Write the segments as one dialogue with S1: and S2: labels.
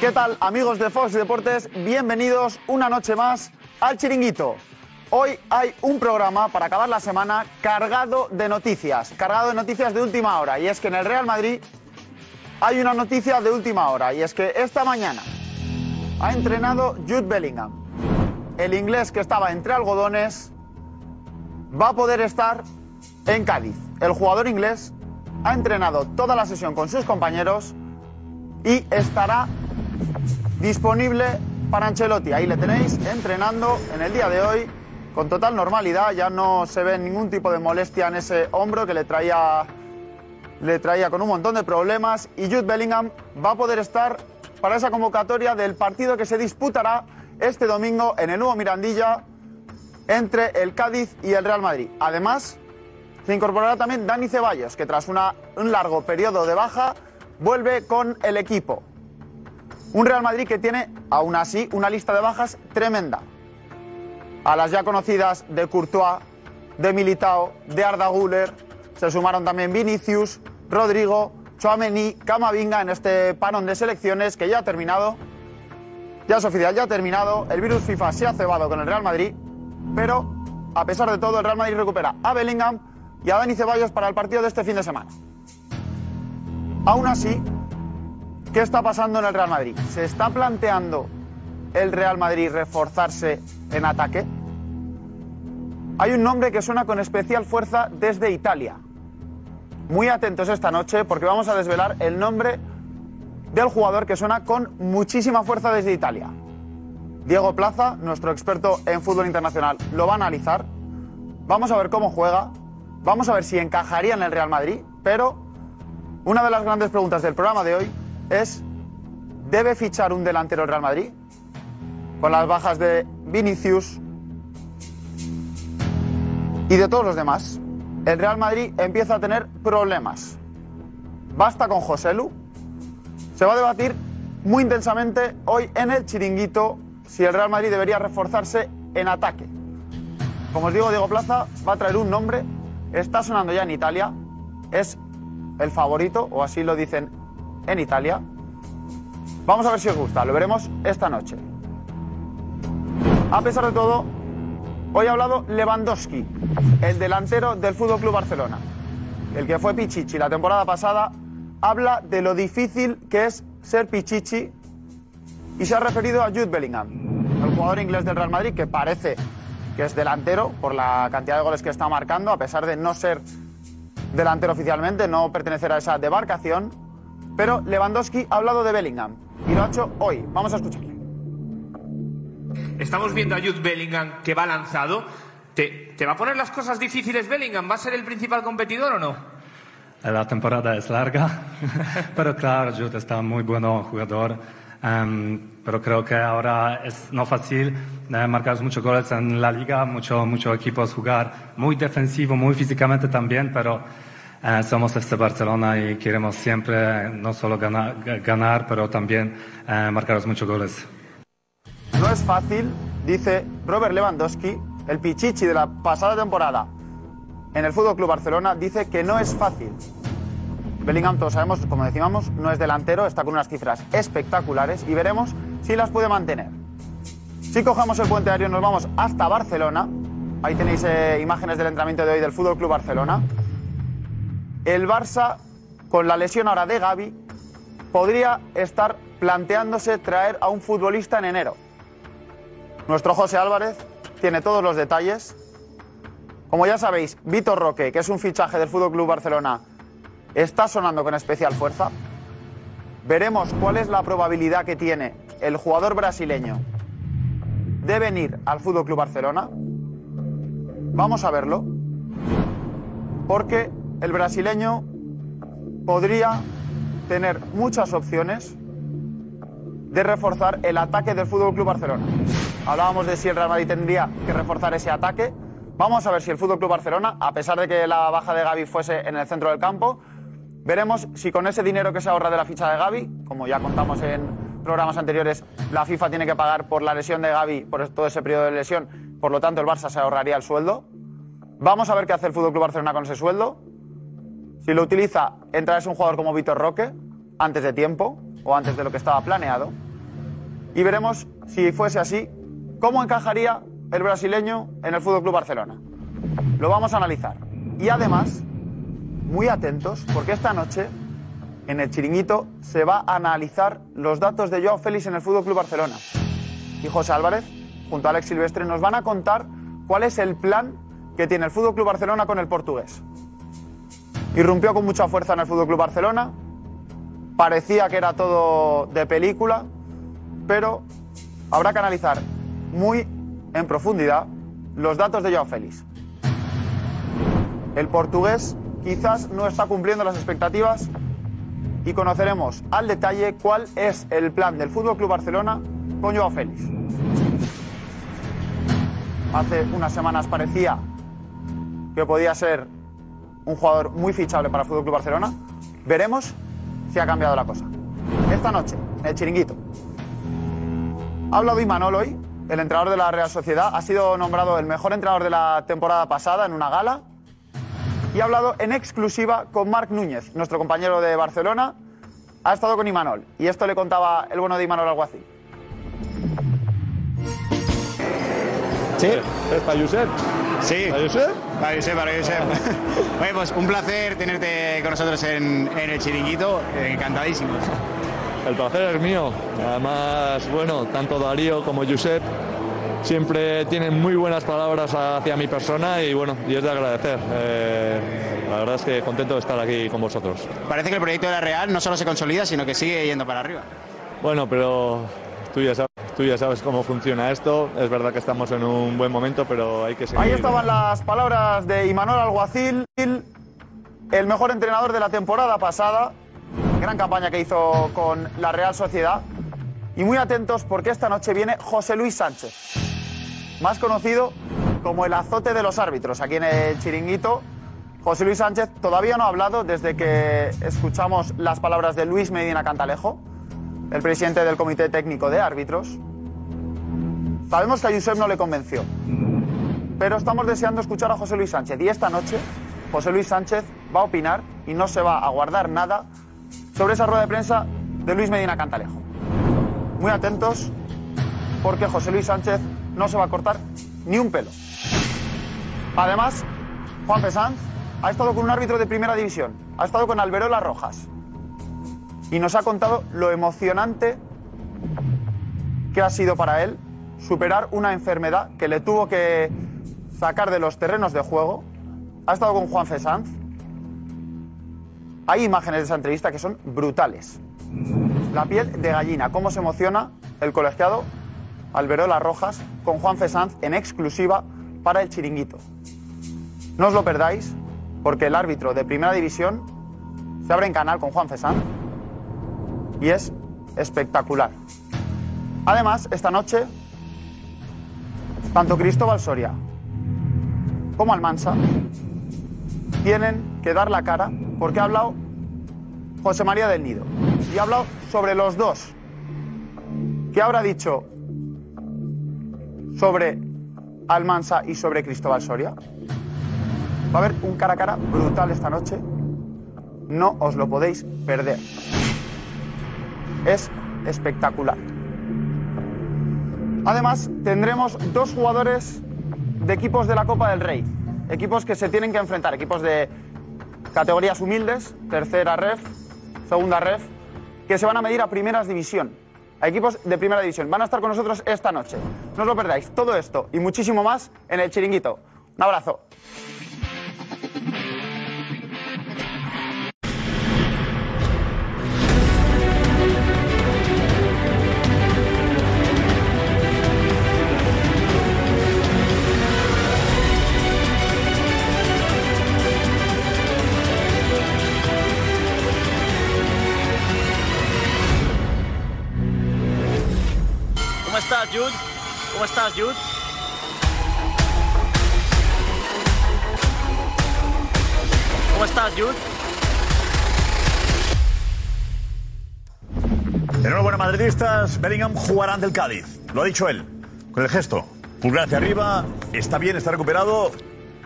S1: ¿Qué tal, amigos de Fox Deportes? Bienvenidos una noche más al Chiringuito. Hoy hay un programa para acabar la semana cargado de noticias, cargado de noticias de última hora. Y es que en el Real Madrid hay una noticia de última hora. Y es que esta mañana ha entrenado Jude Bellingham. El inglés que estaba entre algodones va a poder estar en Cádiz. El jugador inglés ha entrenado toda la sesión con sus compañeros y estará disponible para Ancelotti. Ahí le tenéis entrenando en el día de hoy con total normalidad. Ya no se ve ningún tipo de molestia en ese hombro que le traía, le traía con un montón de problemas. Y Jude Bellingham va a poder estar para esa convocatoria del partido que se disputará este domingo en el nuevo Mirandilla entre el Cádiz y el Real Madrid. Además, se incorporará también Dani Ceballos, que tras una- un largo periodo de baja vuelve con el equipo. Un Real Madrid que tiene, aún así, una lista de bajas tremenda. A las ya conocidas de Courtois, de Militao, de Arda Güler, se sumaron también Vinicius, Rodrigo, Chouameni, Camavinga en este parón de selecciones que ya ha terminado. Ya es oficial, ya ha terminado. El virus FIFA se ha cebado con el Real Madrid, pero a pesar de todo, el Real Madrid recupera a Bellingham y a Dani Ceballos para el partido de este fin de semana. Aún así, ¿Qué está pasando en el Real Madrid? ¿Se está planteando el Real Madrid reforzarse en ataque? Hay un nombre que suena con especial fuerza desde Italia. Muy atentos esta noche porque vamos a desvelar el nombre del jugador que suena con muchísima fuerza desde Italia. Diego Plaza, nuestro experto en fútbol internacional, lo va a analizar. Vamos a ver cómo juega, vamos a ver si encajaría en el Real Madrid, pero una de las grandes preguntas del programa de hoy es, ¿debe fichar un delantero el Real Madrid? Con las bajas de Vinicius y de todos los demás, el Real Madrid empieza a tener problemas. ¿Basta con Joselu? Se va a debatir muy intensamente hoy en el chiringuito si el Real Madrid debería reforzarse en ataque. Como os digo, Diego Plaza va a traer un nombre, está sonando ya en Italia, es el favorito, o así lo dicen en Italia. Vamos a ver si os gusta, lo veremos esta noche. A pesar de todo, hoy ha hablado Lewandowski, el delantero del Fútbol Club Barcelona. El que fue Pichichi la temporada pasada habla de lo difícil que es ser Pichichi y se ha referido a Jude Bellingham, el jugador inglés del Real Madrid que parece que es delantero por la cantidad de goles que está marcando, a pesar de no ser delantero oficialmente, no pertenecer a esa demarcación. Pero Lewandowski ha hablado de Bellingham y lo ha hecho hoy. Vamos a escucharle.
S2: Estamos viendo a Jude Bellingham que va lanzado. ¿Te, te va a poner las cosas difíciles Bellingham? ¿Va a ser el principal competidor o no?
S3: La temporada es larga, pero claro, Jude está muy bueno jugador. em, pero creo que ahora es no fácil eh, marcar muchos goles en la liga, mucho- muchos equipos jugar muy defensivo, muy físicamente también, pero eh, somos este Barcelona y queremos siempre eh, no solo ganar, ganar pero también eh, marcar muchos goles.
S1: No es fácil, dice Robert Lewandowski, el pichichi de la pasada temporada en el Fútbol Club Barcelona, dice que no es fácil. Bellingham, todos sabemos, como decíamos, no es delantero, está con unas cifras espectaculares y veremos si las puede mantener. Si cogemos el puente aéreo, nos vamos hasta Barcelona. Ahí tenéis eh, imágenes del entrenamiento de hoy del Fútbol Club Barcelona. El Barça, con la lesión ahora de Gaby, podría estar planteándose traer a un futbolista en enero. Nuestro José Álvarez tiene todos los detalles. Como ya sabéis, Vitor Roque, que es un fichaje del Fútbol Club Barcelona, está sonando con especial fuerza. Veremos cuál es la probabilidad que tiene el jugador brasileño de venir al Fútbol Club Barcelona. Vamos a verlo. Porque el brasileño podría tener muchas opciones de reforzar el ataque del Fútbol Club Barcelona. Hablábamos de si el Real Madrid tendría que reforzar ese ataque. Vamos a ver si el Fútbol Club Barcelona, a pesar de que la baja de Gaby fuese en el centro del campo, veremos si con ese dinero que se ahorra de la ficha de Gaby, como ya contamos en programas anteriores, la FIFA tiene que pagar por la lesión de Gaby, por todo ese periodo de lesión, por lo tanto el Barça se ahorraría el sueldo. Vamos a ver qué hace el Fútbol Club Barcelona con ese sueldo. Si lo utiliza, entra es un jugador como Vitor Roque, antes de tiempo o antes de lo que estaba planeado. y veremos si fuese así, cómo encajaría el brasileño en el Fútbol Club Barcelona. Lo vamos a analizar. Y además, muy atentos, porque esta noche en el chiringuito se va a analizar los datos de Joao Félix en el Fútbol Club Barcelona. Y José Álvarez, junto a Alex Silvestre, nos van a contar cuál es el plan que tiene el Fútbol Club Barcelona con el portugués. Irrumpió con mucha fuerza en el Fútbol Club Barcelona. Parecía que era todo de película, pero habrá que analizar muy en profundidad los datos de Joao Félix. El portugués quizás no está cumpliendo las expectativas y conoceremos al detalle cuál es el plan del Fútbol Club Barcelona con Joao Félix. Hace unas semanas parecía que podía ser un jugador muy fichable para el Fútbol Club Barcelona. Veremos si ha cambiado la cosa. Esta noche, en el chiringuito. Ha hablado Imanol hoy, el entrenador de la Real Sociedad. Ha sido nombrado el mejor entrenador de la temporada pasada en una gala. Y ha hablado en exclusiva con Marc Núñez, nuestro compañero de Barcelona. Ha estado con Imanol. Y esto le contaba el bueno de Imanol Alguacil.
S4: ¿Sí? ¿Es para Josep?
S5: Sí. ¿Para Josep? Para Josep, para Josep. Oye, pues un placer tenerte con nosotros en, en el chiringuito. Encantadísimos.
S4: El placer es mío. Además, bueno, tanto Darío como Josep siempre tienen muy buenas palabras hacia mi persona y bueno, y es de agradecer. Eh, la verdad es que contento de estar aquí con vosotros.
S5: Parece que el proyecto de la Real no solo se consolida, sino que sigue yendo para arriba.
S4: Bueno, pero tú ya sabes, tú ya sabes cómo funciona esto. Es verdad que estamos en un buen momento, pero hay que seguir.
S1: Ahí estaban las palabras de Imanol Alguacil, el mejor entrenador de la temporada pasada. Gran campaña que hizo con la Real Sociedad. Y muy atentos porque esta noche viene José Luis Sánchez, más conocido como el azote de los árbitros. Aquí en el chiringuito, José Luis Sánchez todavía no ha hablado desde que escuchamos las palabras de Luis Medina Cantalejo, el presidente del Comité Técnico de Árbitros. Sabemos que a Josep no le convenció, pero estamos deseando escuchar a José Luis Sánchez. Y esta noche, José Luis Sánchez va a opinar y no se va a guardar nada sobre esa rueda de prensa de Luis Medina Cantalejo. Muy atentos, porque José Luis Sánchez no se va a cortar ni un pelo. Además, Juan Pesanz ha estado con un árbitro de primera división, ha estado con Alberola Rojas y nos ha contado lo emocionante que ha sido para él superar una enfermedad que le tuvo que sacar de los terrenos de juego. Ha estado con Juan Fesanz. Hay imágenes de esa entrevista que son brutales. La piel de gallina, cómo se emociona el colegiado Alberola Rojas con Juan Fesanz en exclusiva para el chiringuito. No os lo perdáis, porque el árbitro de primera división se abre en canal con Juan Fesanz y es espectacular. Además, esta noche, tanto Cristóbal Soria como Almansa tienen que dar la cara porque ha hablado José María del Nido y ha hablado sobre los dos. ¿Qué habrá dicho sobre Almansa y sobre Cristóbal Soria? Va a haber un cara a cara brutal esta noche. No os lo podéis perder es espectacular. Además, tendremos dos jugadores de equipos de la Copa del Rey, equipos que se tienen que enfrentar, equipos de categorías humildes, tercera ref, segunda ref, que se van a medir a primeras división, a equipos de primera división. Van a estar con nosotros esta noche. No os lo perdáis, todo esto y muchísimo más en el chiringuito. Un abrazo.
S6: ¿Cómo estás, Jude? ¿Cómo estás, Jude? ¿Cómo estás, Jude?
S7: Enhorabuena, madridistas. Bellingham jugará ante el Cádiz. Lo ha dicho él, con el gesto. Pulgar hacia arriba, está bien, está recuperado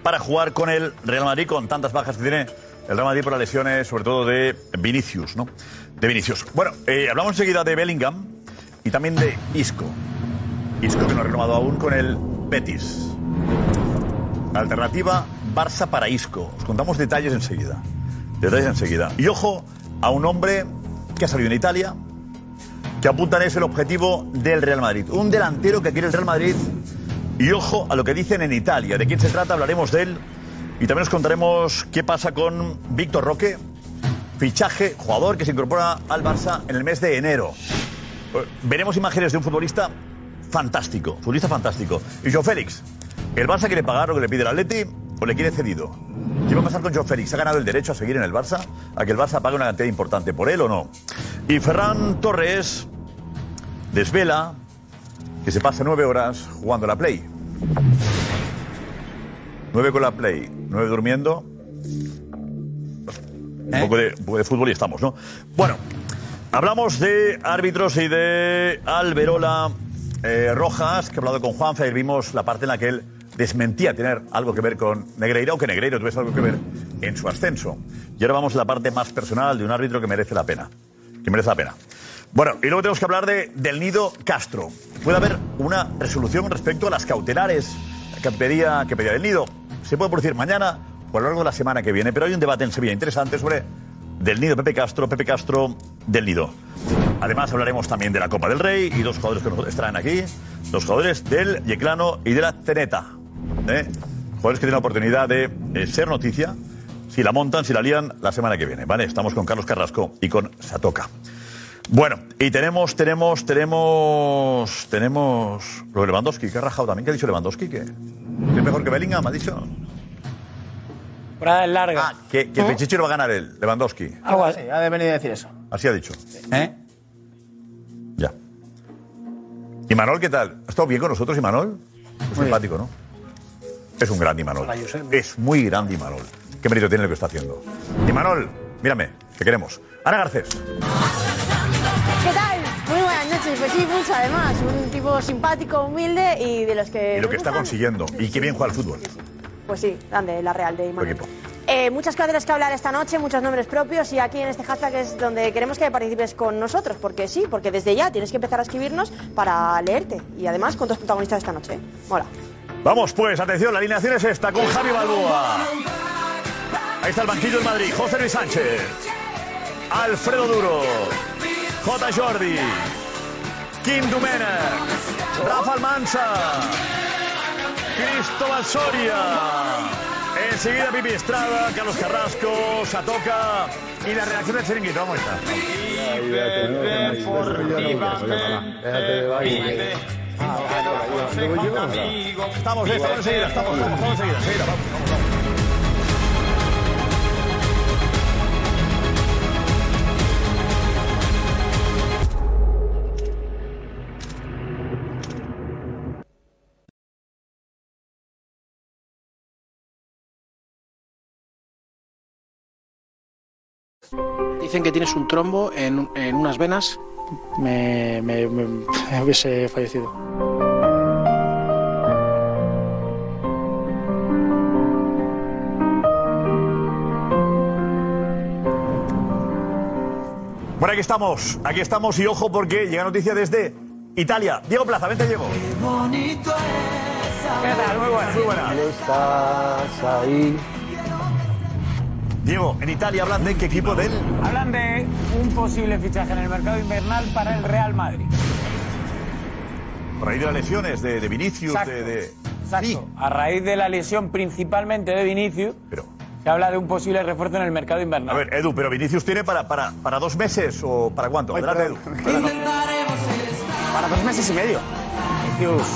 S7: para jugar con el Real Madrid, con tantas bajas que tiene el Real Madrid por las lesiones, sobre todo de Vinicius, ¿no? De Vinicius. Bueno, eh, hablamos enseguida de Bellingham. y también de Isco. Isco que no ha renovado aún con el Betis. Alternativa Barça para Isco. Os contamos detalles enseguida. Detalles enseguida. Y ojo a un hombre que ha salido en Italia, que apuntan es el objetivo del Real Madrid. Un delantero que quiere el Real Madrid. Y ojo a lo que dicen en Italia. De quién se trata, hablaremos de él. Y también os contaremos qué pasa con Víctor Roque, fichaje, jugador que se incorpora al Barça en el mes de enero. Eh, Veremos imágenes de un futbolista fantástico, futbolista fantástico. Y Joe Félix, ¿el Barça quiere pagar lo que le pide el Atleti o le quiere cedido? ¿Qué va a pasar con Joe Félix? ¿Ha ganado el derecho a seguir en el Barça? ¿A que el Barça pague una cantidad importante por él o no? Y Ferran Torres desvela que se pasa nueve horas jugando a la Play. Nueve con la Play, nueve durmiendo. Un poco de, un poco de fútbol y estamos, ¿no? Bueno, hablamos de árbitros y de Alberola eh, Rojas, que he hablado con Juanfe y vimos la parte en la que él desmentía tener algo que ver con Negreira o que Negreiro tuviese algo que ver en su ascenso. Y ahora vamos a la parte más personal de un árbitro que merece la pena. Que merece la pena. Bueno, y luego tenemos que hablar de, del nido Castro. Puede haber una resolución respecto a las cautelares que pedía, que pedía el nido. Se puede producir mañana o a lo largo de la semana que viene, pero hay un debate en Sevilla interesante sobre del nido Pepe Castro, Pepe Castro del nido. Además hablaremos también de la Copa del Rey y dos jugadores que nos estarán aquí, dos jugadores del Yeclano y de la Teneta. ¿eh? Jugadores que tienen la oportunidad de eh, ser noticia si la montan, si la lían la semana que viene. ¿vale? Estamos con Carlos Carrasco y con Satoka. Bueno, y tenemos, tenemos, tenemos, tenemos lo de Lewandowski, que ha rajado también. ¿Qué ha dicho Lewandowski? ¿Que, que es mejor que Bellingham? ¿Ha dicho?
S8: Temporada es larga.
S7: Ah, que, que el pichichi lo va a ganar él, Lewandowski.
S8: Algo así, ha de venir a decir eso.
S7: Así ha dicho.
S8: ¿Eh?
S7: Ya. ¿Y Manol qué tal? ¿Ha estado bien con nosotros, Imanol? Es simpático, ¿no? Es un gran Imanol. Es muy grande Imanol. Qué mérito tiene lo que está haciendo. Imanol, mírame, te queremos. Ana Garcés.
S9: ¿Qué tal? Muy buenas noches, pues sí, mucho además. Un tipo simpático, humilde y de los que.
S7: Y lo que
S9: nos
S7: está
S9: gustan.
S7: consiguiendo. Y qué bien juega al fútbol.
S9: Pues sí, grande, la Real de
S7: Tu
S9: Imanol.
S7: equipo.
S9: Eh, muchas cosas que hablar esta noche, muchos nombres propios y aquí en este hashtag es donde queremos que participes con nosotros, porque sí, porque desde ya tienes que empezar a escribirnos para leerte y además con tus protagonistas esta noche. ¿eh? Mola.
S7: Vamos pues, atención, la alineación es esta con Javi Balboa. Ahí está el banquillo en Madrid, José Luis Sánchez, Alfredo Duro, J. Jordi, Kim Dumena, Rafa Almanza, Cristóbal Soria, enseguida Pipi Estrada, Carlos Carrasco, Satoca y la reacción del chiringuito. Vamos a Estamos, estamos enseguida, estamos, estamos, estamos enseguida, enseguida, vamos.
S10: Dicen que tienes un trombo en, en unas venas. Me, me- me- hubiese fallecido.
S7: Bueno, aquí estamos, aquí estamos y ojo porque llega noticia desde Italia. Diego Plaza, vente Diego.
S11: bonito
S7: ¿Qué tal? Muy buena, muy buena. Estás ahí. Diego, en Italia hablan de qué equipo de él.
S12: Hablan de un posible fichaje en el mercado invernal para el Real Madrid.
S7: Por ahí de las lesiones, de, de Vinicius,
S12: Exacto.
S7: de, de-
S12: Exacto. A raíz de la lesión principalmente de Vinicius, se habla de un posible refuerzo en el mercado invernal.
S7: A ver, Edu, pero Vinicius tiene para, para, para dos meses o para cuánto? Adelante, Edu.
S12: Para dos meses y medio. Vinicius.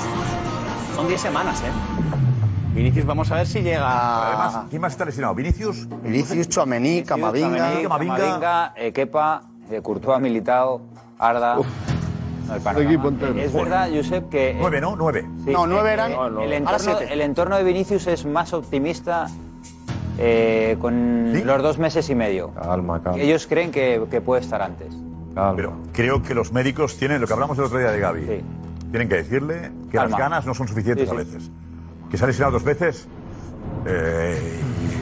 S13: Son 10 semanas, ¿eh? Vinicius, vamos a ver si llega.
S7: Además, ¿quién más está lesionado? ¿Vinicius?
S13: Vinicius, Chuamení,
S14: Camavinga, Camavinga, eh, Kepa, eh, Courtois, Militao, Arda. No, el panorama.
S13: equipo entero.
S14: Es verdad, Josep, que...
S13: Nueve,
S7: ¿no? Nueve.
S13: No, nueve eran,
S14: el,
S13: ahora
S14: entorno,
S13: siete.
S14: el entorno de Vinicius es más optimista eh, con los dos meses y medio. Calma, calma. Ellos creen que, que puede estar antes.
S7: Pero creo que los médicos tienen, lo que hablamos el otro día de Gaby, tienen que decirle que
S14: Calma.
S7: las ganas no son suficientes
S14: Sí, sí.
S7: a veces. Que se ha lesionado dos veces eh,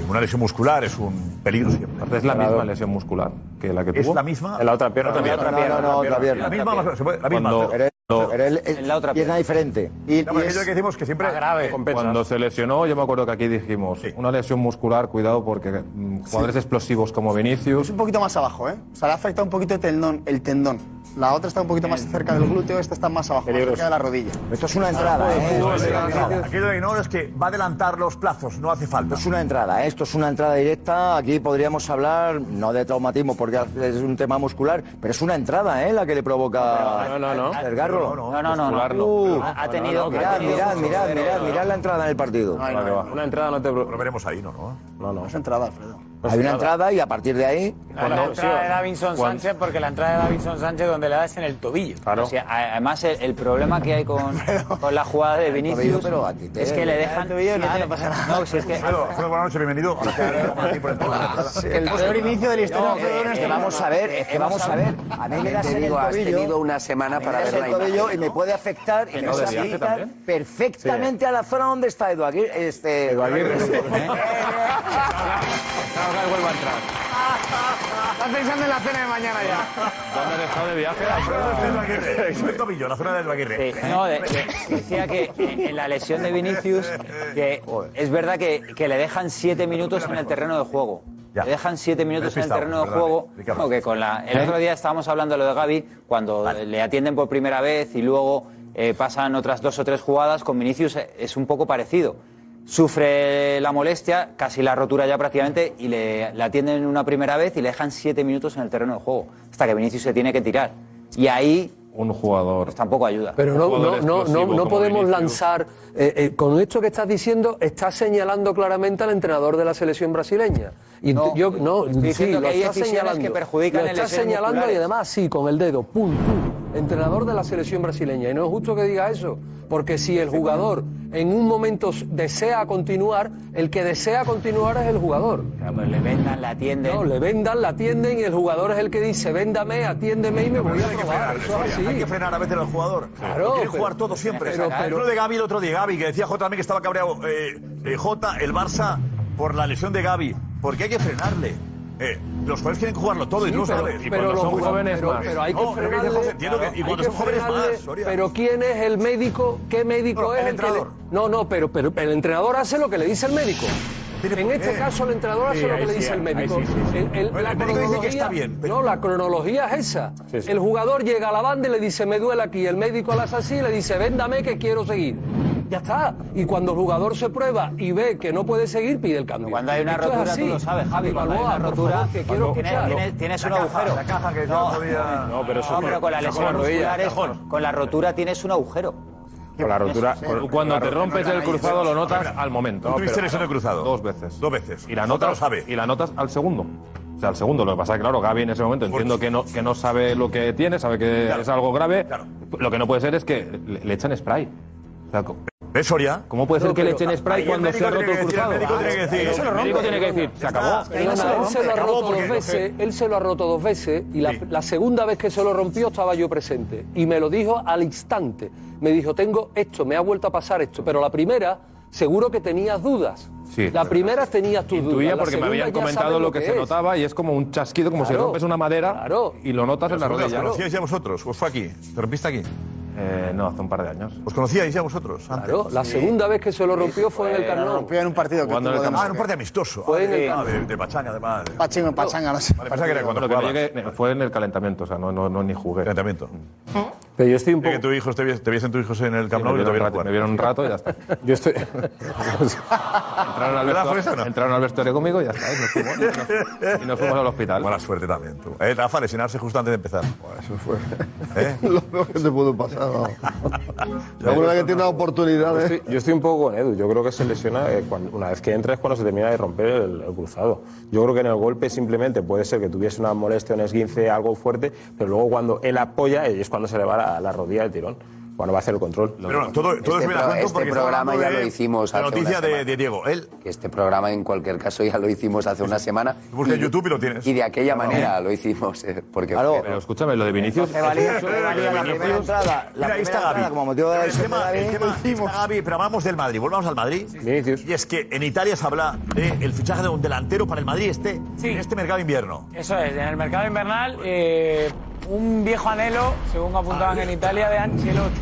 S7: Una lesión muscular es un peligro siempre.
S11: Es la misma lesión muscular que la que tuvo.
S7: ¿Es la misma?
S11: En la otra pierna. Pues
S7: No, no, no, no, no, otra pierna. La misma, se puede- la misma.
S11: Cuando-
S7: Pero-
S11: cuando-
S15: en la otra pierna diferente. Y,
S7: No, pero es lo que decimos que siempre grave.
S11: Ah, Cuando se lesionó, yo me acuerdo que aquí dijimos, una lesión muscular, cuidado porque mm, jugadores explosivos como Vinicius...
S16: Un poquito más abajo, ¿eh? O sea, le afecta un poquito el tendón. El tendón. La otra está un poquito más cerca del glúteo, esta está más abajo, más cerca de la rodilla.
S15: Esto es una entrada, ¿eh?
S7: No, Aquí lo que ignoro es que va a adelantar los plazos, no hace falta.
S15: Esto es una entrada, ¿eh? esto es una entrada directa. Aquí podríamos hablar, no de traumatismo, porque es un tema muscular, pero es una entrada, ¿eh? La que le provoca
S11: No, no, no.
S15: el garro.
S11: No, no, no, muscular no.
S15: Uh,
S11: No, no,
S15: ha
S11: no,
S15: tenido.
S11: no,
S15: Mirad,
S11: ha tenido
S15: mirad,
S11: mucho
S15: mirad,
S11: poder,
S15: mirad,
S11: no, no.
S15: mirad la entrada en el partido.
S11: No, no, no. Una entrada no te... Lo
S7: veremos ahí, ¿no? No,
S11: no. no.
S16: entrada, Alfredo.
S7: Pues
S15: Hay una entrada y a partir de ahí.
S12: Por la entrada de Davinson Sánchez, porque la entrada de Davinson Sánchez donde le das en el tobillo.
S14: O sea, a- además, el, el problema que hay con, con la jugada de Vinicius
S15: pero a ti
S14: es que le dejan. siete- No, si es que.
S7: Alfredo, Alfredo, buenas noches, bienvenido. Ahora te- aquí por el-
S16: El peor inicio de la historia
S15: No,
S16: de Alfredo en
S15: eh,
S16: este
S15: eh, vamos a ver, es que vamos a ver. A mí me das
S17: te
S15: en el
S17: digo, has
S15: tobillo,
S17: tenido una semana
S15: a mí me
S17: para
S15: das
S17: ver
S15: en
S17: la
S15: el tobillo
S17: imagen.
S15: y me puede afectar, y
S17: Que
S15: me
S17: no
S15: puede
S17: desviarte
S15: afectar
S17: también.
S15: perfectamente a la zona donde está Edu Aguirre. Este,
S11: vuelvo a entrar.
S5: Estás pensando en la cena de mañana ya.
S11: ¿Dónde has estado de viaje?
S7: Es el tobillo, la zona del Aguirre.
S14: No, de- de- decía que en en la lesión de Vinicius, que es verdad que, que le dejan siete minutos en el terreno de juego. Le dejan siete minutos en el
S13: Despistado,
S14: terreno de
S13: perdón,
S14: juego.
S13: Ricardo.
S14: como que con la,
S11: ¿Eh?
S14: el otro día estábamos hablando de lo de Gaby, cuando le atienden por primera vez y luego eh, pasan otras dos o tres jugadas, con Vinicius eh, es un poco parecido. Sufre la molestia, casi la rotura ya prácticamente, y le, le atienden una primera vez y le dejan siete minutos en el terreno de juego, hasta que Vinicius se tiene que tirar. Y ahí... pues
S11: Un jugador...
S14: tampoco ayuda.
S18: Pero no, no, no, no, no podemos lanzar. eh, eh, con esto que estás diciendo, estás señalando claramente al entrenador de la selección brasileña. Y
S14: No,
S18: yo no,
S14: estoy
S18: sí,
S14: diciendo
S18: lo
S14: que hay
S18: estás
S14: decisiones
S18: señalando.
S14: que perjudican
S18: lo
S14: en
S18: estás
S14: lesiones
S18: señalando y
S14: musculares.
S18: además sí, con el dedo, pum, pum. Entrenador de la selección brasileña. Y no es justo que diga eso, porque si el jugador en un momento s- desea continuar, el que desea continuar es el jugador.
S14: pues le vendan, la atienden.
S18: No, le vendan, la atienden y el jugador es el que dice, véndame, atiéndeme y me voy a probar. Eso es así.
S7: Hay que frenar a veces al jugador.
S18: Claro,
S7: Lo Quieren
S18: pero-
S7: jugar todo siempre.
S18: pero-
S7: Pero,
S18: pero-
S7: de Gaby el otro día, Gaby, que decía J también que estaba cabreado. Eh, eh, J, el Barça, por la lesión de Gaby. Porque hay que frenarle. Eh, los jóvenes quieren jugarlo todo y
S18: Sí,
S7: no
S18: pero-
S7: saben.
S18: pero los jugadores- pero-
S7: más.
S18: pero hay que
S7: No, es lo dice
S18: frenarle-
S7: José, entiendo que- y
S18: hay
S7: cuando
S18: que
S7: son jóvenes
S18: frenarle,
S7: más, Soria.
S18: Pero quién es el médico, qué médico
S7: No,
S18: es
S7: el
S18: que le-
S7: entrenador.
S18: no, no, pero, pero el entrenador hace lo que le dice el médico. En
S7: por
S18: este
S7: qué.
S18: caso el entrenador hace
S7: Sí,
S18: lo que
S7: ahí
S18: le
S7: sí,
S18: dice el
S7: ahí
S18: médico.
S7: sí, sí, sí.
S18: El- el-
S7: Bueno,
S18: la
S7: el médico dice que está
S18: cronología-
S7: bien,
S18: No, la cronología es esa.
S11: Sí, sí.
S18: El jugador llega a la banda y le dice, me duele aquí. El médico la hace así y le dice, véndame que quiero seguir. Ya está. Y cuando el jugador se prueba y ve que no puede seguir, pide el cambio.
S14: Cuando hay una
S18: Esto es
S14: rotura,
S18: así.
S14: tú lo sabes, Javi. Cuando hay
S18: Balboa,
S14: una
S18: por
S14: rotura,
S15: Ah,
S18: favor, que quiero
S14: tienes-
S18: escucharlo.
S14: tienes, tienes un
S18: La caja,
S14: agujero.
S18: la caja que
S14: no,
S18: yo podía-
S11: No, pero eso
S14: no,
S11: fue-
S14: pero con la
S11: eso fue
S14: lesión
S11: la rodilla,
S14: muscular es-
S11: cajón.
S14: con la rotura tienes un agujero.
S11: Con la rotura,
S14: Sí.
S11: con-
S14: Tú
S11: cuando
S14: la
S11: te
S14: rotura
S11: rompes
S14: no la
S11: el
S14: hay,
S11: cruzado
S14: pero-
S11: lo notas al momento. Ah,
S7: Tú tuviste
S11: pero-
S7: lesión de cruzado.
S11: Dos veces.
S7: Dos veces.
S11: Y la notas,
S7: lo sabe.
S11: Y la notas al segundo. O sea, al segundo. Lo que pasa es que, claro, Gaby en ese momento entiendo que no, que no sabe lo que tiene, sabe que es algo grave. Lo que no puede ser es que le, le echen spray. O sea, co- ¿Cómo puede ser
S18: No,
S11: que le
S18: pero-
S11: echen spray
S18: ahí el
S11: cuando se
S18: médico
S11: ha roto el
S18: tiene que decir,
S11: cruzado?
S18: el médico tiene que decir.
S11: El médico tiene que decir, se acabó.
S18: Perdona, él se lo ha roto dos veces, él se lo ha roto dos veces y la, la segunda vez que se lo rompió estaba yo presente y me lo dijo al instante. Me dijo, tengo esto, me ha vuelto a pasar esto, pero la primera seguro que tenías dudas.
S11: Sí,
S18: la
S11: pero-
S18: primera tenías tus dudas.
S11: Intuía
S18: la
S11: porque me
S18: segunda
S11: habían
S18: ya
S11: comentado
S18: sabes
S11: lo que, se
S18: es.
S11: notaba y es como un chasquido, como si
S18: Claro.
S11: rompes una madera y lo notas en la
S7: ¿Vosotros
S11: rodilla. Eh,
S7: ¿Os conocíais ya vosotros? ¿Os fue aquí? ¿Te rompiste aquí?
S11: no, hace un par de años.
S7: ¿Os conocíais ya vosotros? Antes?
S18: Claro, la segunda vez que se lo rompió fue en el
S7: Bueno,
S18: Camp Nou.
S16: rompió en un partido que
S7: Jugando en el
S16: tuvo
S7: Camp Nou. Ah, en
S16: de-
S7: un partido amistoso.
S16: Fue en el
S7: Ah,
S16: Camp Nou.
S7: de, de pachanga, de madre.
S16: Pachingo en pachanga, no sé.
S7: pensaba que era cuando
S11: Lo que me
S7: jugabas.
S11: llegué- fue en el calentamiento, o sea, no, no, no ni jugué. Mm.
S7: Calentamiento.
S11: Pero yo estoy un
S7: Que tu hijo, te, vies- te viesen tus hijos en el Camp
S11: me
S7: Nou y te
S11: vieron
S7: vieron
S11: un rato-
S7: jugar.
S11: me vieron un rato y ya está. Yo estoy. entraron, al
S7: ¿Verdad,
S11: vestuario,
S7: Foresta, o no?
S11: entraron al vestuario conmigo y ya está. y nos fuimos, y nos- y nos fuimos al hospital.
S7: Buena suerte también. Tú. Eh, Rafa, lesionarse justo antes de empezar. ¿Eh?
S19: Eso fue
S15: ¿Eh?
S19: lo peor que te pudo pasar. ¿no? Seguro que tiene una oportunidad.
S11: Yo
S19: ¿eh?
S11: estoy, yo estoy un poco con Edu. Yo creo que se lesiona eh, cuando- una vez que entra es cuando se termina de romper el, el cruzado. Yo creo que en el golpe simplemente puede ser que tuviese una molestia, un esguince, algo fuerte, pero luego cuando él apoya eh, es cuando se le va la, la rodilla del tirón.
S17: Bueno, va a hacer el control.
S7: Pero bueno, todo- todo
S20: este
S7: es bien a
S20: pro-
S7: cuento
S20: este
S7: porque estaba
S20: programa
S7: hablando
S20: ya
S7: de
S20: lo hicimos
S7: la
S20: hace una
S7: noticia de-
S20: semana.
S7: de Diego. Él.
S20: Que este programa, en cualquier caso, ya lo hicimos hace una semana.
S7: Busca en YouTube
S20: y lo tienes. Y de aquella manera lo hicimos. eh, Porque,
S11: Pero escúchame, lo de Vinicius.
S20: Entonces valía-
S11: Lo de
S20: valía la
S11: Vinicius-
S20: primera entrada.
S7: Mira, ahí está Gaby. el, tema, el tema- está Gaby, pero vamos del Madrid. Volvamos al Madrid. Y es que en Italia se habla del fichaje de un delantero para el Madrid este, en este mercado de invierno.
S12: Eso es, en el mercado invernal, eh, un viejo anhelo, según
S7: Ah,
S12: apuntaban en Italia, de Ancelotti.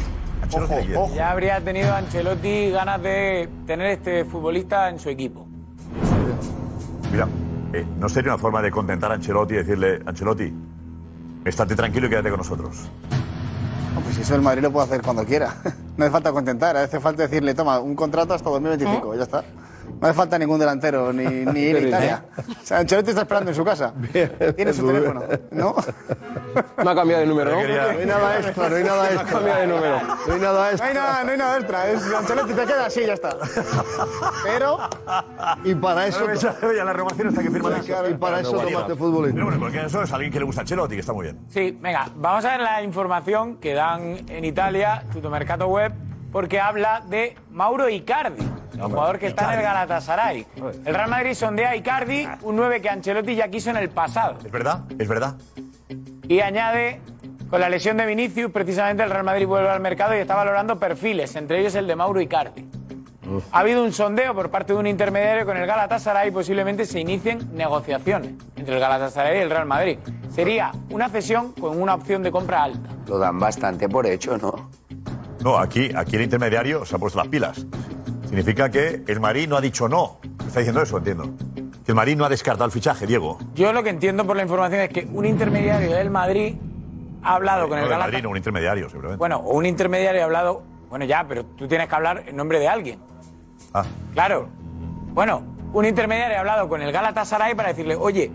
S12: Ya habría tenido Ancelotti ganas de tener este futbolista en su equipo.
S7: Mira, eh, ¿no sería una forma de contentar a Ancelotti y decirle, Ancelotti, estate tranquilo y quédate con nosotros?
S16: No, pues eso el Madrid lo puede hacer cuando quiera. No hace falta contentar, hace falta decirle, toma, un contrato hasta
S5: ¿Eh?
S16: 2025, ya está. No hace falta ningún delantero, ni, ni ir a Italia. O sea, Ancelotti está esperando en su casa. Tiene su teléfono.
S19: ¿No?
S11: eh,
S19: No ha cambiado de número,
S16: ¿no?
S19: No hay nada extra, no hay nada extra. No ha cambiado de número. No hay nada
S16: No
S19: extra.
S16: hay nada, no hay nada extra. Es Ancelotti te queda así, ya está. Pero
S19: Ah, Y para eso...
S7: Ahora me sale ya la renovación hasta que firman
S19: Y para eso este tomaste
S7: futbolista. Pero bueno, porque eso es alguien que le gusta a Ancelotti, que está muy bien.
S12: Sí, venga, vamos a ver la información que dan en Italia, Tutomercato Web, porque habla de Mauro Icardi, el jugador que está en el Galatasaray. El Real Madrid sondea a Icardi, un 9 que Ancelotti ya quiso en el pasado.
S7: Es verdad, es verdad.
S12: Y añade, con la lesión de Vinicius, precisamente el Real Madrid vuelve al mercado y está valorando perfiles, entre ellos el de Mauro Icardi. Ha habido un sondeo por parte de un intermediario con el Galatasaray y posiblemente se inicien negociaciones entre el Galatasaray y el Real Madrid. Sería una cesión con una opción de compra alta.
S20: Lo dan bastante por hecho, ¿no?
S7: No, aquí, aquí el intermediario se ha puesto las pilas. Significa que el Marín no ha dicho no. Está diciendo eso, entiendo. Que el Marín no ha descartado el fichaje, Diego.
S12: Yo lo que entiendo por la información es que un intermediario del Madrid ha hablado con
S7: No
S12: el
S7: del
S12: Galatasaray.
S7: Madrid, no, un intermediario, seguramente.
S12: Bueno, o un intermediario ha hablado. Bueno, ya, pero tú tienes que hablar en nombre de alguien.
S7: Ah.
S12: Claro. Bueno, un intermediario ha hablado con el Galatasaray para decirle, oye,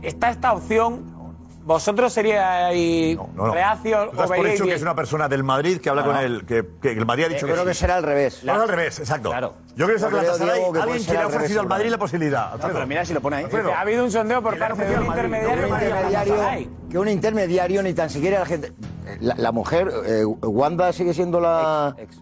S12: está esta opción, vosotros seríais
S7: No, no.
S12: reacios
S7: Tú
S12: o
S7: das por
S12: veríais
S7: hecho que
S12: bien".
S7: es una persona del Madrid que habla
S12: No,
S7: con
S12: no.
S7: él, que, que el Madrid ha
S12: Eh,
S7: dicho
S12: creo que será al revés.
S7: Vamos al revés, exacto. Yo creo que es el
S12: Yo creo,
S7: Galatasaray,
S12: Diego, que puede
S7: alguien que
S12: ser
S7: le ha
S12: al revés,
S7: ofrecido al Madrid la
S12: seguramente.
S7: posibilidad. Alfredo.
S12: Ah, pero mira si lo pone ahí.
S7: Alfredo.
S12: Ha habido un sondeo por parte de un intermediario.
S15: Un
S12: con el
S15: intermediario,
S12: Galatasaray.
S15: que un intermediario ni tan siquiera la gente. La, la mujer, eh, Wanda sigue siendo la. Ex.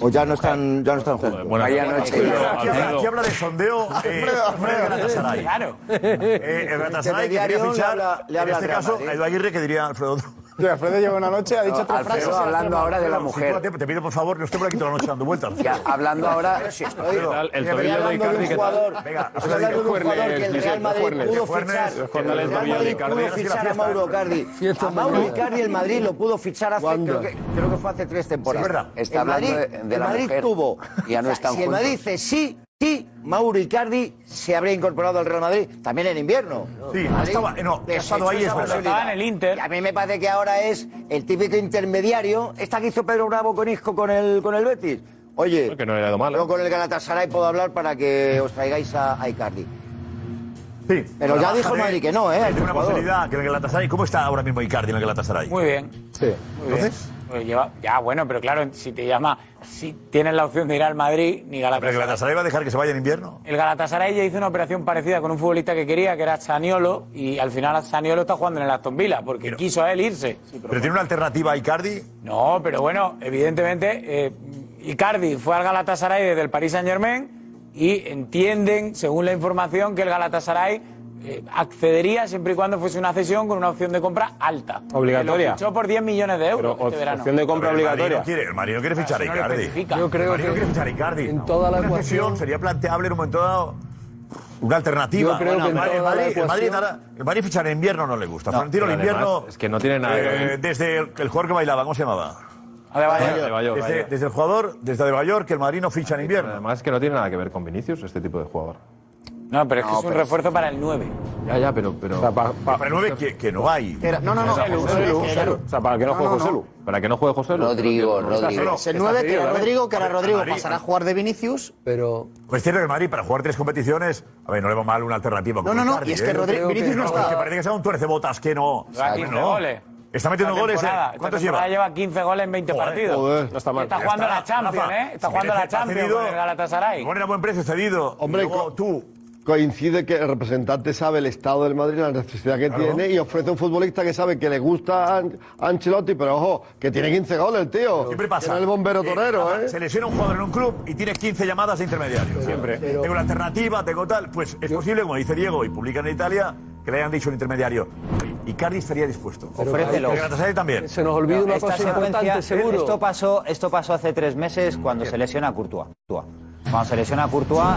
S15: O ya no están, ya no están juntos.
S7: Vaya noche. Aquí habla- aquí habla de sondeo. eh, Alfredo Galatasaray.
S12: Claro.
S7: Eh, el Galatasaray que quería
S16: Intermediario le
S7: fichar,
S16: habla- le
S7: en
S16: habla
S7: este
S16: al Real
S7: caso,
S16: Madrid.
S7: a Edu Aguirre que diría Alfredo.
S16: Tío, Alfredo lleva una noche, ha dicho
S7: No,
S16: tres
S7: Alfredo
S16: frases.
S7: hablando ahora de la
S16: Alfredo,
S7: mujer. Te, pido por favor, no esté por aquí toda la noche dando vueltas.
S20: Ya, hablando ahora-
S7: Pero si estoy-
S20: ¿Qué tal? El
S7: Venga,
S20: tobillo
S7: venga,
S20: de
S7: hablando
S20: Icardi, ¿qué tal?
S7: Venga,
S15: Estoy hablando de un jugador que el Real Madrid pudo fichar. El Real Madrid pudo fichar a Mauro Icardi. A Mauro Icardi el Madrid lo pudo fichar hace, creo que, creo que fue hace tres temporadas.
S20: Sí, es verdad. Está
S15: el
S20: hablando
S15: Madrid,
S20: de- de
S15: el
S20: la
S15: Madrid
S20: mujer.
S15: tuvo.
S20: Ya no
S15: O sea,
S20: están
S15: si el Madrid
S20: juntos.
S15: dice sí, sí, Mauro Icardi se habría incorporado al Real Madrid también en invierno.
S7: Sí,
S15: El
S7: ha
S15: Madrid
S7: estado- no, ha
S15: desechó
S7: estado ahí,
S15: esa
S7: es verdad.
S15: posibilidad.
S7: Estaba en
S12: Inter.
S15: Y a mí me parece que ahora es el típico intermediario. Esta que hizo Pedro Bravo con Isco con el, con el Betis. Oye,
S11: Que no le ha ido mal.
S15: yo con el Galatasaray puedo hablar para que os traigáis a, a Icardi.
S7: Sí.
S15: Pero ya
S7: Trabaja
S15: dijo
S7: de-
S15: Madrid que no, ¿eh?
S7: de
S15: Este
S7: una
S15: jugador.
S7: posibilidad que en el Galatasaray. ¿Cómo está ahora mismo Icardi en el Galatasaray?
S12: Muy bien.
S7: Sí.
S12: Muy bien. Pues lleva- ya, bueno, pero claro, si te llama, si tienes la opción de ir al Madrid, ni
S7: ¿Pero el
S12: Galatasaray.
S7: Galatasaray va a dejar que se vaya en invierno?
S12: El Galatasaray ya hizo una operación parecida con un futbolista que quería, que era Saniolo, y al final Saniolo está jugando en el Aston Villa, porque quiso a él irse.
S7: ¿Pero tiene una alternativa a Icardi?
S12: No, pero bueno, evidentemente eh, Icardi fue al Galatasaray desde el Paris Saint Germain y entienden, según la información, que el Galatasaray eh, accedería siempre y cuando fuese una cesión con una opción de compra alta.
S18: Obligatoria.
S12: Que Lo fichó por 10 millones de euros
S18: Pero
S12: este
S18: op-
S12: verano.
S18: opción de compra
S7: Pero el Madrid
S18: obligatoria.
S7: no quiere- el Madrid no quiere
S12: Claro,
S7: fichar a
S12: eso no lo
S7: Icardi.
S12: especifica. Yo creo
S7: el Madrid no
S12: que
S7: quiere fichar a Icardi.
S18: en
S7: no.
S18: toda la
S7: Una
S18: ecuación-
S7: cesión sería planteable en un momento dado una alternativa.
S18: Yo creo que en
S7: el, Madrid,
S18: toda la
S7: el Madrid- el Madrid
S18: ecuación-
S7: hará- el Madrid fichar en invierno no le gusta. Florentino en
S11: Pero
S7: invierno...
S11: además, es que no tiene nada que ver.
S7: eh, desde el, el jugador que bailaba, ¿cómo se llamaba?
S12: Adebayor.
S11: Adebayor,
S7: Desde,
S11: Adebayor.
S7: desde el jugador, desde Adebayor, que el Madrid no ficha en invierno.
S11: Además, que no tiene nada que ver con Vinicius, este tipo de jugador.
S12: No, pero es que
S11: No,
S12: es un
S11: pero-
S12: refuerzo para el 9.
S11: Ya, ya, pero. pero...
S7: para el 9 que, que no hay.
S16: Era- no, no, no.
S11: Joselu,
S16: Joselu, Joselu.
S11: O sea, para que no juegue José Lu. Para que no juegue José Lu.
S20: Rodrigo,
S16: Es el 9 que era Rodrigo, que era Rodrigo. Pasará a jugar de Vinicius.
S7: Pero. Pues cierto que el Madrid, para jugar tres competiciones, a ver, no le va mal una alternativa. ¿eh?
S16: No, no, no, y es que Rodri- Vinicius no está.
S7: Que parece que sea un tuercebotas que no.
S12: Lleva 15
S7: no.
S12: goles.
S7: Está metiendo
S12: Esta
S7: goles. ¿eh?
S12: temporada, esta
S7: ¿Cuántos
S12: temporada
S7: lleva?
S12: lleva 15 goles en 20 partidos.
S7: este no está mal.
S12: Está
S7: Ya
S12: jugando
S7: está,
S12: la Champions,
S7: Rafa.
S12: ¿eh? Está
S7: Si
S12: jugando
S7: merece,
S12: la
S7: está
S12: Champions
S7: cedido.
S12: con el Galatasaray.
S7: Bueno, era buen precio cedido. Hombre, tú
S19: coincide que el representante sabe el estado del Madrid, la necesidad que
S7: Claro.
S19: tiene y ofrece a un futbolista que sabe que le gusta a An- a Ancelotti, pero ojo, que tiene 15 goles el tío.
S7: Siempre pasa.
S19: Que no es el bombero
S7: Eh,
S19: torero,
S7: nada,
S19: ¿eh?
S7: Se lesiona un jugador en un club y tienes 15 llamadas de intermediario. Siempre. tengo la alternativa, tengo tal. Pues es posible, como dice Diego, y publican en Italia, que le hayan dicho un intermediario. Y Cardi estaría dispuesto.
S14: Ofrécelo.
S7: Y Galatasaray también.
S18: Se nos olvida una
S14: Esta
S18: cosa
S14: secuencia-
S18: importante, seguro.
S14: Esto pasó, esto pasó hace tres meses cuando se lesiona Courtois. Courtois. Cuando se lesiona Courtois,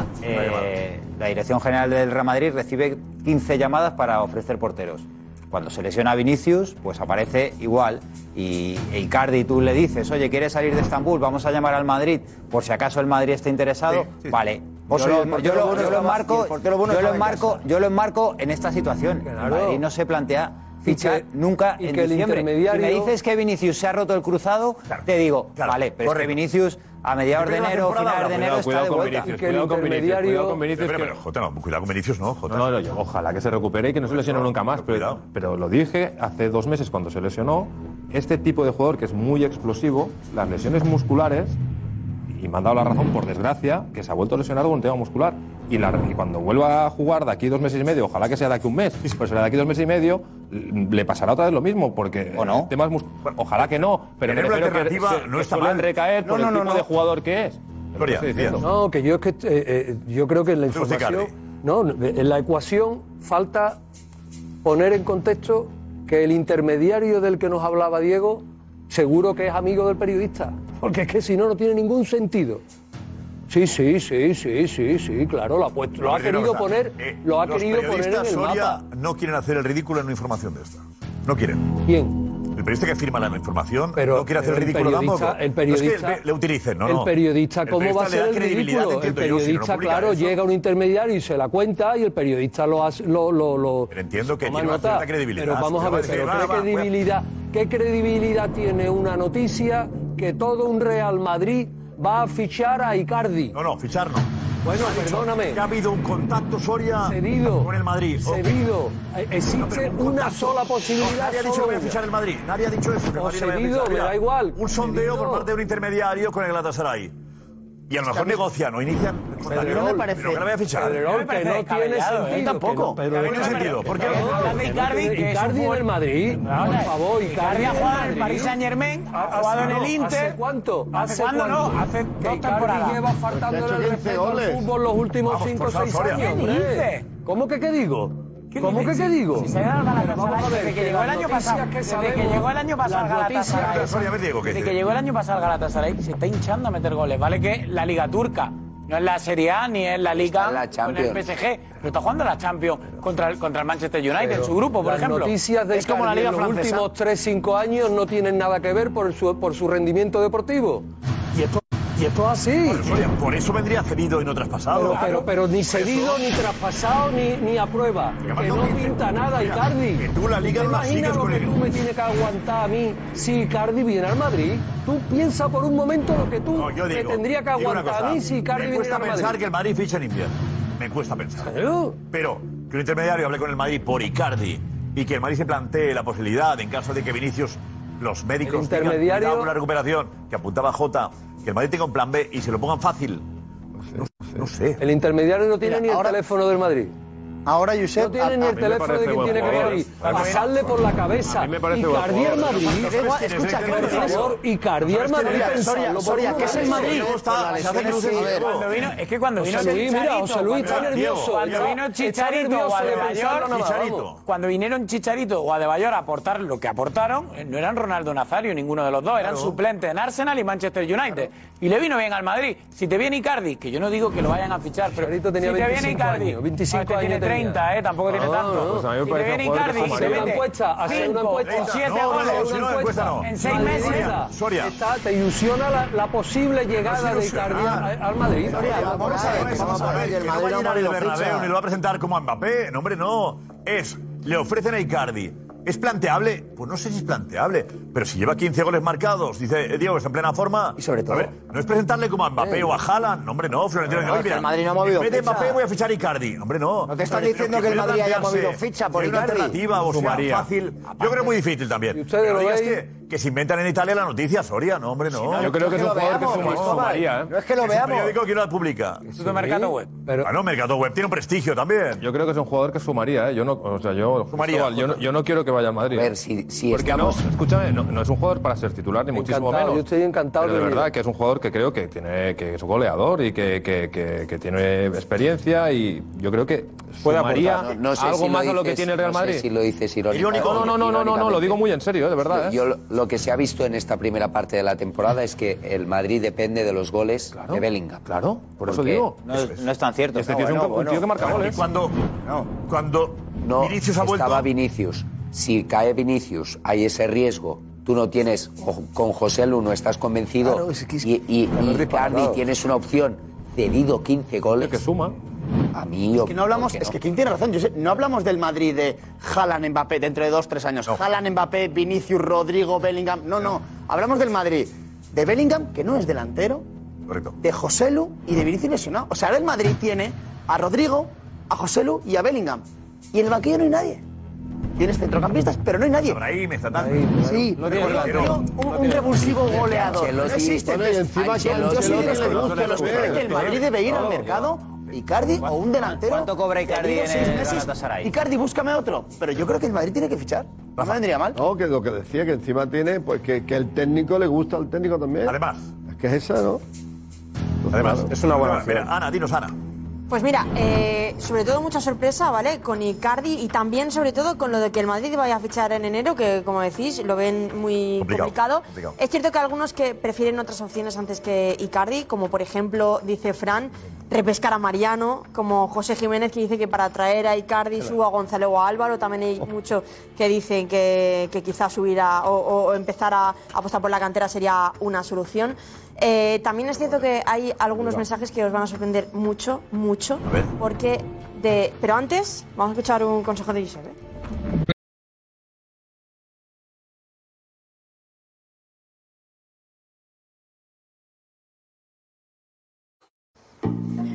S14: eh, la Dirección General del Real Madrid recibe 15 llamadas para ofrecer porteros. Cuando se lesiona Vinicius, pues aparece igual. Y e Icardi, tú le dices, oye, ¿quieres salir de Estambul? Vamos a llamar al Madrid por si acaso el Madrid está interesado. Vale.
S15: Vos
S14: Yo
S15: sois
S14: lo-
S15: el
S14: yo
S15: portero
S14: lo
S15: bueno
S14: yo
S15: estaba-
S14: lo
S15: y
S14: enmarco
S15: el portero bueno
S14: yo lo
S15: estaba en
S14: enmarco- yo lo enmarco en esta situación. El Madrid no se plantea fichar nunca
S18: y
S14: en
S18: que el
S14: diciembre.
S18: intermediario-
S14: Y me dices que Vinicius se ha roto el cruzado, te digo, vale, pero es que Vinicius a mediados de
S7: Primero la
S14: enero,
S7: temporada,
S14: finales de
S7: cuidado,
S14: enero está de
S11: con
S14: vuelta.
S11: Vinicius, cuidado con Vinicius, cuidado con Vinicius.
S7: Pero, pero,
S11: que-
S7: Jota, no, cuidado con Vinicius, no, Jota.
S11: No, no, yo- ojalá que se recupere y que no se lesione nunca más. Pero, pero lo dije hace dos meses cuando se lesionó. Este tipo de jugador que es muy explosivo, las lesiones musculares, y me han dado la razón, por desgracia, que se ha vuelto lesionado con un tema muscular. Y, la- y cuando vuelva a jugar de aquí dos meses y medio, ojalá que sea de aquí un mes, pues será de aquí dos meses y medio, l- le pasará otra vez lo mismo, porque ¿O no? temas mus- Ojalá que no, pero
S7: Tener
S11: me
S7: una
S11: refiero que
S7: alternativa
S11: se-
S7: no
S11: que
S7: está
S11: suelen
S7: mal.
S11: recaer por
S7: No,
S11: el
S7: no, no,
S11: tipo
S7: no.
S11: de jugador que es.
S7: Gloria,
S11: Estoy diciendo.
S18: No, que yo es que eh, eh, yo creo que en la
S7: Usted,
S18: información, no, en la ecuación falta poner en contexto que el intermediario del que nos hablaba Diego seguro que es amigo del periodista, porque es que si no no tiene ningún sentido. Sí, sí, sí, sí, sí, sí, claro, lo ha puesto, lo ha
S7: Pero digo
S18: querido
S7: una cosa,
S18: poner,
S7: eh,
S18: lo ha
S7: los
S18: querido poner en
S7: periodistas,
S18: el
S7: Soria,
S18: mapa.
S7: no quieren hacer el ridículo en una información de esta. No quieren.
S18: ¿Quién?
S7: El periodista que firma la información
S18: Pero-
S7: no quiere hacer el
S18: pero el
S7: ridículo
S18: periodista-
S7: tampoco.
S18: el
S7: No es que
S18: periodista-
S7: le- le utilicen, Pues no,
S18: el
S7: no.
S18: periodista,
S7: El
S18: ¿cómo va a
S7: periodista le
S18: ser
S7: da
S18: el
S7: credibilidad,
S18: ridículo? El
S7: entiendo yo, si no, no
S18: periodista,
S7: publica eh,
S18: claro,
S7: eso.
S18: llega un intermediario y se la cuenta y el periodista lo hace, lo, lo, lo-
S7: entiendo que
S18: toma
S7: tiene una
S18: nota.
S7: cierta credibilidad.
S18: Pero vamos
S7: Se
S18: a
S7: va a
S18: ver,
S7: decir,
S18: pero
S7: "Ah, va, va,
S18: ¿qué,
S7: voy a-
S18: credibilidad, ¿qué credibilidad tiene una noticia que todo un Real Madrid va a fichar a Icardi? No,
S7: no, fichar no.
S18: Bueno, perdóname.
S7: ha habido un contacto Soria con el Madrid. Ok.
S18: Cedido. Eh, Existe una sola
S7: No,
S18: posibilidad.
S7: nadie ha dicho
S18: solo
S7: que voy a
S18: una.
S7: fichar el Madrid. Nadie ha dicho eso. que el
S18: O
S7: Madrid no vaya a
S18: cedido,
S7: fichar.
S18: me
S7: Mira,
S18: da igual.
S7: Un sondeo
S18: Cedido.
S7: por parte de un intermediario con el Galatasaray. Y a lo mejor negocian o inician contacto.
S18: Pedrerol,
S7: Pero que la voy a fichar.
S18: Pedrerol,
S7: No me parece
S18: que no tiene
S7: descabellado, ¿eh?
S18: sentido.
S7: Tampoco.
S18: que no, pero-
S7: Que no tiene sentido. ¿Por qué?
S18: Hablar de Icardi, que es Icardi en el Madrid. Por favor, Icardi.
S12: ha jugado en eh, el Paris Saint Germain, ha jugado en el Inter.
S18: ¿Hace cuánto?
S12: ¿Hace cuándo no? Hace
S18: Que
S12: dos
S18: Icardi lleva
S12: temporadas. Pero es que ha
S18: faltándole
S12: hecho
S18: el
S12: 15
S18: respeto al
S12: goles.
S18: fútbol los últimos
S12: Vamos,
S18: 5 o
S12: por
S18: 6
S12: favor,
S18: años.
S12: ¿qué
S18: hombre.
S12: dice?
S18: ¿Cómo que qué digo? ¿Cómo que qué digo?
S12: Si se ha dado
S18: Pero
S12: Galatasaray, desde que llegó el año pasado, desde que llegó el año pasado al Galatasaray, desde que llegó el año pasado al Galatasaray, se está hinchando a meter goles. Vale que la Liga Turca no es la Serie A ni es la Liga con el
S18: Champions.
S12: PSG, pero está jugando la Champions contra el, contra el Manchester United en
S18: Pero
S12: su grupo, por
S18: las
S12: ejemplo.
S18: noticias de
S12: es como la
S18: Icardi
S12: Liga
S18: en los
S12: francesa.
S18: últimos 3-5 años no tienen nada que ver por su, por su rendimiento deportivo. Y esto, y esto es así.
S7: Soria, por eso vendría cedido y no traspasado.
S18: Pero,
S7: Claro.
S18: pero, pero ni cedido, ni traspasado, ni, ni a prueba. Que no pinta nada,
S7: mira,
S18: Icardi.
S7: que tú la liga
S18: ¿Te
S7: no la
S18: imaginas
S7: sigues
S18: lo
S7: con
S18: que
S7: el-
S18: tú me tienes que aguantar a mí si Icardi viene al Madrid? Tú piensa por un momento lo que tú
S7: Yo
S18: me
S7: digo,
S18: tendría que
S7: digo una
S18: aguantar
S7: cosa,
S18: a mí si Icardi
S7: Me
S18: viene
S7: cuesta
S18: al
S7: pensar
S18: Madrid.
S7: que el Madrid ficha en invierno. Me cuesta pensar. Pero que un intermediario hable con el Madrid por Icardi y que el Madrid se plantee la posibilidad, en caso de que Vinicius, los médicos
S18: intermediario-
S7: tengan cuidado con la recuperación que apuntaba Jota, que el Madrid tenga un plan B y se lo pongan fácil. No, no sé.
S18: El intermediario no tiene
S7: Mira,
S18: ni el
S7: ahora-
S18: teléfono del Madrid. Ahora, Josep... No
S7: a-
S18: tiene ni
S7: a
S18: el
S7: mí me
S18: teléfono de
S7: parece
S18: quien
S7: buen
S18: tiene que
S7: jugador.
S18: venir.
S7: A mí me-
S18: Pasarle por la cabeza.
S7: A mí me parece buen
S18: Icardi al
S7: jugador.
S18: Madrid.
S7: Pero ¿sabes quién es?
S18: Escucha,
S7: ¿Sabes quién
S18: por
S7: es?
S18: favor, Icardi
S7: ¿Sabes
S18: al
S7: quién
S18: Madrid
S7: es? Soria,
S18: pensarlo.
S7: Soria,
S18: por
S7: ¿qué es el
S18: un
S7: Madrid?
S18: momento.
S7: Luego está- se hace cruces y-
S18: A ver.
S12: Cuando vino- es que cuando vino
S18: José Luis, mira,
S12: Chicharito,
S18: José Luis está
S12: cuando-
S18: nervioso.
S12: Cuando
S18: Está-
S12: vino
S18: está
S12: Chicharito
S18: nervioso
S12: o
S18: de pensarlo
S12: Adebayor,
S18: nada más,
S12: Chicharito.
S18: vamos.
S12: cuando vinieron Chicharito o Adebayor a aportar lo que aportaron, eh, no eran Ronaldo Nazario ninguno de los dos, eran suplentes en Arsenal y Manchester United. Y le vino bien al Madrid. Si te viene Icardi, que yo no digo que lo vayan a fichar, pero si
S18: Chicharito
S12: te
S18: tenía
S12: viene
S18: 25
S12: Icardi,
S18: años, 25
S12: este tiene
S18: años tenía.
S12: 30, eh, tampoco tiene
S18: No, no,
S12: tanto.
S18: pues a mí me
S12: Si te
S18: parece
S12: viene
S18: un jugador
S12: Icardi,
S18: que
S12: se
S18: hacer una
S12: mete
S18: encuesta, hacer una
S12: cinco,
S18: encuesta.
S12: siete
S18: No, no,
S12: goles,
S18: no, no,
S12: una
S18: no,
S12: encuesta.
S18: no.
S12: En seis
S18: Madre
S12: meses.
S18: mía, está- te ilusiona la, la posible llegada de Icardi
S7: Ah.
S18: al, al Madrid.
S7: Vamos a ver, vamos a ver.
S18: y el
S7: Que no va
S18: Madrid
S7: a
S18: no
S7: llenar
S18: lo
S7: el
S18: ficha.
S7: Bernabéu ni lo va a presentar como a Mbappé. No, hombre, no. Es, le ofrecen a Icardi. ¿Es planteable? Pues no sé si es planteable. Pero si lleva 15 goles marcados, dice eh, Diego, está en plena forma. Y sobre todo. no es presentarle como a Mbappé
S15: Eh.
S7: o a Haaland. No, hombre, no. Florentino,
S15: No,
S7: dice,
S15: no,
S7: oye,
S15: es que
S7: mira,
S15: el Madrid no ha movido
S7: En vez de
S15: ficha.
S7: Mbappé voy a fichar a Icardi. Hombre, no.
S15: No te están
S7: Pero
S15: diciendo que el
S7: pueda
S15: Madrid haya
S7: plantearse
S15: movido ficha por
S7: una
S15: Icardi.
S7: alternativa o sea
S11: Sumaría.
S7: fácil. Yo creo que muy difícil también.
S11: ustedes
S7: Pero
S11: lo
S7: digas
S11: veis-
S7: que que se inventan en Italia la noticia, Soria, no, hombre, no.
S11: no, Yo creo que es un jugador que suma- sumaría, ¿eh?
S7: No es que lo veamos. Es un periódico que no la publica.
S11: es de Mercado Web.
S7: Ah, no, Mercado Web tiene un prestigio también.
S11: Yo creo que es un jugador que sumaría, ¿eh? Yo no, o sea, yo,
S7: Sumaría.
S11: Cristóbal, yo, no, yo no quiero que vaya al Madrid. Porque
S7: estamos-
S11: no, escúchame, no, no es un jugador para ser titular, ni muchísimo
S18: Encantado,
S11: menos.
S18: yo estoy encantado
S11: Pero de
S18: de mi
S11: verdad
S18: vida.
S11: que es un jugador que creo que tiene que es un goleador y que, que, que, que tiene experiencia y yo creo que
S20: Puede
S11: sumaría
S20: aportar. No- no sé
S11: algo
S20: si lo
S11: más a lo que
S20: dices-
S11: tiene el Real
S20: no sé
S11: Madrid.
S20: si lo dices irónicamente.
S11: No, no, no, no, no, no, no, lo digo muy en serio, eh, de verdad. eh.
S20: Yo lo, lo que se ha visto en esta primera parte de la temporada es que el Madrid depende de los goles de Bellingham.
S11: Claro,
S20: por
S14: eso digo. No es- no es tan cierto.
S20: Este tío es un- un tío que marca goles.
S7: Cuando, cuando Vinicius ha vuelto-
S20: Estaba Vinicius. Si cae Vinicius, hay ese riesgo. Tú no tienes, o- con José Lu no estás convencido. y
S15: los
S20: y, y Cardi
S15: disparados.
S20: tienes una opción. Cedido 15 goles. Que
S11: suma.
S20: A mí yo.
S15: Que no hablamos, es que Kim tiene razón, yo sé, no hablamos del Madrid de Haaland, Mbappé dentro de dos, tres años. Haaland, Mbappé, Vinicius, Rodrigo, Bellingham. No, no, hablamos del Madrid de Bellingham, que no es delantero,
S7: Correcto.
S15: de Joselu y de Vinicius lesionado. O sea, ahora el Madrid tiene a Rodrigo, a Joselu y a Bellingham. Y en el banquillo no hay nadie. Tienes centrocampistas, pero no hay nadie.
S7: Brahim está
S15: Sí, pero yo quiero un, un revulsivo goleador. No existe.
S19: Bueno, y encima
S15: Ancelotti, yo soy de los
S19: Ancelotti,
S15: que
S19: Ancelotti,
S15: busca los
S19: Ancelotti.
S15: que el Madrid debe ir al mercado. Icardi o un delantero.
S14: ¿Cuánto cobra Icardi
S15: Tenido
S14: en
S15: seis
S14: el
S15: meses.
S14: Galatasaray?
S15: Icardi, búscame otro. Pero yo creo que el Madrid tiene que fichar. No me vendría mal.
S19: No, que lo que decía, que encima tiene, pues que, que el técnico le gusta al técnico también.
S7: Además.
S19: Es que es esa, ¿no?
S7: Además,
S19: es una buena
S7: Mira, Ana, dinos, Ana.
S9: Pues mira, eh, sobre todo mucha sorpresa, ¿vale? Con Icardi y también sobre todo con lo de que el Madrid vaya a fichar en enero, que como decís lo ven muy complicado.
S17: Complicado, complicado.
S9: Es cierto que algunos que prefieren otras opciones antes que Icardi, como por ejemplo dice Fran, repescar a Mariano, como José Jiménez que dice que para traer a Icardi suba a Gonzalo o a Álvaro, también hay muchos que dicen que, que quizás subir a- o, o empezar a apostar por la cantera sería una solución. Eh, también es cierto que hay algunos mensajes que os van a sorprender mucho, mucho, porque de... Pero antes, vamos a escuchar un consejo de Josep. ¿eh?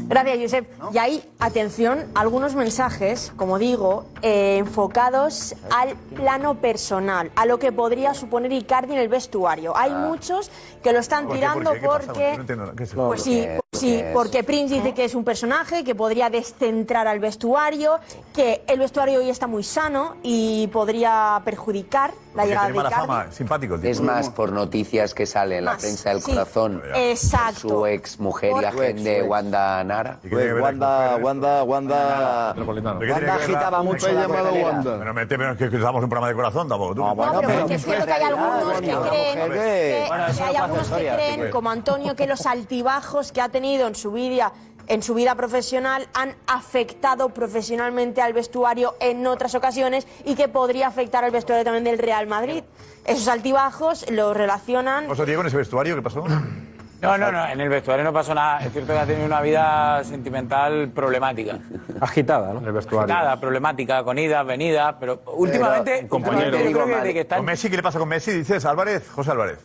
S9: Gracias, Josep. Y ahí, atención, algunos mensajes, como digo, eh, enfocados al plano personal, a lo que podría suponer Icardi en el vestuario. Hay muchos que lo están
S7: Ah. ¿Por qué?
S9: tirando
S7: ¿Por qué? ¿Qué pasa?
S9: porque...
S7: Yo no entiendo nada. ¿Qué es eso?
S9: Pues sí, sí, porque Prince dice que es un personaje que podría descentrar al vestuario, que el vestuario hoy está muy sano y podría perjudicar la
S20: Porque
S9: llegada de
S20: tiene mala
S9: Icardi.
S20: fama.
S7: Simpático el
S20: Es más, por noticias que sale en la
S9: Más,
S20: prensa del
S9: sí.
S20: corazón.
S9: Exacto.
S20: Su ex mujer y
S9: Por-
S20: agente
S9: Su ex, su
S20: Wanda Nara.
S7: Wanda, Wanda,
S20: Wanda-
S7: Wanda
S20: agitaba mucho la
S7: Pero
S20: bocanera.
S7: Bueno, mete menos que estamos un programa de corazón tampoco. tú.
S9: No, pero es que es cierto que hay algunos que creen,
S7: mujer
S9: que-
S7: que- Bueno, eso
S9: que
S7: no
S9: hay
S7: pasa,
S9: algunos que
S7: Soria,
S9: creen,
S7: sí que-
S9: como Antonio, que los altibajos que ha tenido en su vida en su vida profesional han afectado profesionalmente al vestuario en otras ocasiones y que podría afectar al vestuario también del Real Madrid. Esos altibajos los relacionan
S7: ¿Vos, Diego, en ese vestuario qué pasó?
S12: No, no, no, en el vestuario no pasó nada. Es cierto que ha tenido una vida sentimental problemática.
S18: Agitada, ¿no?
S11: El vestuario.
S12: Nada, problemática, con idas, venidas, pero últimamente,
S7: compañero.
S12: últimamente yo creo que desde que está
S7: ¿Con Messi qué le pasa con Messi? Dices Álvarez, José Álvarez.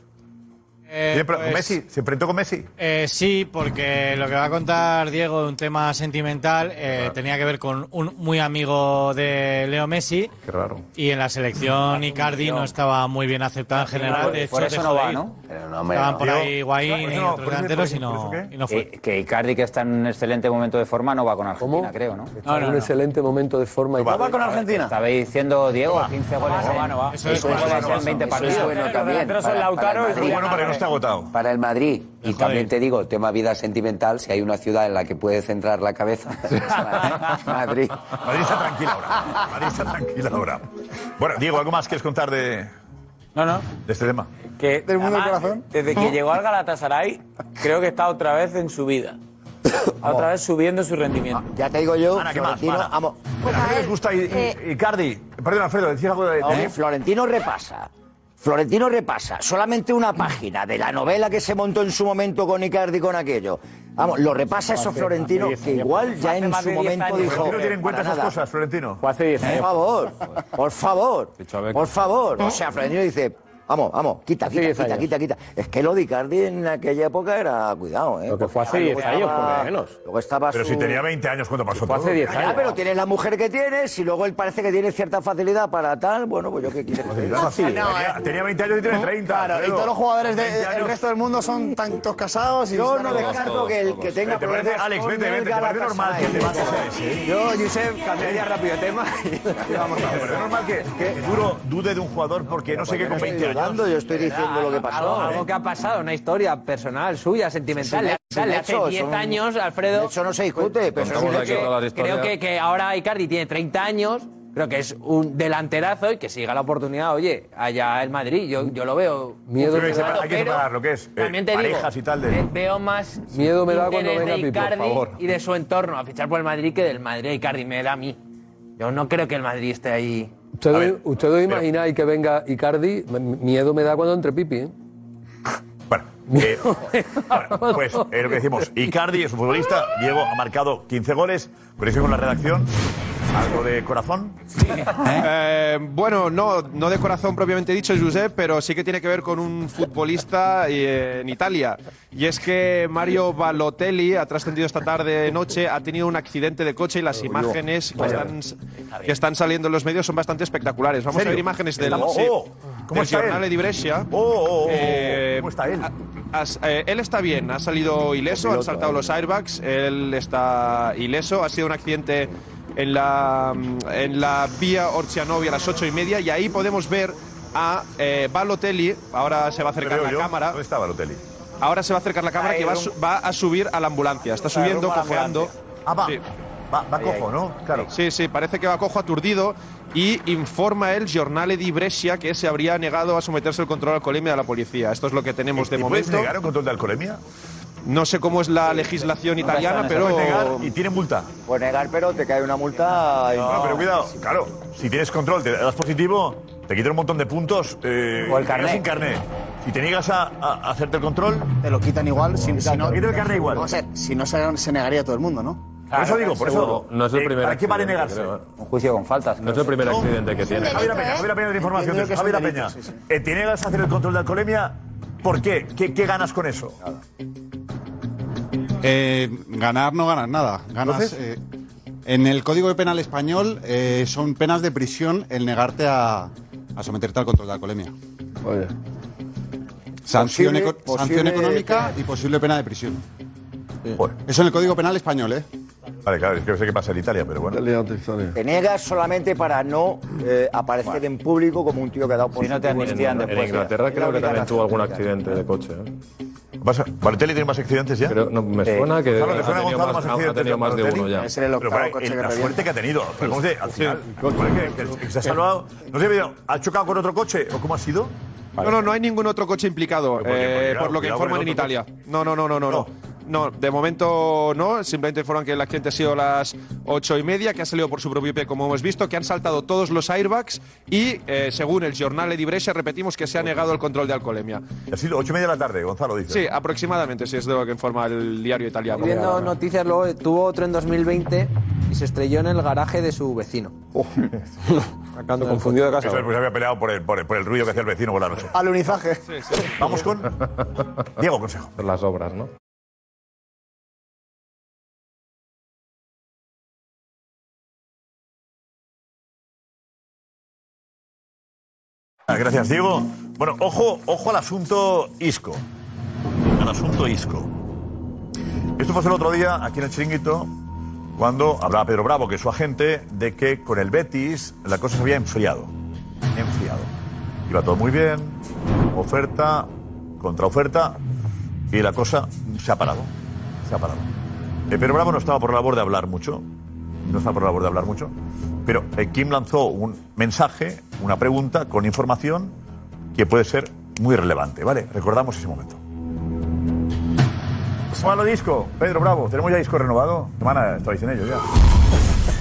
S7: Tiene pro- con
S21: pues-
S7: Messi, se enfrentó con Messi.
S21: Eh, sí, porque lo que va a contar Diego de un tema sentimental eh, tenía que ver con un muy amigo de Leo Messi.
S11: Qué raro.
S21: Y en la selección Icardi no estaba muy bien aceptado en general. De hecho,
S14: Por eso
S21: dejó
S14: no
S21: de
S14: va,
S21: ir.
S14: ¿no?
S20: Pero
S14: no, hombre,
S21: Estaban
S14: no.
S21: por ahí Higuaín y otros delanteros y no, y no fue.
S14: Eh, que Icardi, que está en un excelente momento de forma, no va con Argentina, creo, ¿no?
S18: Está en un excelente momento de forma. y
S14: va
S18: todo.
S14: con Argentina. Estaba diciendo Diego, 15 goles.
S18: no va, no va.
S14: Eso es
S18: Eso es bueno,
S14: en 20
S18: eso es
S14: partidos.
S18: bueno Los también. delanteros son
S20: Para-
S18: Lautaro
S20: para el
S18: y
S20: Madrid.
S18: Julián Bueno, para que no esté
S7: agotado.
S20: Para el Madrid. Y también te digo, tema vida sentimental, si hay una ciudad en la que puede centrar la cabeza, es Madrid.
S7: Madrid está tranquila ahora. Madrid está tranquila ahora. Bueno, Diego, ¿algo más quieres contar de,
S12: no, no.
S7: de este tema?
S12: que
S7: ¿Del mundo del
S12: además,
S7: corazón?
S12: desde que llegó al Galatasaray, creo que está otra vez en su vida. Está otra vez subiendo su rendimiento.
S15: Ya te digo yo,
S12: Ana, ¿qué más? Florentino, Ana.
S15: vamos.
S9: Pues
S7: ¿A quién les gusta I-
S9: eh,
S7: I- Icardi? Perdón, Alfredo, decías algo de...
S15: Hombre,
S22: Florentino repasa. Florentino repasa solamente una página de la novela que se montó en su momento con Icardi con aquello. Vamos, lo repasa esos
S7: Hace-
S22: Florentino
S7: hace diez
S22: que
S7: años.
S22: igual ya en su momento dijo.
S7: Florentino tiene en cuenta
S22: "Para
S7: esas
S22: nada". ¿Eh?
S7: cosas, Florentino.
S22: Por favor, por favor, por favor.
S7: ¿No?
S22: O sea, Florentino dice, Vamos, vamos, quita, quita,
S2: diez
S22: quita,
S2: años.
S22: quita, quita. Es que lo de Icardi en aquella época era, cuidado, ¿eh? Lo que
S2: fue hace diez años, por lo menos.
S22: Luego estaba
S7: Pero
S22: su-
S7: si tenía 20 años, ¿cuándo pasó? todo?
S22: Ya, pero tienes la mujer que tienes y luego él parece que tiene cierta facilidad para tal. Bueno, pues yo qué quiero decir.
S7: tenía, tenía 20 años y tiene 30.
S22: eh. Claro,
S16: Y todos los jugadores del resto del mundo son tantos casados y.
S22: Yo no descarto que el que tenga
S7: ¿Te parece,
S22: problemas
S7: Alex,
S22: con
S7: vete,
S22: el
S7: vete, ¿te parece normal que ¿eh? te
S22: Galatasaray.
S16: ¿eh?
S22: Yo, Josep, cambiaría rápido de tema y vamos a
S7: Pero es normal que, que duro dude de un jugador porque no sé qué con 20 años.
S22: Pues yo estoy diciendo lo que pasó. ¿eh?
S17: Algo, algo que ha pasado, una historia personal, suya, sentimental.
S22: Es un
S17: O sea, le
S22: hecho,
S17: hace
S22: es
S17: 10
S22: un-
S17: años, Alfredo. Pues,
S22: Eso no se discute, pero
S17: Creo que- creo que, que ahora Icardi tiene 30 años, creo que es un delanterazo y que siga la oportunidad, oye, allá en Madrid, yo, yo lo veo.
S7: Miedo
S17: muy
S7: hay que
S17: claro,
S7: separar, hay que
S17: pero
S7: separar lo que es eh,
S17: También te digo,
S7: parejas y tal de...
S17: eh, veo más
S7: Miedo me da cuando
S17: interés
S7: venga
S17: de
S7: Pipo, por
S17: Icardi
S7: favor.
S17: y de su entorno a fichar por el Madrid que del Madrid a Icardi, me da a mí. Yo no creo que el Madrid esté ahí.
S18: ¿Ustedes, ustedes imagináis que venga Icardi? M- Miedo me da cuando entre Pipi, ¿eh?
S7: Eh, bueno, pues es lo que decimos. Icardi es un futbolista. Diego ha marcado 15 goles. Conexión con la redacción. Algo de corazón.
S23: Eh, bueno, no, no de corazón propiamente dicho, Josep, pero sí que tiene que ver con un futbolista eh, en Italia. Y es que Mario Balotelli ha trascendido esta tarde noche, ha tenido un accidente de coche y las imágenes que están, que están saliendo en los medios son bastante espectaculares. Vamos a
S7: ¿Serio?
S23: ver imágenes del,
S7: Oh,
S23: sí,
S7: oh. ¿Cómo
S23: del
S7: está él? Oh,
S23: Giornale di Brescia.
S7: Eh,
S23: ¿Cómo está él? eh, él está bien, ha salido ileso, han saltado los airbags, él está ileso, ha sido un accidente en la, mm, en la vía Orcianovia a las ocho y media y ahí podemos ver a eh, Balotelli, ahora se va a acercar
S7: veo
S23: la
S7: yo?
S23: cámara.
S7: ¿Dónde está Balotelli?
S23: Ahora se va a acercar la cámara
S7: Ahí,
S23: que va, a
S7: rumbo-
S23: su- va a subir a la ambulancia, está
S7: Está
S23: subiendo,
S7: rumbo a la
S23: cojeando.
S7: Ah, va.
S23: Sí.
S7: Va, va cojo, ¿no? Claro.
S23: Sí, sí, parece que va cojo aturdido y informa el Giornale di Brescia que se habría negado a someterse al control de alcoholemia de la policía. Esto es lo que tenemos de
S7: ¿Te puedes
S23: momento.
S7: negar un control de alcoholemia?
S23: No sé cómo es la legislación italiana, pero...
S7: y tiene multa.
S22: Pues negar, pero te cae una multa. y-
S7: No, Ah, pero cuidado, claro, si tienes control, te das positivo, te quitan un montón de puntos. eh,
S22: O el
S7: te quedas
S22: carné.
S7: sin carné. Si te niegas a, a- a hacerte el control,
S16: Te lo quitan igual. Si, si no,
S7: te quitan el carnet igual.
S16: Vamos a ver, si no se, se negaría todo el mundo, ¿no?
S7: Por eso digo, por eso. eh, ¿Para qué vale negarse?
S22: Un juicio con faltas.
S11: ¿eh? No es el primer accidente que tiene.
S7: Javier Peña, ¿eh? Javier Peña tiene información. de
S11: Entiendo
S7: eso.
S11: que es un
S7: Javier
S11: delito,
S7: Peña, eh, ¿te niegas a hacer el control de alcoholemia? ¿Por qué? ¿Qué, qué ganas con eso?
S2: Eh, ganar no ganas nada. Ganas. eh, en el Código de Penal Español eh, son penas de prisión el negarte a, a someterte al control de alcoholemia. Sanción,
S19: Posible-
S2: eco- sanción
S19: posible
S2: económica
S19: pena.
S2: y posible pena de prisión.
S7: Joder.
S2: Eso en el Código Penal Español, ¿eh?
S7: Vale, claro, es que no sé qué pasa en Italia, pero bueno.
S22: Te niegas solamente para no eh, aparecer en público como un tío que ha dado por
S7: Si no te eh.
S11: En,
S7: amnistían
S11: en Inglaterra creo que también tuvo algún accidente de coche. ¿eh?
S7: ¿Pasa? ¿Balotelli tiene más accidentes ya?
S11: no, me suena que
S7: Gonzalo, ¿te
S11: ha
S7: suena
S11: tenido
S7: Gonzalo
S11: más- ha- ha
S7: accidentes
S11: tenido
S7: que
S11: más de
S7: Balotelli?
S11: uno ya.
S7: Eh, Es el octavo coche que La
S11: reviene.
S7: suerte que ha tenido. Pero ¿cómo se, al final, ¿cuál es que- que- que se ha salvado? No sé, pero, ¿ha chocado con otro coche? ¿O cómo ha sido?
S23: No, no, no hay ningún otro coche implicado,
S7: Pero porque-
S23: eh,
S7: porque, claro,
S23: por lo que
S7: cuidado
S23: informan
S7: con
S23: en
S7: el otro
S23: Italia. No, no, no, no, no, no. No, de momento no. Simplemente informan que el accidente ha sido a las ocho y media, que ha salido por su propio pie, como hemos visto, que han saltado todos los airbags y, eh, según el Jornal di Brescia, repetimos que se ha negado el control de alcoholemia.
S7: Ha sido ocho y media de la tarde, Gonzalo dice.
S23: Sí, aproximadamente, si es de lo que informa el diario italiano.
S17: Estoy viendo noticias luego, tuvo otro en 2020 y se estrelló en el garaje de su vecino.
S7: Acabando confundido de casa. pues había peleado por el, por el, por el ruido que hacía el vecino por la noche.
S16: Al unizaje.
S7: Vamos con Diego Consejo.
S11: Por las obras, ¿no?
S7: Ah, Gracias, Diego. Bueno, ojo, ojo al asunto Isco. Al asunto Isco. Esto pasó el otro día aquí en el chiringuito, cuando hablaba Pedro Bravo, que es su agente, de que con el Betis la cosa se había enfriado. Enfriado. Iba todo muy bien, oferta, contraoferta, y la cosa se ha parado. Se ha parado. Eh, Pedro Bravo no estaba por la labor de hablar mucho, no está por la labor de hablar mucho, pero eh, Kim lanzó un mensaje, una pregunta con información que puede ser muy relevante, ¿vale? Recordamos ese momento. Malo disco, Pedro Bravo, ¿tenemos ya disco renovado? Semana, estáis en ello ya.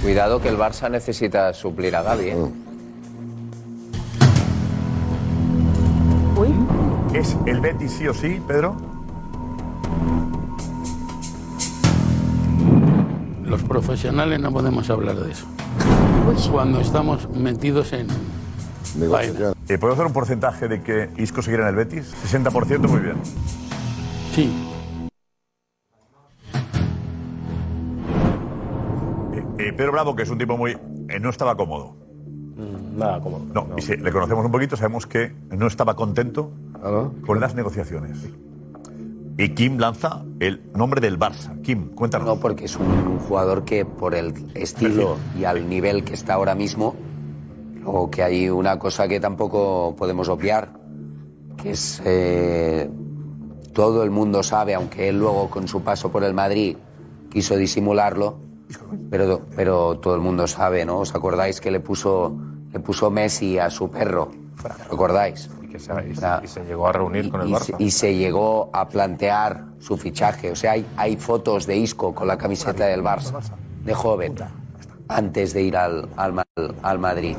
S24: Cuidado que el Barça necesita suplir a Gaby. ¿eh?
S20: Mm.
S7: ¿Es el Betis sí o sí, Pedro?
S25: Los profesionales no podemos hablar de eso. Cuando estamos metidos en,
S3: negociación.
S7: Eh, ¿Podemos hacer un porcentaje de que Isco seguirá en el Betis? 60%, muy bien.
S26: Sí.
S7: Eh, Pedro Bravo, que es un tipo muy... eh, no estaba cómodo.
S19: Nada, como.
S7: No, y si le conocemos un poquito, sabemos que no estaba contento con las negociaciones. Y Kim lanza el nombre del Barça. Kim, cuéntanos.
S20: No, porque es un, un jugador que por el estilo y al nivel que está ahora mismo, o que hay una cosa que tampoco podemos obviar, que es eh, todo el mundo sabe, aunque él luego con su paso por el Madrid quiso disimularlo, pero, pero todo el mundo sabe, ¿no? ¿Os acordáis que le puso, le puso Messi a su perro? ¿Recordáis?
S11: y se- y se llegó a reunir con el
S20: y
S11: Barça.
S20: se- Y se llegó a plantear su fichaje. O sea, hay, hay fotos de Isco con la camiseta del Barça, de joven, antes de ir al, al, Ma- al Madrid.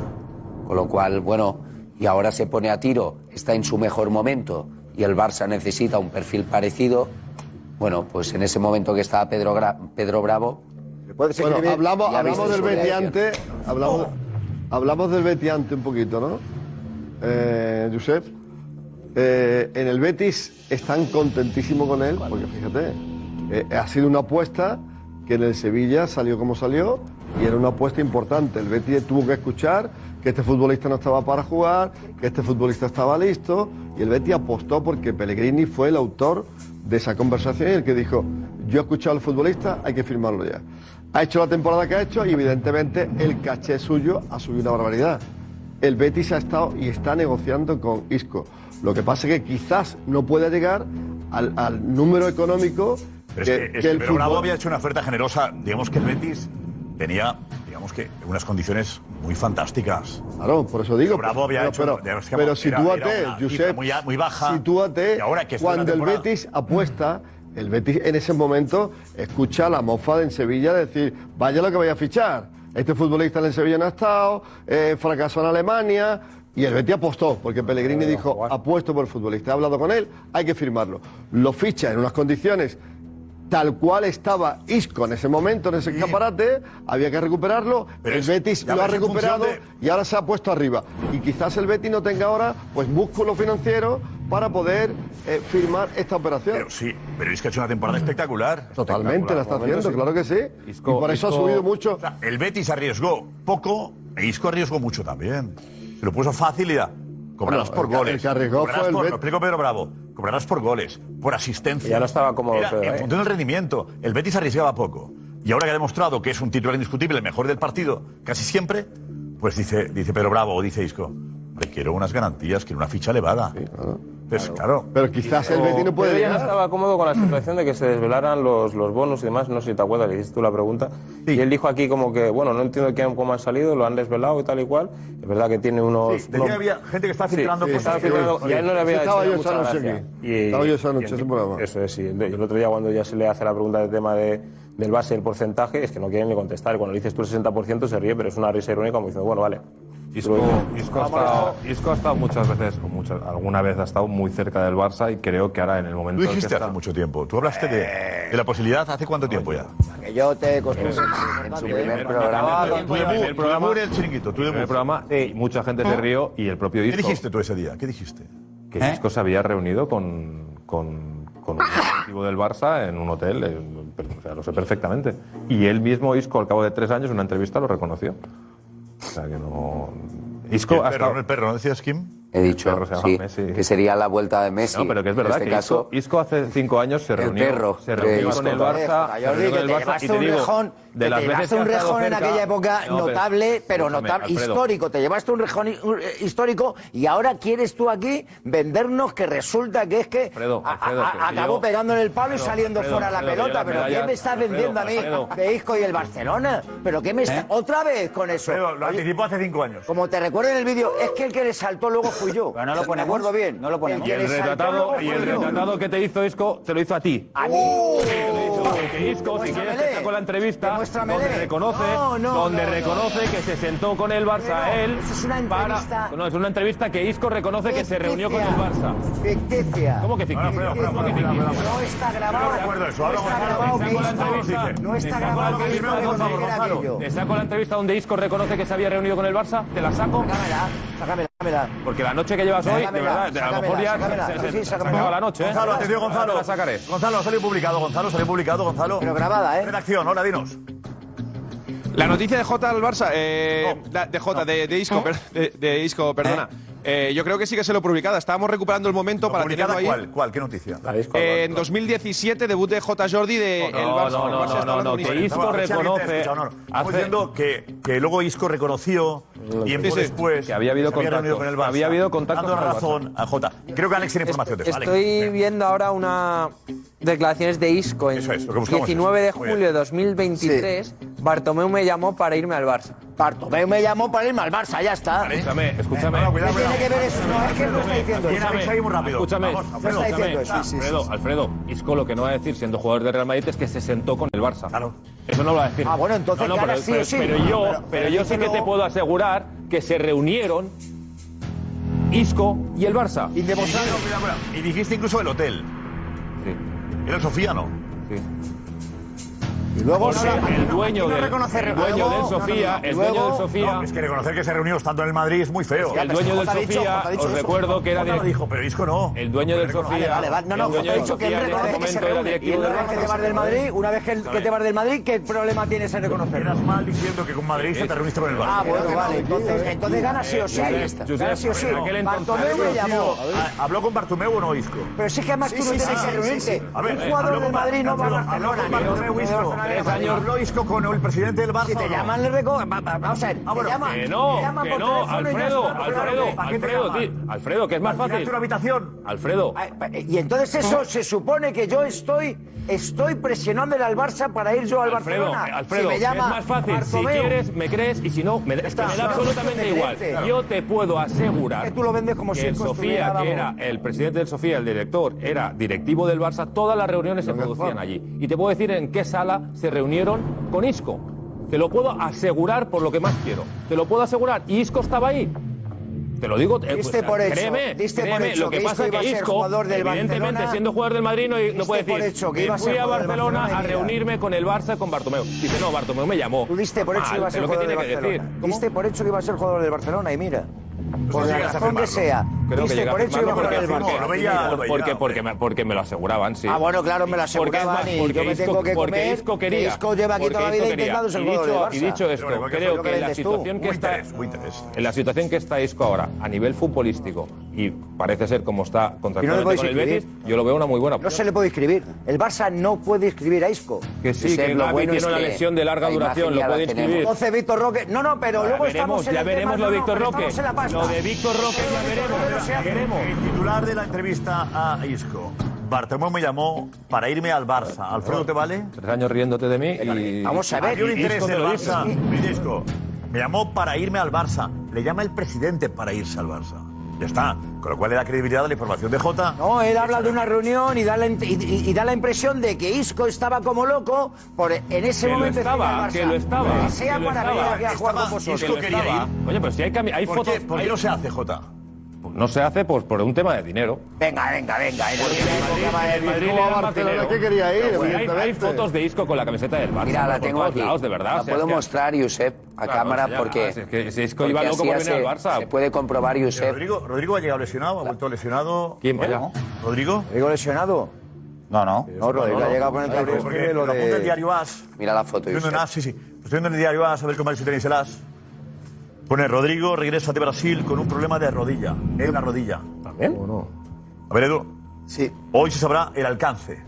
S20: Con lo cual, bueno, y ahora se pone a tiro, está en su mejor momento y el Barça necesita un perfil parecido. Bueno, pues en ese momento que estaba Pedro, Gra- Pedro Bravo.
S3: Bueno,
S20: escribir-
S3: hablamos,
S20: ya
S3: hablamos
S20: viste
S3: del
S20: su
S3: Betiante, hablamos, hablamos del Betiante un poquito, ¿no? Eh, Josep, eh, en el Betis están contentísimos con él, porque fíjate, eh, ha sido una apuesta que en el Sevilla salió como salió y era una apuesta importante. El Betis tuvo que escuchar que este futbolista no estaba para jugar, que este futbolista estaba listo y el Betis apostó porque Pellegrini fue el autor de esa conversación y el que dijo, yo he escuchado al futbolista, hay que firmarlo ya. Ha hecho la temporada que ha hecho y evidentemente el caché suyo ha subido una barbaridad. El Betis ha estado y está negociando con Isco. Lo que pasa es que quizás no pueda llegar al, al número económico
S7: Pero es
S3: que,
S7: que- es
S3: que
S7: que
S3: el
S7: Pedro Bravo
S3: fútbol-
S7: había hecho una oferta generosa. Digamos que el Betis tenía, digamos que, unas condiciones muy fantásticas.
S3: Claro, por eso digo.
S7: Pero Bravo había
S3: pero,
S7: hecho-
S3: pero-
S7: digamos que
S3: pero
S7: era-
S3: sitúate,
S7: era una cifra
S3: Josep,
S7: muy a- muy baja.
S3: Sitúate
S7: Y ahora que está
S3: cuando
S7: la
S3: el
S7: temporada.
S3: Betis apuesta, el Betis en ese momento escucha la mofa de en Sevilla decir, vaya lo que vaya a fichar. Este futbolista en el Sevilla no ha estado, eh, fracasó en Alemania. Y el Betis apostó, porque Pellegrini dijo, apuesto por el futbolista, he hablado con él, hay que firmarlo. Lo ficha en unas condiciones tal cual estaba Isco en ese momento, en ese escaparate, había que recuperarlo, el Betis
S7: ya
S3: lo ha
S7: ves, en
S3: recuperado
S7: función
S3: y ahora se ha puesto arriba. Y quizás el Betis no tenga ahora pues músculo financiero para poder eh, firmar esta operación.
S7: Pero sí, pero es que ha hecho una temporada espectacular.
S3: Totalmente la está
S7: Espectacular.
S3: haciendo, claro que sí. y por eso ha subido mucho.
S7: O sea, el Betis arriesgó poco e Isco arriesgó mucho también. Se lo puso fácil y da. Cobrarás
S3: No,
S7: por
S3: el que-
S7: goles.
S3: el que arriesgó
S7: Cobrarás
S3: fue el
S7: por-
S3: Bet-
S7: Lo explico Pedro Bravo. Cobrarás por goles, por asistencia.
S3: Ya no estaba cómodo
S7: Era
S3: Pedro,
S7: en
S3: ¿eh?
S7: función del rendimiento. El Betis arriesgaba poco. Y ahora que ha demostrado que es un titular indiscutible, el mejor del partido, casi siempre, pues dice, dice Pedro Bravo o dice Isco, "Hombre, quiero unas garantías, quiero una ficha elevada. Pues, claro.
S3: Pero quizás
S19: Pero- pero ya no
S7: llegar.
S19: estaba cómodo con la situación de que se desvelaran los, los bonos y demás. No sé si te acuerdas, le hiciste tú la pregunta. Y él dijo aquí como que, bueno, no entiendo quién, cómo han salido, lo han desvelado y tal y cual. Es verdad que tiene unos...
S7: Decía que
S19: unos-
S7: había gente que estaba
S19: Sí,
S7: filtrando
S19: sí,
S7: cosas.
S19: estaba
S7: que-
S19: filtrando, y a él no le había
S3: Estaba
S19: hecho
S3: yo
S19: mucha
S3: esa noche
S19: gracia.
S3: aquí. Estaba yo esa noche
S19: y-
S3: en ese programa.
S19: Eso es, sí. Y el otro día cuando ya se le hace la pregunta del tema de, del base y el porcentaje, es que no quieren ni contestar. Cuando le dices tú el 60% se ríe, pero es una risa irónica como diciendo, bueno, vale.
S11: Isco, Isco ha estado, Isco ha estado muchas veces, o muchas, alguna vez ha estado muy cerca del Barça y creo que Eh. ahora en el momento.
S7: Tú dijiste hace mucho tiempo, tú hablaste de, de la posibilidad hace cuánto tiempo ya.
S15: Que yo te costumbre. en
S11: su
S15: primer programa.
S11: Tu debut, tu debut era el chiringuito, tu debut. programa, y mucha gente se rió y el propio
S7: Ah. ¿Qué
S11: Isco.
S7: dijiste tú ese día? ¿Qué dijiste? ¿Eh?
S11: Que Isco se había reunido con, con, con un directivo del Barça en un hotel, en- pero, o sea, lo sé perfectamente. Y él mismo, Isco, al cabo de tres años, en una entrevista lo reconoció. O sea, que no... Isco
S7: el
S11: ha
S7: perro,
S11: estado-
S7: el perro, ¿no decías Kim?
S20: He dicho,
S11: se llama
S20: sí,
S11: Messi.
S20: que sería la vuelta de Messi.
S11: No, pero que es verdad
S20: en este
S11: que
S20: caso,
S11: Isco, Isco hace cinco años se
S20: el
S11: reunió,
S20: perro,
S11: se reunió
S20: que
S11: con
S20: Isco-
S11: el Barça.
S15: Jordi,
S11: se reunió
S15: que
S11: con el
S15: te
S11: Barça
S15: llevaste
S11: y te
S15: un
S11: digo,
S15: rejón,
S11: de
S15: que
S11: las
S15: te
S11: veces
S15: llevaste
S11: que ha
S15: un
S11: estado
S15: rejón en
S11: cerca-
S15: aquella época
S11: No, pero-
S15: notable, pero
S11: escúchame,
S15: notable,
S11: Alfredo.
S15: histórico. Te llevaste un rejón hi- un, eh, histórico y ahora quieres tú aquí vendernos que resulta que es que
S11: Alfredo,
S15: a- a-
S11: Alfredo,
S15: a-
S11: que yo-
S15: acabó pegando en el palo y
S11: Alfredo,
S15: saliendo
S11: Alfredo,
S15: fuera la
S11: Alfredo, que yo
S15: pelota.
S11: las
S15: ¿Pero qué
S11: medallas-
S15: me estás
S11: Alfredo,
S15: vendiendo a mí
S11: Alfredo.
S15: de Isco y el Barcelona? ¿Pero
S11: ¿Eh?
S15: qué me está- Otra vez con eso.
S7: Lo anticipó hace cinco años.
S15: Como te recuerdo en el vídeo, es que el que le saltó luego fui yo.
S14: no lo
S15: Me
S14: ponemos,
S15: acuerdo bien. No lo
S14: ponemos.
S11: Y el retratado, y el retratado que te hizo Isco te lo hizo a ti.
S15: A mí.
S11: Que Isco, si quieres, te saco la entrevista donde reconoce,
S15: No, no,
S11: donde
S15: no, no.
S11: reconoce que se sentó con el Barça
S15: Pero,
S11: él.
S15: eso es una entrevista-
S11: Para... No, es una entrevista que Isco reconoce que se reunió con el Barça.
S15: Ficticia.
S11: ¿Cómo que ficticia? ¿Cómo que ficticia?
S15: No está grabado.
S11: No está grabado. Te saco la entrevista donde- Te saco la entrevista donde Isco reconoce que se había reunido con el Barça. Te la saco.
S15: Sácamela, sácamela.
S11: Porque la noche que llevas hoy, de
S7: Sácamela,
S11: verdad, a lo mejor
S7: sácamela,
S11: ya
S7: sácamela.
S11: se- se-
S7: Sí, sí,
S11: se
S7: sácamela.
S11: acaba la noche. ¿eh?
S7: Gonzalo, atención,
S11: Ahora te
S7: Gonzalo.
S11: La sacaré.
S7: Gonzalo, ha salido publicado, Gonzalo, salió publicado, Gonzalo. Pero grabada, ¿eh? Redacción, ahora dinos.
S23: La noticia de Jota al Barça, eh, la- de Jota, de, de Isco, per- de, de Isco, perdona. Eh, yo creo que sí que se lo publicada. Estábamos recuperando el momento para tenerlo
S7: ¿Publicada
S23: ahí.
S7: cuál? ¿Cuál? ¿Qué noticia? Eh,
S23: Eh, en 2017, debut de J. Jordi de el Barça. El Barça está hablando de un historia.
S7: Bueno, escucha, escucha, no, no. Estamos diciendo que, que luego Isco reconoció tiempo
S11: Sí, sí.
S7: después
S11: Que había habido
S7: se había reunido
S11: contacto.
S7: con el Barça,
S11: Había habido contacto
S7: Dando
S11: con el
S7: razón a Jota. Creo que Alex tiene información de eso. Alex.
S17: Estoy viendo ahora una declaraciones de Isco en
S7: lo que buscamos
S17: 19 de
S7: es. Muy bien.
S17: julio de 2023. Bartomeu me llamó para irme al Barça.
S15: Bartomeu me llamó para irme al Barça, ya está.
S11: Escúchame, escúchame.
S15: ¿Qué tiene que ver eso? No, es que no está diciendo eso.
S11: Escúchame, Escúchame, Alfredo, escúchame. Alfredo, Alfredo, Isco lo que no va a decir siendo jugador del Real Madrid es que se sentó con el Barça. Claro. Eso no lo va a decir. Ah, bueno,
S15: entonces
S11: no,
S15: que
S11: no, pero,
S15: ahora sí o
S11: pero-
S15: sí.
S11: pero yo,
S15: Pero-
S11: pero,
S15: pero
S11: yo sí que te
S15: díselo.
S11: puedo asegurar que se reunieron Isco y el Barça.
S7: Cuidado, cuidado, cuidado. Y dijiste incluso el hotel. Era el Sofiano. Sí.
S15: Y luego
S11: Porque el dueño del- el dueño del Sofía, el dueño del Sofía-
S7: es que reconocer que se reunió estando en el Madrid es muy feo.
S11: El dueño del Sofía, os recuerdo que era
S7: Jota lo
S11: direct-
S7: dijo, pero Isco no.
S11: El dueño del Sofía.
S15: Vale, vale, vale. No, no,
S11: el dueño
S15: Jota ha
S11: del
S15: dicho que él
S11: Sofía en ese
S15: reconoce que se
S11: momento era
S15: reúne. Y
S11: directivo
S15: una
S11: del
S15: vez que te
S11: Barça.
S15: vas del Madrid, una vez que, el- que te vas del Madrid, ¿qué problema tienes en reconocerlo? Eras
S7: mal diciendo que con Madrid se te reuniste con el Barça.
S15: Ah, bueno, vale. Entonces, entonces gana sí o sí.
S7: Eh,
S15: Gana sí o sí.
S7: Josep, en aquel
S15: Bartomeu me
S7: entonces-
S15: llamó.
S7: Ah, ¿Habló con Bartomeu o no, Isco?
S15: Pero si es que además tú no tienes que reunirte.
S7: A ver,
S11: eh,
S15: Un jugador
S7: habló
S15: del
S7: con
S15: Madrid no va a
S7: Bartomeu,
S15: Barcelona. eh,
S7: habló con Bartomeu, Isco. Tres años. Habló Isco con el presidente del Barça.
S15: Si te
S7: ¿o no?
S15: llaman, le recoge. Vamos a ver, te llaman.
S11: Ah, Que
S15: te
S11: no,
S15: llaman
S11: que
S15: por
S11: no,
S15: teléfono y ya
S11: Alfredo,
S15: está.
S11: Alfredo,
S15: ¿Para qué te
S11: Alfredo,
S15: llaman?
S11: di- Alfredo, que es más
S15: Alquilarte
S11: fácil.
S15: una Ah,
S7: habitación.
S11: Alfredo.
S15: Y entonces eso se supone que yo estoy, estoy presionándole al Barça para ir yo al
S11: Alfredo,
S15: Barcelona.
S11: Alfredo,
S15: Si me llama
S11: es más fácil.
S15: Bartomeu,
S11: Si quieres, me crees y si no, me, es que
S15: Está,
S11: me
S15: es
S11: da
S15: una
S11: absolutamente
S15: cuestión de
S11: igual.
S15: creerte.
S11: Yo te puedo asegurar
S15: que tú lo vendes como
S11: que
S15: si
S11: el
S15: esto
S11: Sofía,
S15: estuviera,
S11: que era
S15: vamos.
S11: el presidente del Sofía, el director, era directivo del Barça, todas las reuniones se producían allí. Y te puedo decir en qué sala se reunieron con Isco. Te lo puedo asegurar por lo que más quiero. Te lo puedo asegurar. Y Isco estaba ahí. Te lo digo, eh,
S15: Diste por hecho,
S11: créeme,
S15: diste por
S11: créeme,
S15: hecho
S11: lo que,
S15: que
S11: pasa
S15: Isco
S11: es
S15: iba a
S11: que
S15: ser
S11: Isco,
S15: jugador del
S11: evidentemente,
S15: Barcelona.
S11: siendo jugador del Madrid, no, no
S15: Diste
S11: puede
S15: por
S11: decir,
S15: hecho que
S11: "Me
S15: iba a ser
S11: fui a
S15: jugador del
S11: Barcelona
S15: Barcelona
S11: a
S15: y mira".
S11: reunirme con el Barça, con Bartomeu. Dice, no, Bartomeu me llamó.
S15: Tú diste por hecho que
S11: Mal,
S15: iba a ser
S11: es lo que
S15: jugador del
S11: tiene que decir.
S15: Barcelona. Diste por hecho que iba a ser jugador del Barcelona y mira. Por
S11: Sí,
S15: la
S11: llegas a
S15: razón que
S11: firmarlo.
S15: sea.
S11: Creo que
S15: Diste
S11: llega
S15: por hecho que iba a jugar
S11: firmarlo
S15: del
S11: porque-
S15: Barcelona.
S11: porque- porque- porque- porque me- Porque me lo aseguraban, sí.
S15: Ah, bueno, claro, me lo
S11: Porque es
S15: aseguraban
S11: más,
S15: y
S11: porque
S15: yo me
S11: Isco-
S15: tengo que
S11: porque
S15: comer
S11: Isco
S15: que
S11: quería,
S15: Isco lleva aquí
S11: porque
S15: toda la vida
S11: Isco quería.
S15: intentando ser
S11: Y
S15: jugador
S11: dicho-
S15: del Barça.
S11: Y dicho esto,
S15: Hombre, porque fue
S11: creo
S15: lo que
S11: que la
S15: vendes tú.
S11: situación que
S15: Muy
S11: está...
S15: interés, muy interés.
S11: En la situación que está Isco ahora, a nivel futbolístico, y parece ser como está contractualmente
S15: podéis
S11: con el
S15: escribir.
S11: Betis, yo lo veo una muy buena
S15: No se le puede inscribir. El Barça no puede inscribir a Isco.
S11: Que sí,
S15: Josep,
S11: que
S15: lo
S11: Gavi tiene
S15: es
S11: una
S15: que
S11: lesión de larga
S15: la imagen
S11: duración, lo
S15: ya la
S11: puede
S15: tenemos.
S11: inscribir.
S15: Entonces, Víctor Roque. No, no, pero
S11: Ya
S15: luego
S11: veremos,
S15: estamos en
S11: ya
S15: el
S11: veremos
S15: tema-
S11: lo
S15: no,
S11: de
S15: no,
S11: Víctor
S15: pero
S11: Roque.
S15: estamos en la pasta.
S11: Lo de Víctor Roque, ya veremos.
S7: Ya veremos. El titular de la entrevista a Isco. Bartomeu me llamó para irme al Barça. Alfredo, ¿te vale?
S11: Tres años riéndote de mí y...
S7: Había un
S11: Y
S7: interés
S11: Isco te
S7: del
S11: lo dice.
S7: Barça. Mira, Isco, me llamó para irme al Barça. Le llama el presidente para irse al Barça. Ya está. Con lo cual le da credibilidad a la información de Jota.
S15: No, él habla de una reunión y da la, int- y- y- y da la impresión de que Isco estaba como loco por en ese
S11: Que lo
S15: momento decirle
S11: estaba,
S15: al Barça,
S11: que lo estaba,
S15: que sea
S11: que lo
S15: para
S11: estaba.
S15: venir aquí a jugar con
S11: Estaba,
S15: vosotros.
S11: Isco quería ir. Oye, pero si hay, cami- hay
S7: ¿Por
S11: fotos...
S7: qué? ¿Por qué
S11: hay-
S7: no se hace, Jota?
S11: No se hace por, por un tema de dinero.
S15: Venga, venga, venga. En aquella época va
S11: El Madrid
S15: a
S11: le
S15: ir
S11: da más dinero.
S15: ¿qué quería ir?
S11: Pero, güey, hay, hay
S15: evidentemente.
S11: fotos de Isco con la camiseta del Barça.
S20: Mira, la
S11: por
S20: tengo
S11: todos
S20: aquí.
S11: lados, de verdad.
S20: La
S11: o sea,
S20: puedo
S11: es que-
S20: mostrar, Josep, a
S11: Claro,
S20: cámara,
S11: enseñala.
S20: porque.
S11: Ah, si es que- si Isco iba
S20: porque
S11: loco
S20: así
S11: por venir
S20: hace-
S11: al Barça.
S20: Se puede comprobar, Josep.
S7: Rodrigo, Rodrigo ha llegado lesionado, ha vuelto lesionado.
S11: ¿Quién?
S7: Bueno, ¿Rodrigo?
S15: ¿Rodrigo lesionado? No, no. No, Rodrigo
S7: No,
S15: ha
S7: no.
S15: llegado con el
S7: Ay,
S15: cabrón.
S7: Porque lo apunta el diario As.
S20: Mira la foto.
S7: Estoy viendo en
S20: Josep.
S7: As, sí, sí. Estoy viendo en el diario As, a ver cómo si tenéis el As. Pone Rodrigo regresa de Brasil con un problema de rodilla. En la rodilla.
S20: ¿También?
S7: A ver, Edu. Sí. Hoy se sabrá el alcance.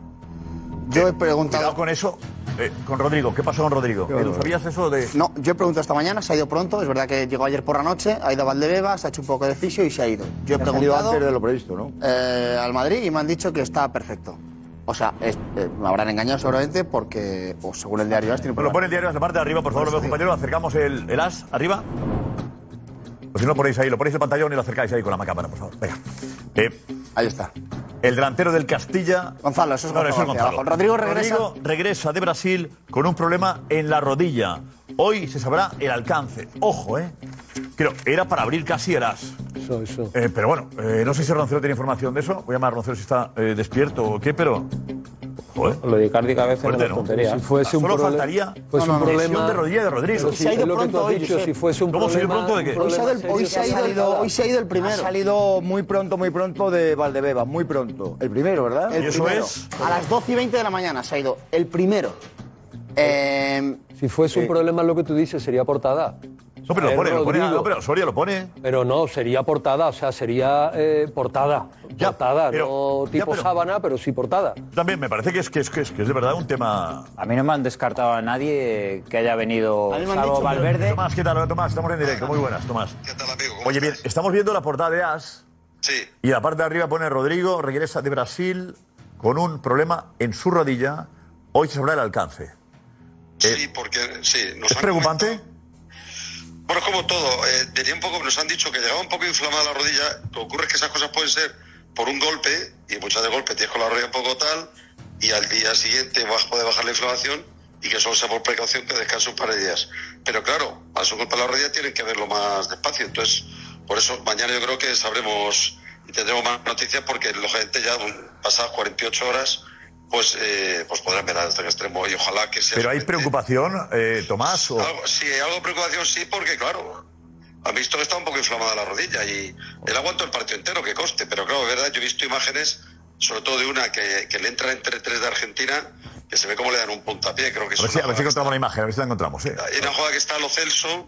S16: Yo he preguntado.
S7: Cuidado con eso. eh, con Rodrigo. ¿Qué pasó con Rodrigo? Edu, ¿sabías eso de.?
S16: No, yo he preguntado esta mañana, se ha ido pronto, es verdad que llegó ayer por la noche, ha ido a Valdebebas, ha hecho un poco de fisio y se ha ido. Yo he
S15: Ha salido
S16: preguntado
S15: antes de lo previsto, ¿no?
S16: eh, al Madrid y me han dicho que está perfecto. O sea, es- eh, me habrán engañado seguramente porque, o según el diario As, tiene
S7: Bueno,
S16: problemas.
S7: pon el diario As la parte de arriba, por
S16: Pues
S7: favor, los compañeros. Acercamos el, el As arriba. O si no, lo ponéis ahí, lo ponéis en el pantallón y lo acercáis ahí con la cámara, por favor. Venga. Eh,
S16: ahí está.
S7: El delantero del Castilla.
S16: Gonzalo, eso es
S7: No, no, eso
S16: Gonzalo García,
S7: es Gonzalo.
S16: abajo. Rodrigo regresa.
S7: Rodrigo regresa de Brasil con un problema en la rodilla. Hoy se sabrá el alcance. Ojo, ¿eh? Creo, era para abrir casi el As.
S27: Eso, eso.
S7: Eh, pero bueno, eh, no sé si Roncero tiene información de eso. Voy a llamar a Roncero si está eh, despierto o qué, pero
S19: Lo de Icardi cada vez es
S7: Fuerte,
S19: una
S7: ¿no?
S19: tontería.
S7: Si fuese un Solo problema- faltaría No,
S18: pues
S7: no,
S18: un
S7: no.
S18: problema
S7: lesión de rodilla de Rodrigo.
S18: Pero si
S7: Se ha ido
S18: es lo que tú
S7: pronto
S18: has
S7: hoy,
S18: dicho,
S7: Josep.
S18: si fuese un
S7: ¿Cómo se ha ido
S18: problema-
S7: pronto de qué?
S18: un
S7: Hoy se ha
S18: problema
S7: ido el- hoy
S18: serio
S7: se ha
S18: que
S7: ido el-
S18: salido-
S7: hoy se ha ido el primero.
S15: Ha salido muy pronto, muy pronto de Valdebeba, muy pronto. El primero, ¿verdad?
S16: El primero. A las 12 y 20 de la mañana se ha ido. El primero. Eh,
S18: Si fuese un problema lo que tú dices, sería portada.
S7: No, pero lo
S18: El
S7: pone, lo pone, ah,
S18: Rodrigo.
S7: no, pero Osorio lo pone.
S18: Pero no, sería portada, o sea, sería eh, portada. portada, no tipo sábana, pero sí portada.
S7: También me parece que es, que es, que es, que es de verdad un tema...
S14: A mí no me han descartado a nadie que haya venido, salvo Valverde.
S7: Tomás, ¿qué tal? Tomás, estamos en directo. Muy buenas, Tomás. ¿Qué tal, amigo? Oye, bien, estamos viendo la portada de As. Sí. Y la parte de arriba pone Rodrigo, regresa de Brasil con un problema en su rodilla. Hoy se sabrá el alcance.
S2: Sí, porque sí, nos
S7: ¿Es
S2: han
S7: preocupante?
S2: Bueno, es como todo. eh, tenía un poco, nos han dicho que llegaba un poco inflamada la rodilla. Lo que ocurre es que esas cosas pueden ser por un golpe, y muchas de golpe tienes con la rodilla un poco tal, y al día siguiente vas a poder bajar la inflamación, y que solo sea por precaución que descanse un par de días. Pero claro, a su golpe la rodilla tienen que verlo más despacio. Entonces, por eso mañana yo creo que sabremos y tendremos más noticias, porque lógicamente ya mm, pasadas 48 horas, pues, eh, pues podrán ver hasta el extremo, y ojalá que sea.
S7: ¿Pero hay preocupación, eh, Tomás? O...
S2: Algo- sí, algo de preocupación sí, porque claro, han visto que está un poco inflamada la rodilla y él aguantó el partido entero, que coste, pero claro, es verdad, yo he visto imágenes, sobre todo de una que, que le entra entre tres de Argentina, que se ve cómo le dan un puntapié, creo
S7: A
S2: que es
S7: ver, si, Pues a
S2: una,
S7: ver si encontramos la imagen, a ver si la encontramos. eh.
S2: hay una jugada que está a lo Celso,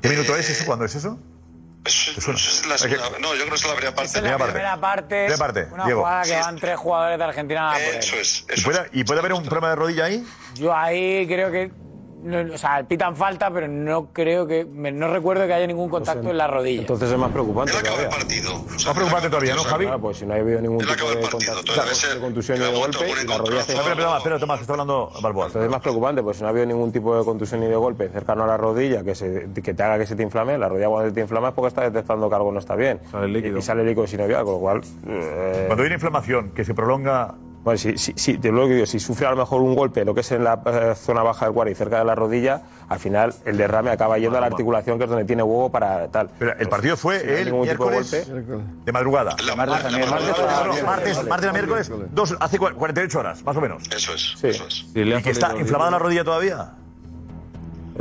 S7: ¿Qué minuto es eso? ¿Cuándo es eso? ¿Te suena?
S2: Eh, es la segunda- no, yo creo que es la primera parte.
S12: En la primera parte,
S7: Primera parte,
S12: una
S7: Diego.
S12: jugada que
S7: Sí.
S12: van tres jugadores de Argentina a por él.
S7: ¿Y puede, y puede haber un problema de rodilla ahí?
S12: Yo ahí creo que. no- o sea, pitan falta, pero no creo que. me- no recuerdo que haya ningún contacto en la rodilla.
S19: Entonces es más preocupante. todavía.
S7: Más preocupante todavía, ¿no, Javi?
S19: Claro, pues si no ha habido ningún tipo de contacto, de contusión ni de golpe, y la rodilla se-
S7: Espera, espera, espera, Tomás, que está hablando Balboa.
S19: Entonces es más preocupante, pues si no ha habido ningún tipo de contusión ni de golpe cercano a la rodilla que, se- que te haga que se te inflame, la rodilla cuando se te inflama es porque está detectando que algo no está bien. Y, y sale el líquido sinovial, con lo cual... eh,
S7: Cuando hay una inflamación que se prolonga...
S19: Bueno, sí, sí, sí, yo lo que digo, si sufre a lo mejor un golpe, lo que es en la eh, zona baja del cuadro y cerca de la rodilla, al final el derrame acaba yendo a la articulación que es donde tiene huevo para tal. Pues, Pero
S7: El partido fue el miércoles de madrugada.
S2: La
S19: martes también,
S7: martes,
S19: martes también.
S7: martes, martes, martes a miércoles, dos, hace cua- 48 horas, más o menos.
S2: Eso es.
S19: Eso
S2: es.
S7: ¿Y que está inflamada la rodilla todavía?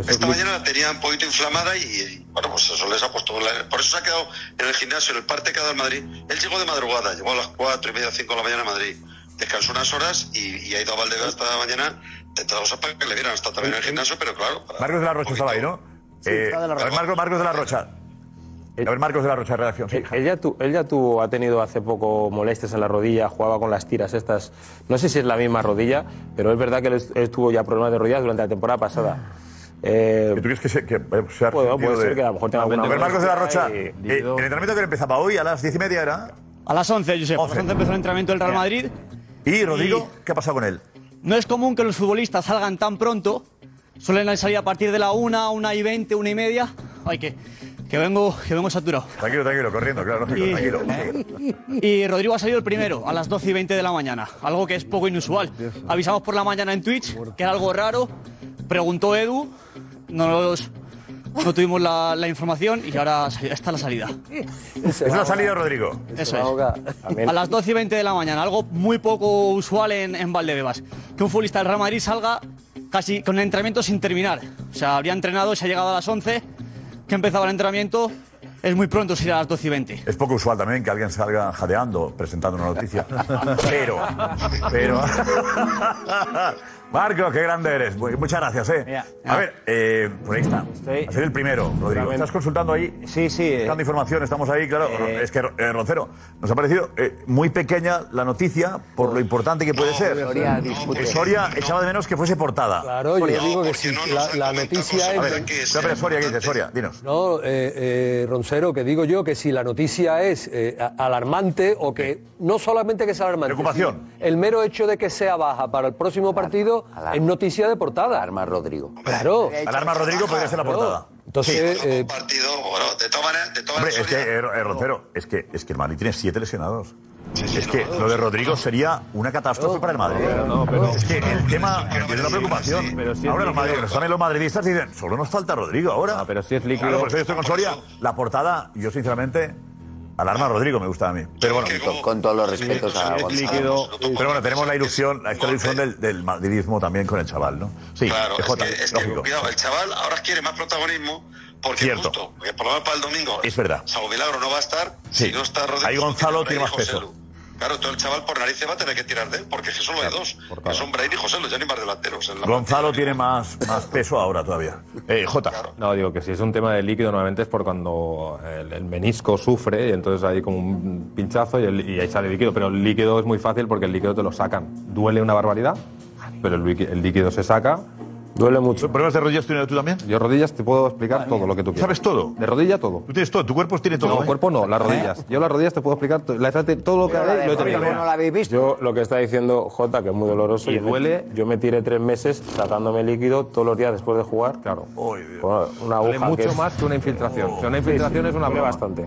S2: Esta mañana la tenía un poquito inflamada y, y, bueno, pues eso les ha puesto. la- Por eso se ha quedado en el gimnasio, en el parte que ha dado en Madrid. Él llegó de madrugada, llegó a las cuatro y media, 5 de la mañana a Madrid. Descansó unas horas y, y ha ido a Valdebebas esta mañana. De todas las cosas para que le vieran, está también en el gimnasio, pero claro,
S7: Marcos de la Rocha estaba ahí, ¿no?
S2: Sí,
S7: Eh,
S2: está de la
S7: a ver, Marcos, Marcos de la Rocha. A ver, Marcos de la Rocha, redacción. Sí.
S19: Eh, Él ya, tu- él ya tuvo, ha tenido hace poco molestias en la rodilla, jugaba con las tiras estas. No sé si es la misma rodilla, pero es verdad que él, est- él tuvo ya problemas de rodillas durante la temporada pasada. Eh,
S7: ¿Tú crees que se, que se ha
S19: puede, puede
S7: arrepentido
S19: ser
S7: de-
S19: que a lo mejor tenga
S7: A ver,
S19: alguna
S7: Marcos de la Rocha,
S19: molestia
S7: eh,
S19: y-
S7: el entrenamiento que empezaba hoy a las 10 y media era...
S4: A las 11, Josep. A las 11 empezó el entrenamiento del Real Madrid.
S7: ¿Y Rodrigo? ¿Qué ha pasado con él?
S4: No es común que los futbolistas salgan tan pronto. Suelen salir a partir de la 1, 1 y 20, 1 y media. Ay, que, que, vengo, que vengo saturado.
S7: Tranquilo, tranquilo, corriendo, claro,
S4: Y-
S7: lógico, tranquilo.
S4: Y Rodrigo ha salido el primero, a las 12 y 20 de la mañana. Algo que es poco inusual. Avisamos por la mañana en Twitch, que era algo raro. Preguntó Edu. Nos, no tuvimos la, la información y ahora sali- está la salida.
S7: Es una salida, Rodrigo.
S4: Eso es. A las 12 y 20 de la mañana, algo muy poco usual en, en Valdebebas. Que un futbolista del Real Madrid salga casi con el entrenamiento sin terminar. O sea, habría entrenado, se ha llegado a las 11, que empezaba el entrenamiento. Es muy pronto, será a las 12 y 20.
S7: Es poco usual también que alguien salga jadeando presentando una noticia. Pero, pero. Marco, qué grande eres. Muy- Muchas gracias, ¿eh? A ver, eh, por ahí está. Va a ser el primero, Rodrigo. ¿Estás consultando ahí? Sí, sí.
S18: eh.
S7: Buscando información, estamos ahí, claro. es que, eh, Roncero, nos ha parecido eh, muy pequeña la noticia por lo importante que puede ser.
S2: Soria
S7: Que Soria echaba de menos que fuese portada.
S18: Claro, yo digo que sí, que la, la noticia
S7: A
S18: es...
S7: ver, no, pero Soria, ¿qué dices? Soria, dinos.
S18: No, eh, eh, Roncero, que digo yo que si la noticia es eh, a- alarmante o que no solamente que sea alarmante,
S7: Preocupación.
S18: sino el mero hecho de que sea baja para el próximo partido es noticia de portada. Alarma Rodrigo. Claro.
S7: Alarma Rodrigo podría ser la
S18: Claro.
S7: portada.
S18: Entonces, eh,
S7: Hombre, es que, eh, eh, Roncero, es que, es que el Madrid tiene siete lesionados. es que lo de Rodrigo sería una catástrofe para el Madrid. es que el tema es una preocupación. ahora los, madrid- los- también los madridistas dicen, solo nos falta Rodrigo ahora. pero si es
S25: líquido-
S7: por eso yo estoy con Soria. La portada, yo sinceramente, Alarma Rodrigo me gusta a mí. Pero bueno,
S25: con todos los respetos a Gonzalo.
S7: líquido. Pero bueno, tenemos la ilusión, la extra ilusión del, del madridismo también con el chaval, ¿no? Sí,
S2: Claro, es
S7: PJ,
S2: que, es que,
S7: lógico.
S2: cuidado, el chaval ahora quiere más protagonismo porque
S7: Cierto.
S2: justo, porque por lo menos para el domingo,
S7: Es verdad.
S2: Salvo Milagro no va a estar,
S7: Sí.
S2: si no está Rodrigo,
S7: Ahí Gonzalo tiene más
S2: José
S7: peso.
S2: Lu. Claro, todo el chaval por narices va a tener que tirar de él, porque es que solo hay dos, que son Brahim y José Lu, ya ni más delanteros. en la-
S7: Gonzalo tiene más, más peso ahora todavía. Eh, Jota.
S11: No, digo que si es un tema de líquido, normalmente es por cuando el, el menisco sufre y entonces hay como un pinchazo y, el- y ahí sale líquido. Pero el líquido es muy fácil porque el líquido te lo sacan. Duele una barbaridad, pero el, liqui- el líquido se saca. Duele mucho.
S7: ¿Problemas de rodillas tienes tú también?
S11: Yo rodillas te puedo explicar todo lo que tú quieras.
S7: ¿Sabes todo?
S11: De rodilla todo. Tú
S7: tienes todo, tu cuerpo tiene todo,
S11: No,
S7: ¿eh?
S11: cuerpo no, las rodillas. Yo las rodillas te puedo explicar to- la- todo lo que
S19: Pero la
S11: hay,
S19: de
S11: lo he
S19: rodillas
S11: tenido.
S19: no
S16: la habéis visto.
S19: Yo lo que está diciendo Jota, que es muy doloroso
S11: Y
S19: yo me-
S11: duele.
S19: yo me tiré tres meses sacándome líquido todos los días después de jugar.
S11: Claro.
S19: Con una
S11: Duele
S19: aguja.
S11: mucho
S19: es-
S11: más que una infiltración. O sea, una infiltración es una
S19: duele
S11: broma.
S19: bastante.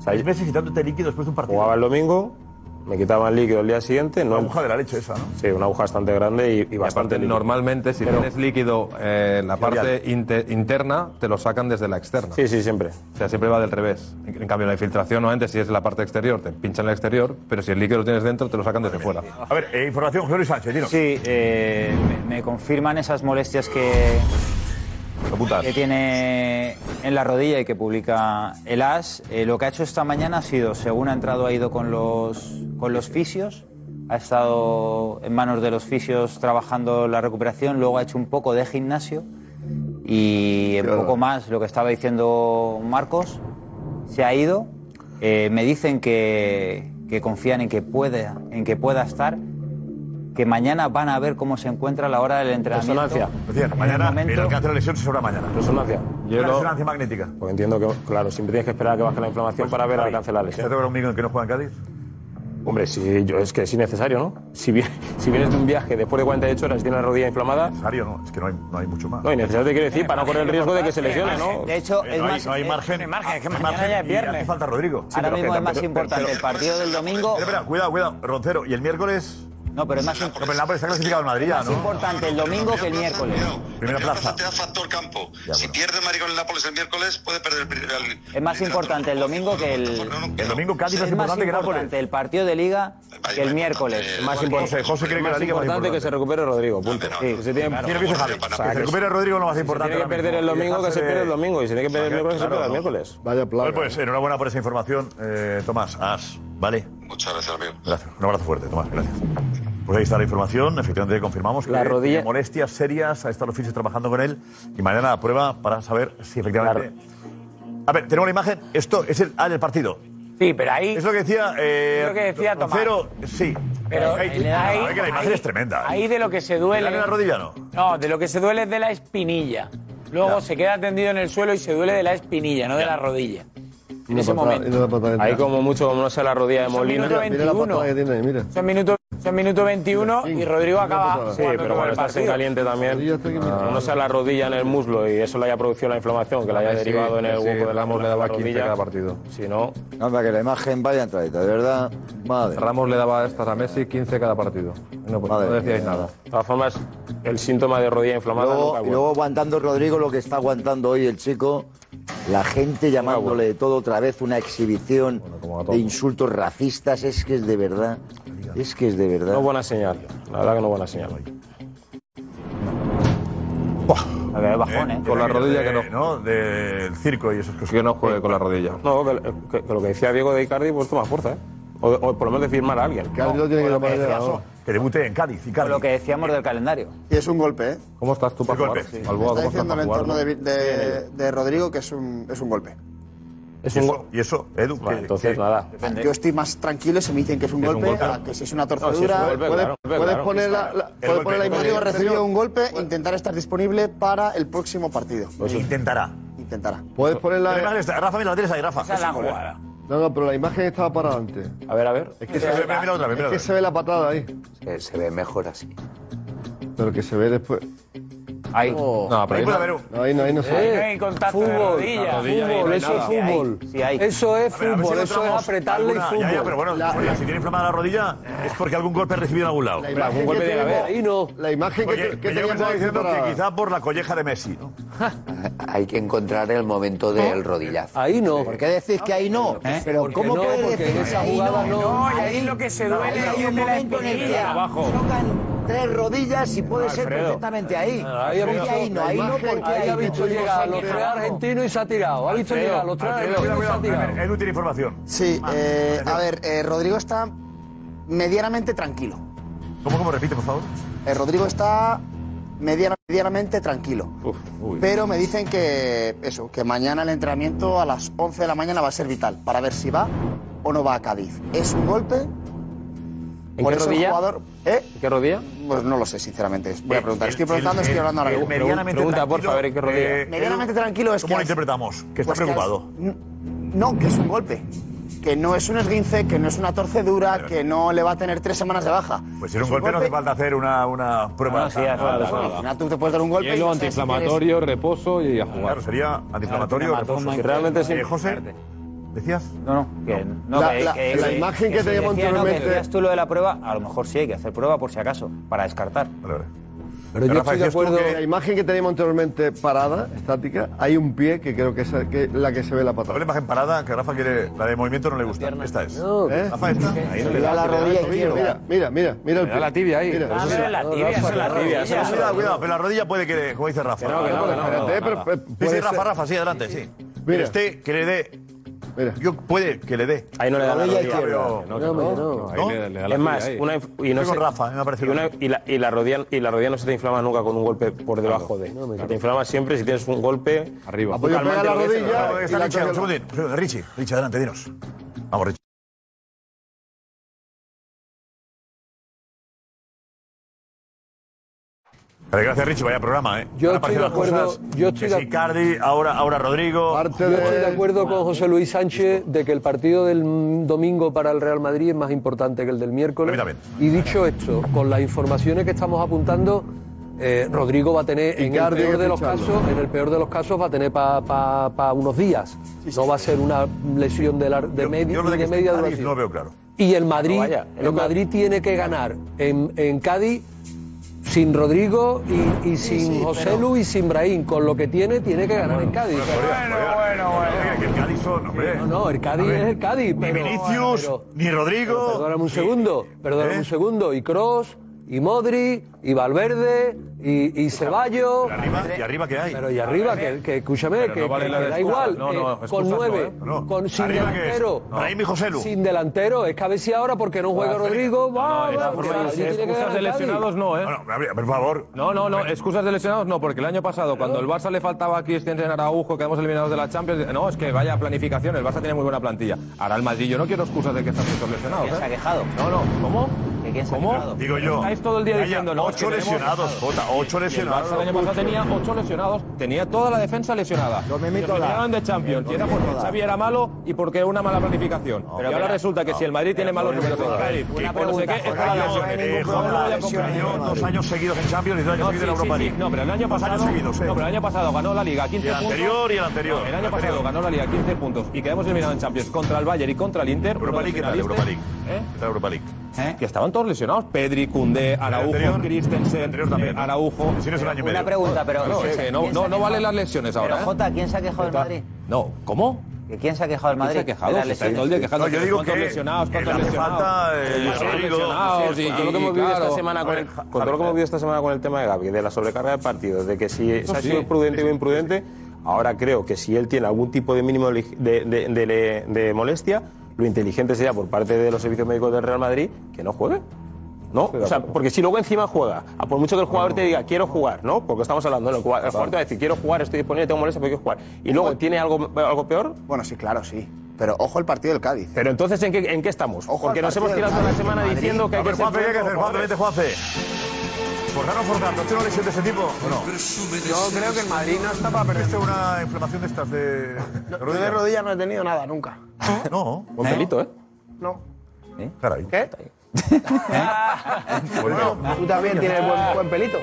S19: O sea,
S7: meses quitándote líquido después de un partido.
S19: Jugaba el domingo, me quitaban líquido el día siguiente. No, una aguja
S7: de la leche esa, ¿no?
S19: Sí, una aguja bastante grande y, y bastante. líquido.
S11: Normalmente, si
S19: Pero-
S11: tienes líquido eh, en la parte
S19: Filial.
S11: inte- interna, te lo sacan desde la externa. Sí,
S19: sí, siempre.
S11: O sea, siempre va del revés. En en cambio, la infiltración, normalmente, si es la parte exterior, te pinchan en el exterior, pero si el líquido lo tienes dentro, te lo sacan desde fuera.
S7: A ver, eh, información José Luis Sánchez, dinos.
S14: Sí, eh, me, me confirman esas molestias que, que tiene en la rodilla y que publica el AS. Eh, lo que ha hecho esta mañana ha sido, según ha entrado, ha ido con los, con los fisios, ha estado en manos de los fisios trabajando la recuperación, luego ha hecho un poco de gimnasio y un poco más lo que estaba diciendo Marcos, se ha ido. Eh, me dicen que, que confían en que, puede, en que pueda estar, que mañana van a ver cómo se encuentra a la hora del entrenamiento.
S19: Resonancia.
S7: Es decir, Pues mañana,
S14: momento-
S7: el alcance de la lesión se sabrá mañana.
S19: Resonancia.
S7: Una resonancia magnética.
S19: Porque entiendo que, claro, siempre tienes que esperar a que baje la
S7: Pues
S19: inflamación para ver alcanzar la lesión.
S7: ¿Estás de acuerdo conmigo en que no juega en Cádiz?
S19: Hombre, si yo, es que es innecesario, ¿no? Si, vi- si vienes de un viaje después de 48 horas y tienes la rodilla inflamada.
S7: Necesario, no, es que no hay, no hay mucho más.
S19: No, innecesario te quiero decir, para no correr el riesgo de que se lesione, ¿no?
S14: De hecho,
S7: Eh,
S14: es
S7: no, hay,
S14: más-
S7: no hay
S14: es-
S7: margen.
S14: no hay margen, es que
S7: Hay
S14: mañana ya es
S7: y
S14: viernes.
S7: Hace falta Rodrigo.
S14: Ahora
S7: pero
S14: mismo
S7: que
S14: es más
S7: tampoco-
S14: importante el partido del domingo.
S7: Espera, espera, cuidado, cuidado, Roncero. ¿Y el miércoles?
S14: No, pero es más
S7: importante. el Nápoles está clasificado en Madrid ya,
S14: más
S7: ¿no?
S14: importante el domingo que el miércoles.
S7: Primera plaza.
S14: Si
S2: pierde Maricón el Nápoles el miércoles, puede perder el, pri- el-
S14: Es más importante el domingo que el.
S7: El domingo Cádiz es
S14: es más
S7: importante que Nápoles.
S14: importante el partido de Liga que el miércoles.
S7: Más importante. José, José cree que la Liga es más
S19: importante que se recupere Rodrigo, punto. Sí, se tiene-
S7: Tiene que ser Javi.
S19: O sea,
S7: Que se recupere Rodrigo es lo más
S19: si se
S7: importante
S19: tiene que
S7: ahora
S19: perder
S7: mismo.
S19: el
S7: Y
S19: domingo, que
S7: dejarse
S19: se
S7: de-
S19: pierde el domingo. Y si tiene que perder el miércoles, se
S7: Claro,
S19: pierde el
S7: ¿no?
S19: miércoles.
S3: Vaya
S7: Bueno, pues enhorabuena por esa información, eh, Tomás. As, ¿vale?
S2: Muchas gracias, amigo.
S7: Gracias. Un abrazo fuerte, Tomás. Gracias. Pues ahí está la información. Efectivamente confirmamos
S19: La
S7: que
S19: rodilla-
S7: tiene molestias serias. Ha estado los fisios trabajando con él. Y mañana la prueba para saber si efectivamente... A ver, tenemos la imagen. Esto es el ah, del partido.
S12: Sí, pero ahí...
S7: Es lo que decía... Eh,
S12: Es lo que decía Tomás.
S7: Cero, sí.
S12: Pero
S7: Ahí-
S12: ahí-
S7: la verdad que la imagen
S12: ahí-
S7: es tremenda. ¿eh?
S12: Ahí de lo que se duele.
S7: ¿Te duele la rodilla, no?
S12: No, de lo que se duele es de la espinilla. Luego se queda tendido en el suelo y se duele de la espinilla, no de la rodilla. En ese momento.
S19: Hay como mucho, como no sé, la rodilla de
S12: Son
S19: Molina.
S12: minuto 21. Son minuto, son minuto 21 y Rodrigo acaba
S19: Sí,
S12: jugando
S19: pero
S12: todo
S19: cuando
S12: el
S19: estás en
S12: partido.
S19: caliente también, ah, no sea la rodilla en el muslo y eso le haya producido la inflamación, que la haya
S28: Sí,
S19: derivado en el
S28: sí,
S19: hueco de la,
S28: Ramos le
S19: de la
S28: daba 15
S19: rodilla.
S28: cada
S11: partido.
S19: Si no,
S28: Anda, que la imagen vaya entradita, de verdad. Madre.
S11: Ramos le daba estas a Messi 15 cada partido. No, pues, no decíais nada.
S19: de todas formas, el síntoma de rodilla inflamada
S16: Luego,
S19: nunca es
S16: y
S19: bueno.
S16: luego aguantando Rodrigo lo que está aguantando hoy el chico, la gente llamándole de todo otra vez una exhibición de insultos racistas, es que es de verdad, es que es de verdad.
S19: No buena señal, la verdad que no buena señal.
S14: A ver, bajón, ¿eh?
S11: Con la rodilla que no.
S7: ¿No? Del circo y esas cosas.
S11: Que no juegue con la rodilla.
S19: No, que, que- que lo que decía Diego de Icardi, pues toma fuerza, ¿eh? O, o por lo menos de firmar a alguien.
S7: que, debute en Cádiz. Icardi.
S14: Lo que decíamos del calendario.
S16: Y es un golpe, ¿eh?
S11: ¿Cómo estás tú para jugar?
S16: Sí.
S11: Balboa,
S16: Está
S11: ¿cómo estás
S16: diciendo el
S11: para jugar?
S16: entorno de, de- de Rodrigo que es un, es un golpe.
S7: ¿Y, eso, ¿Y eso, Edu? ¿qué- qué-
S16: Yo estoy más tranquilo si me dicen que es un
S7: Es un
S16: golpe,
S7: golpe.
S16: a que si es una
S19: No, si
S16: torcedura.
S19: es un golpe,
S16: puedes
S19: claro, golpe,
S16: puedes
S19: claro.
S16: poner la, la-
S19: El
S16: puedes
S19: golpe,
S16: poner la
S19: el golpe.
S16: imagen. recibió un golpe, intentar estar disponible para el próximo partido.
S7: Intentará.
S16: Intentará. Eh,
S3: Puedes poner
S7: Pero
S3: la.
S7: imagen está- Rafa, mira, la tienes ahí, Rafa.
S16: Esa es la jugada.
S3: No, no, pero la imagen estaba para adelante.
S19: A ver, a ver.
S3: Es que,
S16: Mira,
S3: se, ve,
S16: mira, mira otra vez, mira
S3: es
S16: otra
S3: que
S20: eh,
S3: se ve la patada ahí.
S25: Se, se ve mejor así.
S3: Pero que se ve después.
S11: Ahí.
S3: No, pero ahí no. No, ahí no, ahí no se ve.
S15: no hay contacto de
S18: fútbol,
S15: rodilla.
S18: fútbol, eso es fútbol.
S7: A
S18: Eso es
S7: ver, a ver si
S18: fútbol, eso es
S7: encontramos
S18: apretarle y
S7: alguna-
S18: fútbol.
S7: Ya, ya, pero bueno, oye, si tiene inflamada la rodilla es porque algún golpe ha recibido en algún lado.
S3: La imagen Algún golpe que debe tuvimos- haber. ahí no. La imagen que-
S7: Oye,
S3: que
S7: que yo
S3: teníamos
S7: estaba diciendo
S3: para-
S7: que quizá por la colleja de Messi. ¿no?
S20: Hay que encontrar el momento del rodillazo.
S18: Ahí no.
S16: ¿Por qué decís que ahí no? Pero
S20: ¿cómo
S16: ¿cómo
S20: puedes
S16: puedes
S20: decir
S16: decir
S20: que ahí no?
S15: No, y ahí lo que se
S16: No,
S15: duele
S16: hay
S15: es
S16: un
S15: de la
S16: momento en el que
S15: espinilla.
S16: tocan tres rodillas y puede ser
S18: Alfredo. Ah,
S16: perfectamente ahí.
S18: Ahí ha
S16: ¿Por
S18: visto,
S16: qué ahí no? Ahí no porque
S18: ahí
S16: ahí
S18: ha visto
S16: no.
S18: llegar a los tres argentinos y se ha tirado. Ha visto
S7: Alfredo,
S18: llegar a los tres
S7: Alfredo,
S18: argentinos y se ha
S7: cuidado, cuidado.
S18: tirado.
S7: Es útil información.
S16: Sí, eh, a ver, eh, Rodrigo está medianamente tranquilo.
S7: ¿Cómo, cómo? Repite, por favor.
S16: Eh, Rodrigo está mediana- medianamente tranquilo. Pero me dicen que eso, que mañana el entrenamiento a las 11 de la mañana va a ser vital para ver si va o no va a Cádiz. Es un golpe. Por
S20: qué
S16: eso
S20: rodilla?
S16: el jugador. ¿Eh?
S20: ¿Qué rodilla?
S16: Pues no lo sé, sinceramente. Voy a preguntar. Estoy preguntando, estoy hablando ahora mismo.
S7: eh,
S16: Medianamente tranquilo es
S7: ¿Cómo
S16: que
S7: lo
S16: has-
S7: interpretamos? Que está
S16: pues que has-
S7: preocupado.
S16: No, que es un golpe. Que no es un esguince, que no es una torcedura, que no le va a tener tres semanas de baja.
S7: Pues si era un golpe, no hace falta hacer una, una prueba.
S16: No, sí, hace falta, Bueno, al final tú te puedes dar un golpe y
S11: Hielo,
S16: no sabes si
S11: antiinflamatorio, reposo y a jugar.
S7: Claro, sería antiinflamatorio.
S11: Claro,
S7: reposo.
S11: si realmente es
S7: Eh, José, ¿decías?
S14: No, no. que- no,
S16: La-
S14: que-
S16: la-
S14: que-
S16: la
S14: que-
S16: imagen que
S14: sí,
S16: teníamos
S14: decía, no, que
S16: anteriormente-
S14: decías tú lo de la prueba, a lo mejor sí hay que hacer prueba por si acaso, para descartar.
S3: Pero yo
S14: Rafa,
S3: estoy de
S14: decías tú
S3: acuerdo.
S14: que-
S3: La imagen que teníamos anteriormente parada, estática, hay un pie que creo que es el que- la que se ve la patada.
S7: La imagen parada que Rafa quiere, la de movimiento no le gusta. Esta es.
S3: ¿Eh?
S7: Rafa, esta. Ahí no le da.
S3: Mira la
S7: Le da el
S3: rodilla
S7: tobillo.
S3: izquierda. Mira, mira, mira el
S7: Le da
S3: pie.
S7: la tibia ahí.
S3: Mira.
S7: Ah, pero es la tibia, eso es la rodilla. Cuidado, cuidado, pero la rodilla puede que, como dice Rafa.
S3: no, que no, que no, Espérate, no, pero- nada. pero
S7: Sí,
S3: puede
S7: sí,
S3: ser-
S7: Rafa, Rafa, sí, adelante, sí.
S3: Mira.
S7: Que esté, que le dé. Yo puede que le dé.
S19: Ahí no le da la
S7: Rodilla
S19: rodilla.
S7: izquierda.
S19: No,
S7: No,
S19: no,
S7: hombre, no.
S19: no.
S7: Ahí le- le da la
S19: Es más,
S7: rodilla ahí.
S19: una inf- y no
S7: Estoy con
S19: se-
S7: Rafa, me ha parecido
S19: ¿eh? y una- y la- y la rodilla y la rodilla no se te inflama nunca con un golpe por debajo de. Se Te inflama siempre si tienes un golpe arriba.
S7: Claro, está Richie, un segundín. Un segundo, Richie, Richie, adelante, dinos. Vamos, Richie. Vale, Gracias, Richie. Vaya programa, ¿eh?
S18: Yo
S7: Han
S18: estoy
S7: aparecido
S18: de
S7: las
S18: acuerdo,
S7: cosas,
S18: yo estoy
S7: que
S18: de-
S7: si Cardi, ahora, ahora Rodrigo.
S18: Yo estoy de acuerdo con José Luis Sánchez de que el partido del mm, domingo para el Real Madrid es más importante que el del miércoles. Y dicho esto, con las informaciones que estamos apuntando, eh, Rodrigo va a tener, en el,
S3: Icardi hay
S18: peor
S3: que
S18: de los
S3: ficharlo.
S18: casos, en el peor de los casos, va a tener para unos días. No va a ser una lesión de, la- de medi-
S7: Yo lo de
S18: ni
S7: que esté
S18: de media
S7: Cardi
S18: duración.
S7: no lo veo claro.
S18: Y el Madrid,
S7: No vaya,
S18: el Madrid tiene que ganar en, en Cádiz sin Rodrigo y, y sin José Luis y sin Brahim. Con lo que tiene, tiene que ganar en Cádiz.
S7: Bueno, bueno. Que el Cádiz son, hombre.
S18: No, no, el Cádiz es el Cádiz. Pero, ni Vinicius,
S7: ni Rodrigo. ¿Eh?
S18: perdóname un segundo, perdóname un segundo. Y Cross, y Modri, y Valverde, y, y Ceballos.
S7: ¿Y arriba qué hay?
S18: Pero y arriba, que, que escúchame,
S7: Pero
S18: que,
S7: no vale
S18: que-
S7: la
S18: que da
S7: excusa.
S18: igual.
S7: No,
S18: eh,
S7: no,
S18: con
S7: excusas no,
S18: nueve,
S7: ¿eh? No.
S18: con sin
S7: ¿Arriba qué es?
S18: delantero.
S7: No. Raheem y Joselu.
S18: Sin delantero. Es que a ver si ahora, porque no juega Rodrigo, va, va, porque Madrid
S11: Si
S18: tiene que
S11: excusas
S18: ganar
S11: de
S18: el Cádiz.
S11: lesionados no, ¿eh?
S7: por favor.
S11: No, no, no, excusas de lesionados no, porque el año pasado, cuando el Barça le faltaba a Cristian Araujo, quedamos eliminados de la Champions, no, es que vaya planificación, el Barça tiene muy buena plantilla. Ahora el Madrid, yo no quiero excusas de que están muchos lesionados. ¿eh?
S14: ¿Quién se ha quejado?
S11: No, no, ¿cómo? ¿Cómo?
S7: Digo yo.
S11: Estáis todo el día
S7: Vaya,
S11: diciendo, no,
S7: ocho
S11: que tenemos-
S7: lesionados, Jota, ocho
S11: Y
S7: lesionados.
S11: El Barça el año pasado tenía ocho lesionados, tenía toda la defensa lesionada. Los me meto a la- de Champions, y era porque Xavi era malo y porque una mala planificación. y ahora mira, resulta que no. si el Madrid tiene malos números,
S7: Una
S11: por no sé
S7: pregunta,
S11: qué, es
S7: Jota,
S11: por
S7: yo,
S11: la lesión.
S7: eh,
S11: Ningún
S7: Jota,
S11: problema, ya
S7: yo
S11: comprendo.
S7: dos años seguidos en Champions y dos años
S11: No,
S7: seguidos
S11: sí,
S7: en Europa
S11: sí,
S7: League.
S11: sí. No, pero el año
S7: Dos
S11: pasado.
S7: años seguidos, eh.
S11: No, pero el año pasado ganó la Liga 15
S7: Y el
S11: puntos.
S7: anterior, y el anterior.
S11: No, el
S7: El
S11: año pasado
S7: anterior.
S11: ganó la Liga 15 puntos y quedamos eliminados en Champions contra el Bayern y contra el Inter.
S7: Europa
S11: uno de los
S7: League, ¿qué tal?
S11: finalistas.
S7: Europa League.
S11: ¿Eh?
S7: ¿Qué tal Europa League?
S14: ¿Eh?
S11: Que estaban todos lesionados. Pedri, Cundé, Araujo,
S7: anterior.
S11: Christensen, Araujo.
S14: Una pregunta, pero.
S11: Claro, es que no, no, no valen las lesiones ahora.
S14: Pero,
S11: ¿eh?
S14: Jota, ¿quién se ha quejado del Madrid?
S11: No, ¿cómo?
S14: ¿Que ¿Quién se ha quejado del
S11: ¿Quién
S14: Madrid?
S11: se ha quejado?
S14: de las
S11: Se está
S14: lesiones?
S11: todo el día quejando. No, yo digo ¿Cuántos que lesionados? le ¿Cuántos hace lesionados? falta, eh, ¿Cuántos Rodrigo. lesionados?
S19: Sí,
S11: Y-
S19: con todo lo que
S11: y
S19: hemos vivido esta
S11: claro.
S19: semana con, el- con todo lo que hemos vivido esta semana con el tema de Gaby, de la sobrecarga de partidos, de que si se ha
S11: sí.
S19: sido prudente o imprudente, ahora creo que si él tiene algún tipo de mínimo de, de- de- de molestia, lo inteligente sería por parte de los servicios médicos del Real Madrid que no juegue. ¿No? O sea, porque si luego encima juega, a por mucho que el jugador te diga quiero jugar, ¿no? Porque estamos hablando, ¿no? el jugador el jugador te va a decir quiero jugar, estoy disponible, tengo molestia, pero quiero jugar. Y luego tiene algo, algo peor.
S16: Bueno, sí, claro, sí. Pero ojo el partido del Cádiz.
S19: Pero entonces, ¿en qué, en qué estamos? Porque
S16: al
S19: nos hemos
S16: partido del
S19: tirado toda la
S16: Cádiz,
S19: semana
S16: Madrid.
S19: diciendo que
S7: A
S19: hay que
S7: ver,
S19: ser
S7: Juanfe, ¿qué hay que
S19: prudente
S7: hacer?
S19: con los
S7: Juanfe, vete, Juanfe. Forzar o forzar, ¿no tiene una lesión de ese tipo? ¿O no?
S16: Yo creo que el Madrid no está para perder.
S7: ¿Tuviste una inflamación de estas de
S16: Yo de rodilla no he tenido nada nunca.
S7: No.
S19: Con pelito, ¿eh?
S16: No.
S7: Caray.
S16: ¿Qué?
S15: Bueno, tú también tienes buen, buen pelito.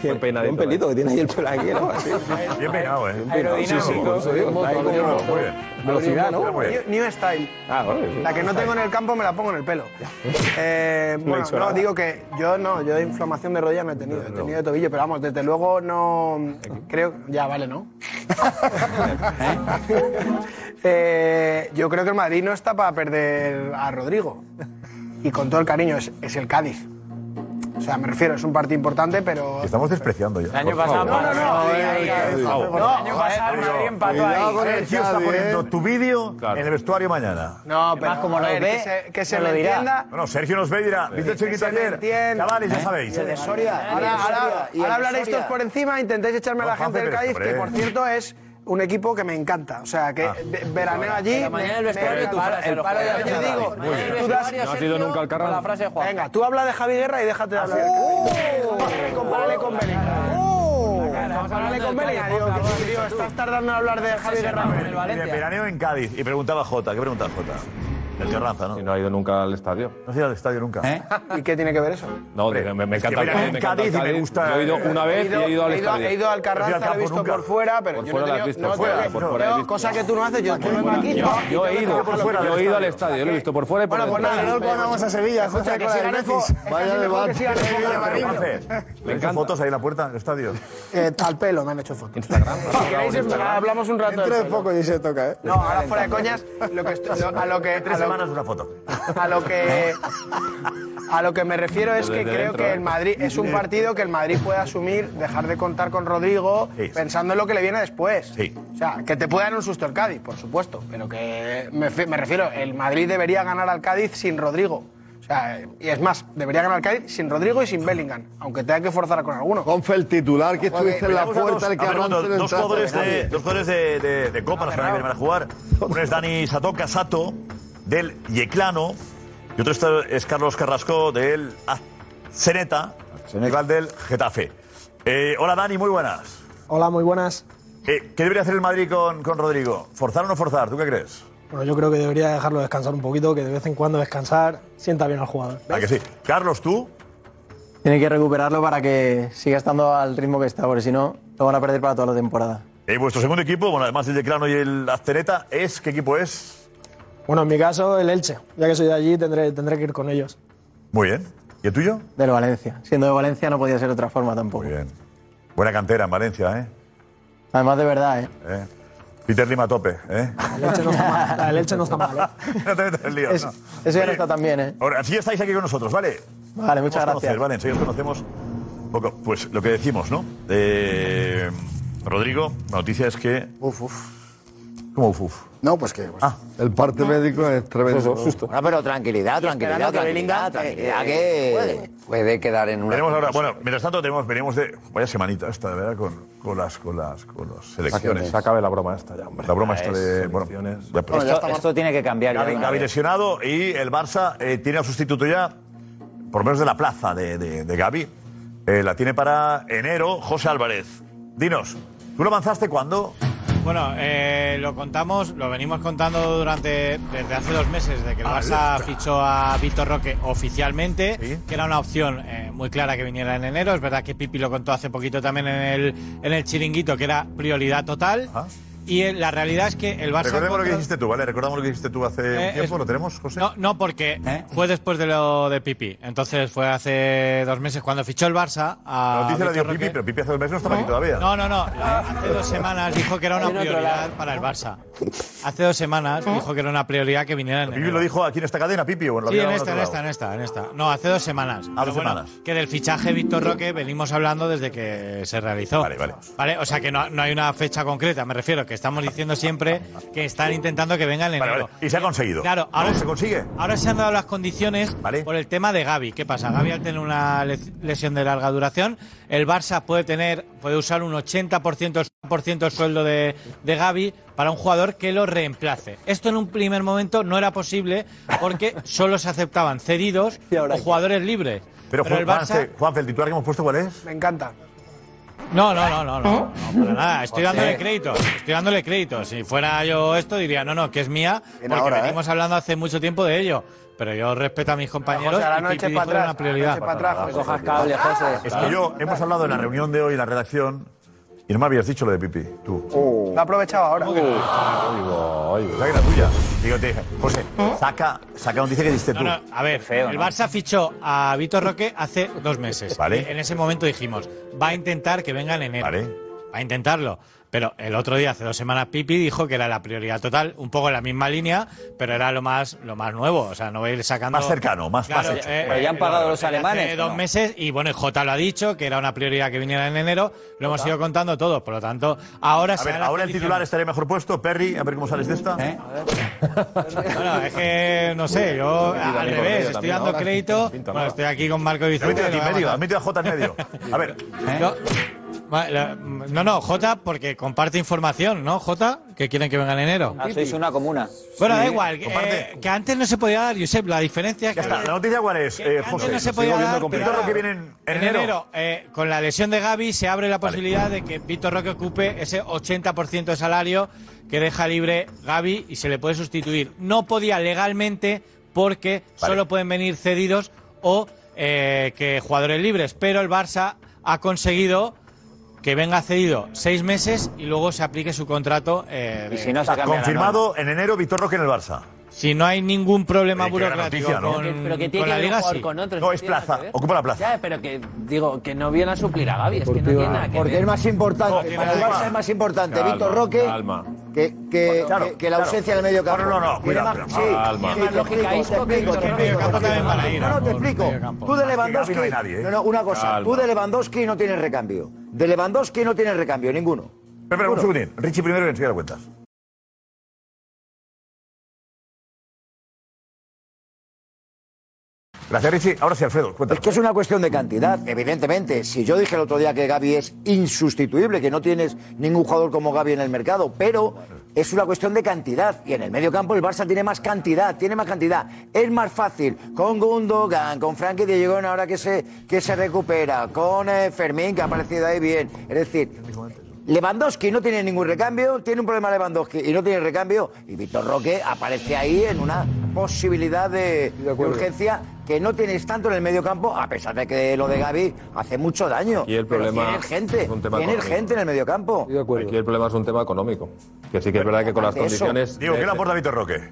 S1: Qué pena Un pelito que tiene ahí el pelaguero.
S7: Bien peinado, ¿eh?
S1: Aerodinámico. Velocidad, ¿no?
S22: New New Style.
S1: Ah, bueno.
S22: La que no tengo en el campo me la pongo en el pelo. Eh, bueno, no, digo que yo no, yo de inflamación de rodilla no he tenido, he tenido de tobillo, pero vamos, desde luego no. Creo. Ya, vale, ¿no? Eh, yo creo que el Madrid no está para perder a Rodrigo. Y con todo el cariño, es, es el Cádiz. O sea, me refiero, es un partido importante, pero.
S7: Estamos despreciando ya.
S22: El año pasado,
S7: No, no, no.
S22: No,
S7: Ah,
S22: el año pasado el Madrid empató ahí. ¿eh?
S7: Sergio está poniendo tu vídeo en el vestuario mañana.
S22: No, pero Además, como a lo ver, ve, que se, que se no me lo dirá. entienda.
S7: Bueno, Sergio nos ve y dirá, ¿viste el
S22: Que
S7: chiquito
S22: se me
S7: ayer?
S22: entienda.
S7: Chavales, ya sabéis.
S22: Y el de Soria. Ahora, ahora, Y el ahora de hablaréis Soria. todos por encima, intentáis echarme a la No, gente del Juanfe, Cádiz, pero que hombre. Ah. por cierto es un equipo que me encanta. O sea, que ve- veraneo allí. Pero mañana me- el vestuario me- tú, me- el palo de Yo Alcalá. digo, Muy bien. tú el das- vestuario, No ha sido Sergio, nunca Alcaraz. con la frase de Juan. Venga, tú habla de Javi Guerra y déjate de hablar. de Alcaraz. Compárale con Bellingham. Compárale con Bellingham. Digo, que- digo, estás tardando en hablar de Javi Guerra.
S7: Y de veraneo en Cádiz. Y preguntaba Jota, ¿qué preguntaba Jota? El Carranza, ¿no?
S24: Y no ha ido nunca al estadio.
S7: No has ido al estadio nunca.
S22: ¿Eh? ¿Y qué tiene que ver eso?
S24: No, que me, me
S7: es que
S24: encanta el
S7: mira,
S24: Cádiz,
S7: en
S24: me encanta el
S7: Cádiz y me
S24: Cádiz.
S7: gusta-
S24: Yo he ido una vez y he ido al
S22: he ido,
S24: estadio.
S22: he ido al
S24: Yo
S22: Carranza,
S24: he ido
S22: lo he visto
S24: campo
S22: por fuera, pero
S24: Por
S22: yo
S24: fuera lo
S22: no he
S24: has
S22: tenido-
S24: visto,
S22: no
S24: por fuera,
S22: tengo-
S24: por
S22: no
S24: fuera
S22: tengo
S24: he visto.
S22: cosa que tú no haces, yo no vengo aquí.
S24: Yo,
S22: no,
S24: yo
S22: y
S24: he
S22: tengo
S24: ido,
S22: que trabajar lo que
S24: yo he ido al
S22: tengo.
S24: estadio, lo he visto por fuera y por
S22: Bueno, pues
S24: dentro.
S22: nada, luego vamos a Sevilla. escucha, que siga Nefo, es Vaya casi mejor que debate. siga Nefo que Barrino.
S7: Me encantan fotos ahí en la puerta del estadio.
S22: Eh, al pelo me han hecho fotos. Si queréis, hablamos un rato.
S16: Dentro
S22: del
S16: de
S22: pelo.
S16: poco y se toca, ¿eh?
S22: No, ahora fuera de coñas, lo que estoy- lo- a lo que.
S7: Tres
S22: a lo-
S7: semanas una foto.
S22: A lo que. A lo que me refiero es que
S7: Desde
S22: creo
S7: dentro,
S22: que
S7: ¿eh?
S22: el Madrid es un partido que el Madrid puede asumir, dejar de contar con Rodrigo,
S7: Sí.
S22: pensando en lo que le viene después.
S7: Sí.
S22: O sea, que te puede dar un susto el Cádiz, por supuesto, pero que me, fi- me refiero, el Madrid debería ganar al Cádiz sin Rodrigo. O sea, y es más, debería ganar al Cádiz sin Rodrigo y sin Bellingham, aunque tenga que forzar con alguno.
S19: Confe, el titular que
S22: Joder,
S19: estuviste en la
S22: miramos a
S19: puerta, el que
S7: A ver, un
S19: arranca
S7: momento,
S19: el
S7: dos
S19: entrada
S7: jugadores
S19: nadie.
S7: de, dos jugadores de, de- de Copa la semana que viene van a jugar. Uno es Dani Satoka Sato, del Yeclano, y otro está- es Carlos Carrasco, del Ceneta, rival del Getafe. Eh, hola Dani, muy buenas.
S5: Hola, muy buenas.
S7: Eh, ¿Qué debería hacer el Madrid con, con Rodrigo? ¿Forzar o no forzar? ¿Tú qué crees?
S5: Bueno, yo creo que debería dejarlo descansar un poquito, que de vez en cuando descansar sienta bien al jugador.
S7: ¿A que sí? Carlos, ¿tú?
S6: Tiene que recuperarlo para que siga estando al ritmo que está, porque si no, lo van a perder para toda la temporada.
S7: Eh, vuestro segundo equipo, bueno, además del Yeclano y el Ceneta, es ¿qué equipo es?
S5: Bueno, en mi caso, el Elche. Ya que soy de allí, tendré, tendré que ir con ellos.
S7: Muy bien. ¿Y el tuyo?
S6: Del Valencia. Siendo de Valencia no podía ser de otra forma tampoco.
S7: Muy bien. Buena cantera en Valencia, ¿eh?
S6: Además de verdad, ¿eh?
S7: Eh, Peter Lima a tope, ¿eh?
S5: El Elche no está mal. La del Elche no está mal. ¿eh?
S7: no te metas en líos, no.
S6: Eso ya no está tan bien, ¿eh?
S7: Ahora, si ya estáis aquí con nosotros, ¿vale?
S6: Vale, muchas
S7: Os conocer,
S6: gracias.
S7: vale, enseguida os conocemos. un poco. Pues lo que decimos, ¿no? Eh, Rodrigo, la noticia es que. Uf, uf. ¿Cómo uf, uf? Ah.
S22: No, pues que.
S19: El parte médico es tremendo.
S7: Eso,
S6: Bueno, pero tranquilidad,
S22: tranquilidad, tranquilidad, tranquilidad, que
S6: puede.
S20: quedar en una.
S7: Tenemos ahora, bueno, mientras tanto tenemos, venimos de. Vaya semanita esta, de verdad, con, con las, con las, con las selecciones.
S24: Se acabe la broma esta ya, hombre.
S7: La broma
S24: Ya
S7: esta
S24: es
S7: de. Ah, Bueno, ya, pero-
S14: esto, esto tiene que cambiar. ya de
S7: Gaby,
S14: una
S7: Gaby
S14: vez.
S7: lesionado y el Barça eh, tiene a sustituto ya, por lo menos de la plaza de, de, de Gaby. Eh, la tiene para enero José Álvarez. Dinos, ¿tú lo lanzaste cuándo?
S21: Bueno, eh, lo contamos, lo venimos contando durante desde hace dos meses, de que el Barça fichó a Víctor Roque oficialmente, que era una opción eh, muy clara que viniera en enero. Es verdad que Pipi lo contó hace poquito también en el, en el chiringuito, que era prioridad total. Y eh, la realidad es que el Barça.
S7: Recordemos lo que
S21: encontró-
S7: dijiste tú, ¿vale? Recordamos lo que dijiste tú hace
S21: Eh,
S7: un tiempo,
S21: es-
S7: ¿lo tenemos, José? ¿Eh?
S21: No, no, porque fue después de lo de Pipi. Entonces fue hace dos meses cuando fichó el Barça. A
S7: La noticia la dio
S21: Ah,
S7: Pipi,
S21: Víctor Roque.
S7: pero Pipi hace dos meses no estaba aquí todavía.
S21: No, no, no. Hace dos semanas dijo que era una prioridad para el Barça. Hace dos semanas dijo que era una prioridad que viniera en
S7: Pipi lo
S21: enero.
S7: dijo aquí en esta cadena, Pipi, o en la
S21: Sí,
S7: vida
S21: en
S7: de
S21: esta, en
S7: otro
S21: esta,
S7: lado.
S21: en esta, en esta. No, hace dos semanas.
S7: Ah,
S21: Pero
S7: dos
S21: bueno,
S7: semanas.
S21: que del fichaje Víctor Roque venimos hablando desde que se realizó. Vale, vale. o sea que no, no hay una fecha concreta, me refiero, que estamos diciendo siempre que están intentando que venga en enero.
S7: Vale, vale. Y se ha conseguido.
S21: Claro, ahora
S7: ¿No se consigue.
S21: Ahora se han dado las condiciones por el tema de Gaby. ¿Qué pasa? Gaby al tener una le- lesión de larga duración, el Barça puede tener, puede usar un 80% por ciento del sueldo de, de Gaby para un jugador que lo reemplace. Esto en un primer momento no era posible porque solo se aceptaban cedidos o jugadores libres.
S7: Pero,
S21: Pero el Barça
S7: Juanfe, Juanfe, el titular que hemos puesto, ¿cuál es?
S22: Me encanta.
S21: no, no, no, no, no, no, para nada. Estoy dándole crédito, estoy dándole crédito. Si fuera yo esto, diría, no, no, que es mía, porque
S22: ahora, ¿eh?
S21: venimos hablando hace mucho tiempo de ello. pero yo respeto a mis compañeros.
S12: José, a la
S21: y
S12: noche
S21: Pipi dijo que
S12: pa' atrás,
S21: era una
S12: a la
S21: prioridad.
S12: noche pa' atrás, José. Cojas
S14: cable, José.
S7: Es que yo, hemos hablado en la reunión de hoy, en la redacción, y no me habías dicho lo de Pipi, tú.
S16: Lo ha aprovechado ahora.
S7: Oigo, oigo. Esa que era tuya. Digo, te dije, José,
S16: ¿Eh?
S7: saca, saca noticia que diste tú.
S21: No, no, a ver, el Barça fichó a Vitor Roque hace dos meses. En ese momento dijimos, va a intentar que venga en enero. Va a intentarlo. Pero el otro día, hace dos semanas, Pipi dijo que era la prioridad total, un poco en la misma línea, pero era lo más, lo más nuevo. O sea, no va a ir sacando. eh,
S7: Más cercano, más- más hecho. Pero ya han pagado los alemanes,
S21: Hace
S7: ¿no?
S21: dos meses, y bueno, J lo ha dicho, que era una prioridad que viniera en enero. Lo hemos ido contando todos. Por lo tanto, ahora
S7: a
S21: se ¿Eh?
S7: ver,
S21: dan las
S7: ahora el titular estaría mejor puesto. Perry, a ver cómo sales de esta.
S21: Bueno, es que no sé, yo al
S7: amigo
S21: revés,
S7: mío
S21: estoy
S7: también,
S21: dando
S7: ahora.
S21: crédito.
S7: Pinta
S21: Bueno,
S7: nada.
S21: estoy aquí con Marco
S7: Te ha
S21: Vicente.
S7: metido a ti
S21: lo
S7: en
S21: voy a
S7: medio,
S21: matar.
S7: ha metido a J en medio. A ver.
S21: Yo- Ma- la- No, no, Jota, porque comparte información, ¿no, Jota? Que quieren que venga en enero.
S14: Ah, sois una comuna.
S21: Bueno, da
S14: Sí.
S21: igual, que,
S14: Comparte.
S21: eh, que antes no se podía dar, Josep, la diferencia es
S7: Ya
S21: que...
S7: está, la noticia cuál es, eh,
S21: antes
S7: José.
S21: no se
S7: Sigo
S21: podía
S7: viendo
S21: dar,
S7: complicado.
S21: pero
S7: Lo que
S21: ahora,
S7: viene en enero.
S21: eh, con la lesión de Gaby se abre la posibilidad de que Víctor Roque ocupe ese 80% de salario que deja libre Gaby y se le puede sustituir. No podía legalmente porque solo pueden venir cedidos o eh, que jugadores libres, pero el Barça ha conseguido que venga cedido seis meses y luego se aplique su contrato. eh, de-
S7: Confirmado en enero, Víctor Roque en el Barça.
S21: Si no hay ningún problema
S7: Oye, qué gran
S21: burocrático
S7: noticia, ¿no?
S21: con,
S7: Pero que- pero que
S21: con la
S17: ver
S21: liga,
S17: un jugador
S21: sí.
S17: con otros,
S7: No, es
S17: tiene nada
S7: plaza,
S17: que ver.
S7: ocupa la plaza.
S17: Ya, pero que digo, que no viene a suplir a Gaby, es que no tiene nada que
S15: Porque
S17: ver.
S15: es más importante. Para el Barça es más importante.
S17: Calma,
S15: Víctor Roque
S17: calma.
S15: Que, que, que- que la ausencia del medio campo.
S7: No, no, no,
S15: Tiene
S7: cuidado.
S15: más-
S7: cuidado.
S15: sí,
S7: Calma.
S15: sí, te explico, te explico, te explico. No, no, te explico. Tú de Lewandowski.
S7: No hay nadie, ¿eh?
S15: No, no, una cosa.
S7: Calma.
S15: Tú de Lewandowski no tienes recambio. De Lewandowski no tienes recambio, ninguno.
S7: Espera, espera, un segundín. Richie primero y enseguida lo cuentas. Gracias, Richie. Ahora sí, Alfredo,
S15: Es que es una cuestión de cantidad, evidentemente. Si yo dije el otro día que Gaby es insustituible, que no tienes ningún jugador como Gaby en el mercado, pero es una cuestión de cantidad. Y en el medio campo el Barça tiene más cantidad, tiene más cantidad. Es más fácil con Gundogan, con Frankie de Jong ahora que se, que se recupera, con eh, Fermín que ha aparecido ahí bien. Es decir, Lewandowski no tiene ningún recambio, tiene un problema Lewandowski y no tiene recambio. Y Víctor Roque aparece ahí en una posibilidad de, de
S24: acuerdo.
S15: urgencia que no tienes tanto en el medio campo, a pesar de que lo de Gaby hace mucho daño.
S24: Y el
S15: Pero
S24: problema
S15: Tiene gente,
S24: es un tema
S15: tiene
S24: económico.
S15: gente en el medio campo.
S24: Aquí el problema es un tema económico. Que sí que es verdad que con las
S15: aparte de eso,
S24: condiciones.
S15: digo, ¿qué le aporta
S7: Víctor Roque?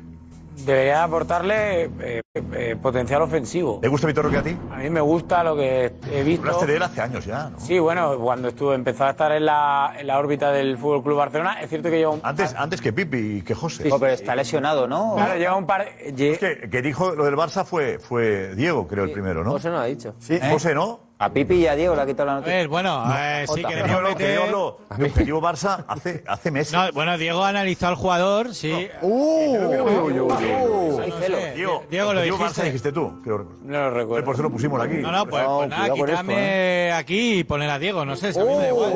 S12: Debería aportarle eh, eh, potencial ofensivo.
S7: ¿Te gusta Víctor Roque a ti?
S12: A mí me gusta lo que he visto.
S7: Hablaste de él hace años ya, ¿no?
S12: Sí, bueno, cuando estuve, empezó a estar en la, en la órbita del Fútbol Club Barcelona, es cierto que lleva un.
S7: Antes, antes que Pipi y que José.
S12: No, pero
S14: está lesionado, ¿no?
S12: Claro, lleva un par.
S7: Es que, que dijo lo del Barça fue, fue Diego, creo, el primero, ¿no?
S14: José no lo ha dicho.
S7: Sí, José, ¿no?
S14: A Pipi y a Diego le ha quitado la
S21: A ver, bueno,
S14: ah,
S21: eh, sí
S7: Jota.
S21: que
S7: Que
S21: nos
S7: Diego habló-
S21: mete-
S7: que Diego habló de objetivo Barça hace, hace meses.
S21: No, bueno, Diego analizó al jugador, sí.
S7: Uh, Diego,
S21: Diego, lo
S7: objetivo
S21: dijiste.
S7: Barça dijiste tú. No
S12: lo recuerdo.
S7: Por eso lo pusimos aquí.
S21: No, no, pues, pues nada,
S7: cuidado con esto, ¿eh? Uh,
S21: quítame aquí y poner a Diego, no sé, si a mí me da igual.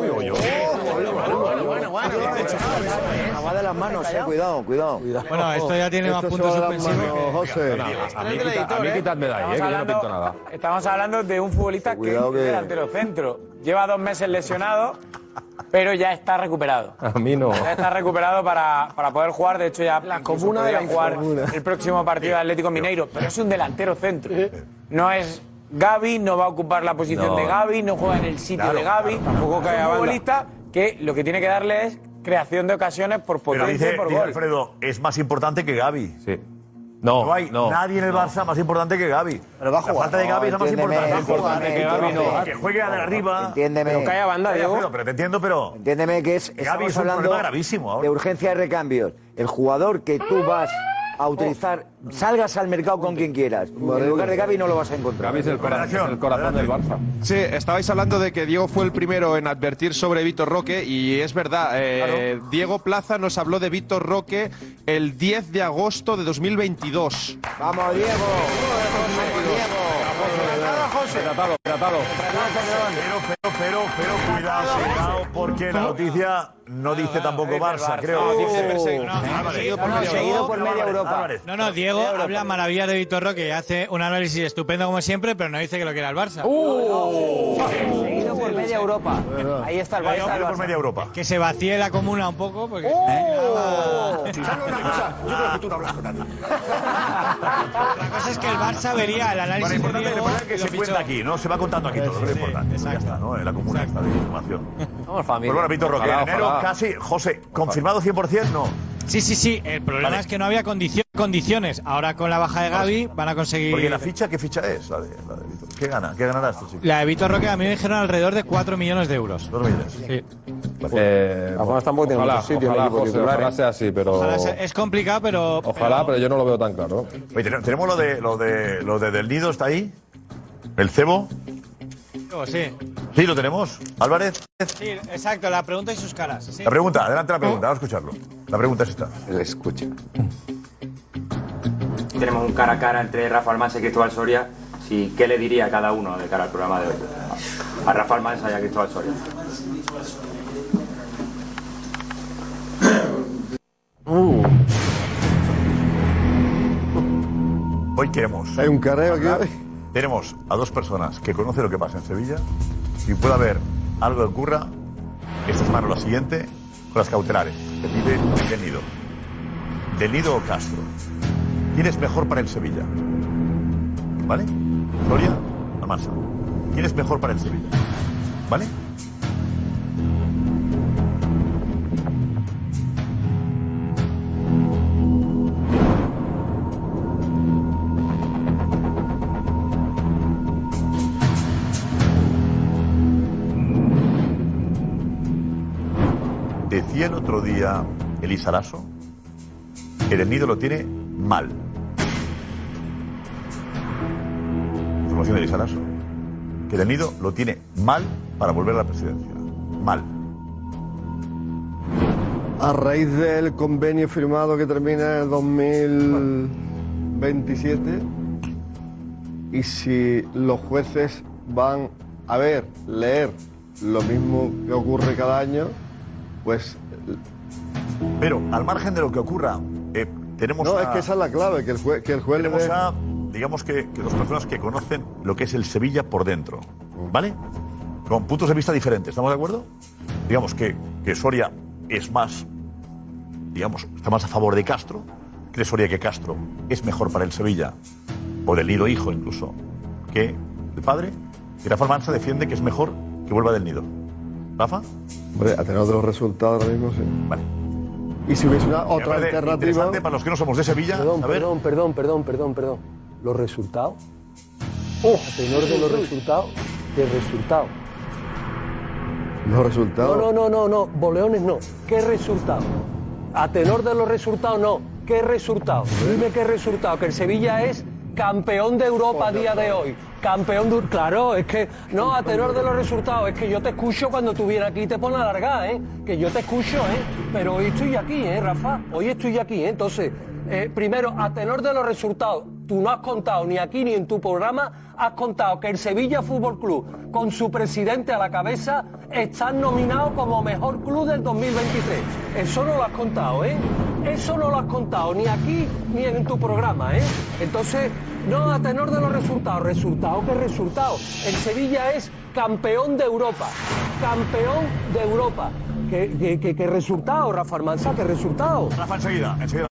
S15: Agua de las manos, eh, cuidado, cuidado.
S21: Bueno, esto ya tiene más puntos suspensivos. que-
S24: A mí, quita- a mí quitadme de ahí, eh, que yo no pinto nada.
S12: Estamos hablando de un futbolista que es
S24: Cuidado que-
S12: delantero centro. Lleva dos meses lesionado, pero ya está recuperado.
S24: A mí no.
S12: Ya está recuperado para, para poder jugar. De hecho, ya la
S17: comuna de la
S12: jugar
S17: infomuna.
S12: el próximo partido de Atlético Mineiro. Pero es un delantero centro. No es Gaby, no va a ocupar la posición
S17: No.
S12: de Gaby, no juega en el sitio
S17: Claro,
S12: de Gaby.
S17: claro, tampoco
S12: es
S17: cae a
S12: un
S17: banda.
S12: futbolista que lo que tiene que darle es creación de ocasiones por
S7: Pero
S12: potencia
S7: dice,
S12: y Pues por
S7: dice
S12: gol.
S7: Alfredo, es más importante que Gaby.
S24: Sí. No,
S7: hay
S24: no.
S7: nadie en el
S24: No.
S7: Barça más importante que Gaby.
S15: Pero va a
S7: La
S15: jugar.
S7: falta de Gaby es la más
S15: Entiéndeme,
S7: importante.
S15: va a jugar,
S7: Importante que
S15: eh,
S7: Gaby no.
S15: entonces.
S7: Que juegue a de arriba.
S15: Entiéndeme. Pero que haya banda,
S7: Oye,
S15: Diego.
S7: Alfredo, Pero te entiendo, pero...
S15: Entiéndeme que es, estamos
S7: es un
S15: hablando
S7: problema gravísimo ahora.
S15: de urgencia de recambios. El jugador que tú vas a utilizar, salgas al mercado con quien quieras. En lugar de Gaby no lo vas a encontrar.
S24: Gaby es el corazón, es el corazón del Barça.
S23: Sí, estabais hablando de que Diego fue el primero en advertir sobre Vitor Roque y es verdad, eh, Diego Plaza nos habló de Vitor Roque el 10 de agosto de 2022.
S15: Vamos, Diego.
S24: Tratado, tratado.
S7: Pero, pero, pero, pero, cuidado, cuidado, porque la noticia No dice tampoco
S21: es del
S7: Barça,
S21: Barça.
S7: creo.
S21: No,
S7: dice
S21: dice
S7: perseguido.
S21: perseguido. No, seguido por media Europa. No, no, Diego habla maravillas de Vitor Roque, hace un análisis estupendo como siempre, pero no dice que lo quiera el Barça.
S7: Uh,
S14: Seguido por media Europa. Ahí está el Barça. el Barça.
S7: Europa. Uh.
S21: Que se vacíe la comuna un poco porque...
S7: Yo creo que tú no hablas con nadie.
S21: La cosa es que el Barça vería el análisis
S7: Bueno, importante
S21: de
S7: que recuerda que
S21: Diego y lo
S7: se cuenta
S21: fichó.
S7: aquí, ¿no? Se va contando aquí todo, lo importante. Ya está, ¿no? En la comuna esta de información.
S21: Vamos,
S7: Pues bueno, Víctor Roque, en enero casi. José, ¿confirmado 100%? No.
S21: Sí, sí, sí. El problema es que no había condicio- condiciones. Ahora con la baja de Gaby van a conseguir...
S7: Porque la ficha, ¿qué ficha es? La de, la de Víctor. ¿Qué gana? ¿Qué ganarás tú, chico?
S21: La de Vitor Roque a mí me dijeron alrededor de 4 millones de euros. Sí.
S11: Eh,
S24: tampoco
S11: tiene
S24: ojalá,
S11: mucho sitio en el
S24: ojalá, equipo
S11: José,
S24: titular,
S11: ojalá
S24: ¿eh?
S11: sea así, pero.
S21: Ojalá sea- es complicado, pero.
S11: Ojalá, pero yo no lo veo tan claro.
S7: Oye, tenemos- tenemos lo de, lo de, lo de Del Nido, ¿está ahí? ¿El cebo?
S21: pero- eh, Sí.
S7: Sí, lo tenemos. Álvarez,
S21: Sí, exacto, la pregunta y sus caras. sí.
S7: la pregunta, adelante la pregunta, vamos a escucharlo. La pregunta es esta.
S20: escucha.
S2: Tenemos un cara a cara entre Rafa Almansa y Cristóbal Soria. Sí, ¿Qué le diría a cada uno de cara al programa de hoy? A Rafa Almansa y a Cristóbal Soria.
S19: Uh.
S7: Hoy queremos.
S19: Hay un carreo aquí. hoy.
S7: Tenemos a dos personas que conocen lo que pasa en Sevilla y puede haber algo que ocurra esta semana o la siguiente con las cautelares que pide Del Nido. Del Nido o Castro. ¿Quién es mejor para el Sevilla? ¿Vale? Soria, Almansa. ¿Quién es mejor para el Sevilla? ¿Vale? Decía el otro día Elisa Lasso que Del Nido lo tiene mal. Información de Elisa Lasso. Que Del Nido lo tiene mal para volver a la presidencia. Mal.
S19: A raíz del convenio firmado que termina en 2027, y si los jueces van a ver, leer lo mismo que ocurre cada año, pues
S7: Pero al margen de lo que ocurra, eh, tenemos
S19: No,
S7: a-
S19: es que esa es la clave, que el juez, que el juez le
S7: Tenemos
S19: dé-
S7: a, digamos que, que dos personas que conocen lo que es el Sevilla por dentro, ¿vale? Con puntos de vista diferentes, ¿estamos de acuerdo? Digamos que, que Soria es más, digamos, está más a favor de Castro. ¿Cree Soria que Castro es mejor para el Sevilla, o del nido hijo incluso, que el padre? Y Rafa Almansa defiende que es mejor que vuelva del nido. ¿Rafa?
S19: Hombre, a tener otros resultados ahora mismo, sí.
S7: Vale.
S19: Y si hubiese una
S7: Me
S19: otra
S7: parece
S19: alternativa.
S7: interesante para los que no somos de Sevilla,
S18: Perdón,
S7: a ver.
S18: perdón, perdón, perdón, perdón, perdón. Los resultados. a tenor de los resultados, ¿qué resultado?
S19: Los resultados.
S18: No, no, no, no, no. Boleones no. ¿Qué resultado? A tenor de los resultados, no. ¿Qué resultado? Dime qué resultado. Que el Sevilla es campeón de Europa a día de hoy. Campeón de... Claro, es que... No, a tenor de los resultados. Es que yo te escucho cuando tú vienes aquí y te pones a largar, ¿eh? Que yo te escucho, ¿eh? Pero hoy estoy aquí, ¿eh, Rafa? Hoy estoy aquí, ¿eh? Entonces, eh, primero, a tenor de los resultados, tú no has contado, ni aquí ni en tu programa, has contado que el Sevilla Fútbol Club, con su presidente a la cabeza, está nominado como mejor club del 2023. Eso no lo has contado, ¿eh? Eso no lo has contado, ni aquí ni en tu programa, ¿eh? Entonces, no, a tenor de los resultados, resultado que resultado. El Sevilla es campeón de Europa, campeón de Europa. ¿Qué, qué- qué- qué resultado, Rafa Armanza? ¿Qué resultado?
S7: Rafa, enseguida, enseguida.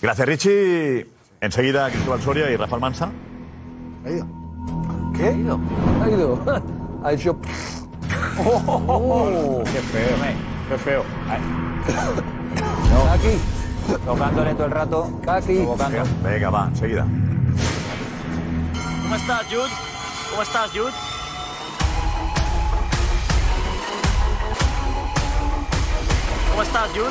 S7: Gracias, Richie. Enseguida Cristóbal Soria y Rafa Almansa.
S18: ¿Qué? Ha ido. Ha hecho. Oh.
S7: Qué feo, qué feo.
S18: Aquí.
S14: Tocándole todo el rato.
S18: Aquí.
S7: Venga, va, enseguida.
S8: ¿Cómo estás, Jude? ¿Cómo estás, Jude? ¿Cómo estás, Jude?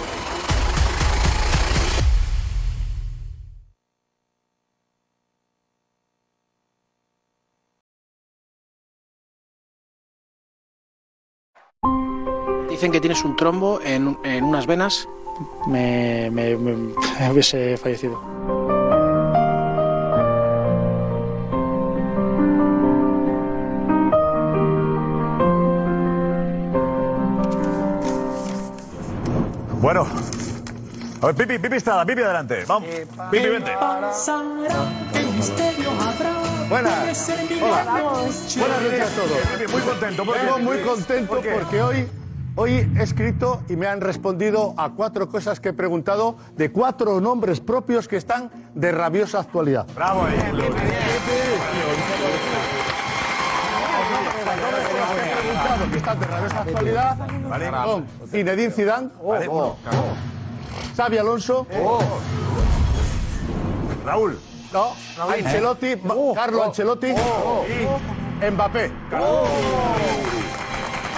S10: Dicen que tienes un trombo en, en unas venas. Me, me, me- hubiese fallecido.
S7: Bueno. A ver, Pipi, Pipi Estrada, Pipi adelante. Vamos. Pipi, vente.
S3: Buenas. Hola.
S7: Buenas noches a todos. Muy contento. ¿por qué?
S3: Vengo muy contento
S7: ¿Por qué?
S3: porque hoy, hoy he escrito y me han respondido a cuatro cosas que he preguntado de cuatro nombres propios que están de rabiosa actualidad.
S7: Bravo, eh.
S3: que están de rabiosa actualidad son Zinedine Zidane, oh, Xavi Alonso,
S7: Oh. Raúl,
S3: no,
S7: Eh.
S3: Ancelotti, Carlo Ancelotti, Oh. Mbappé.
S7: Oh.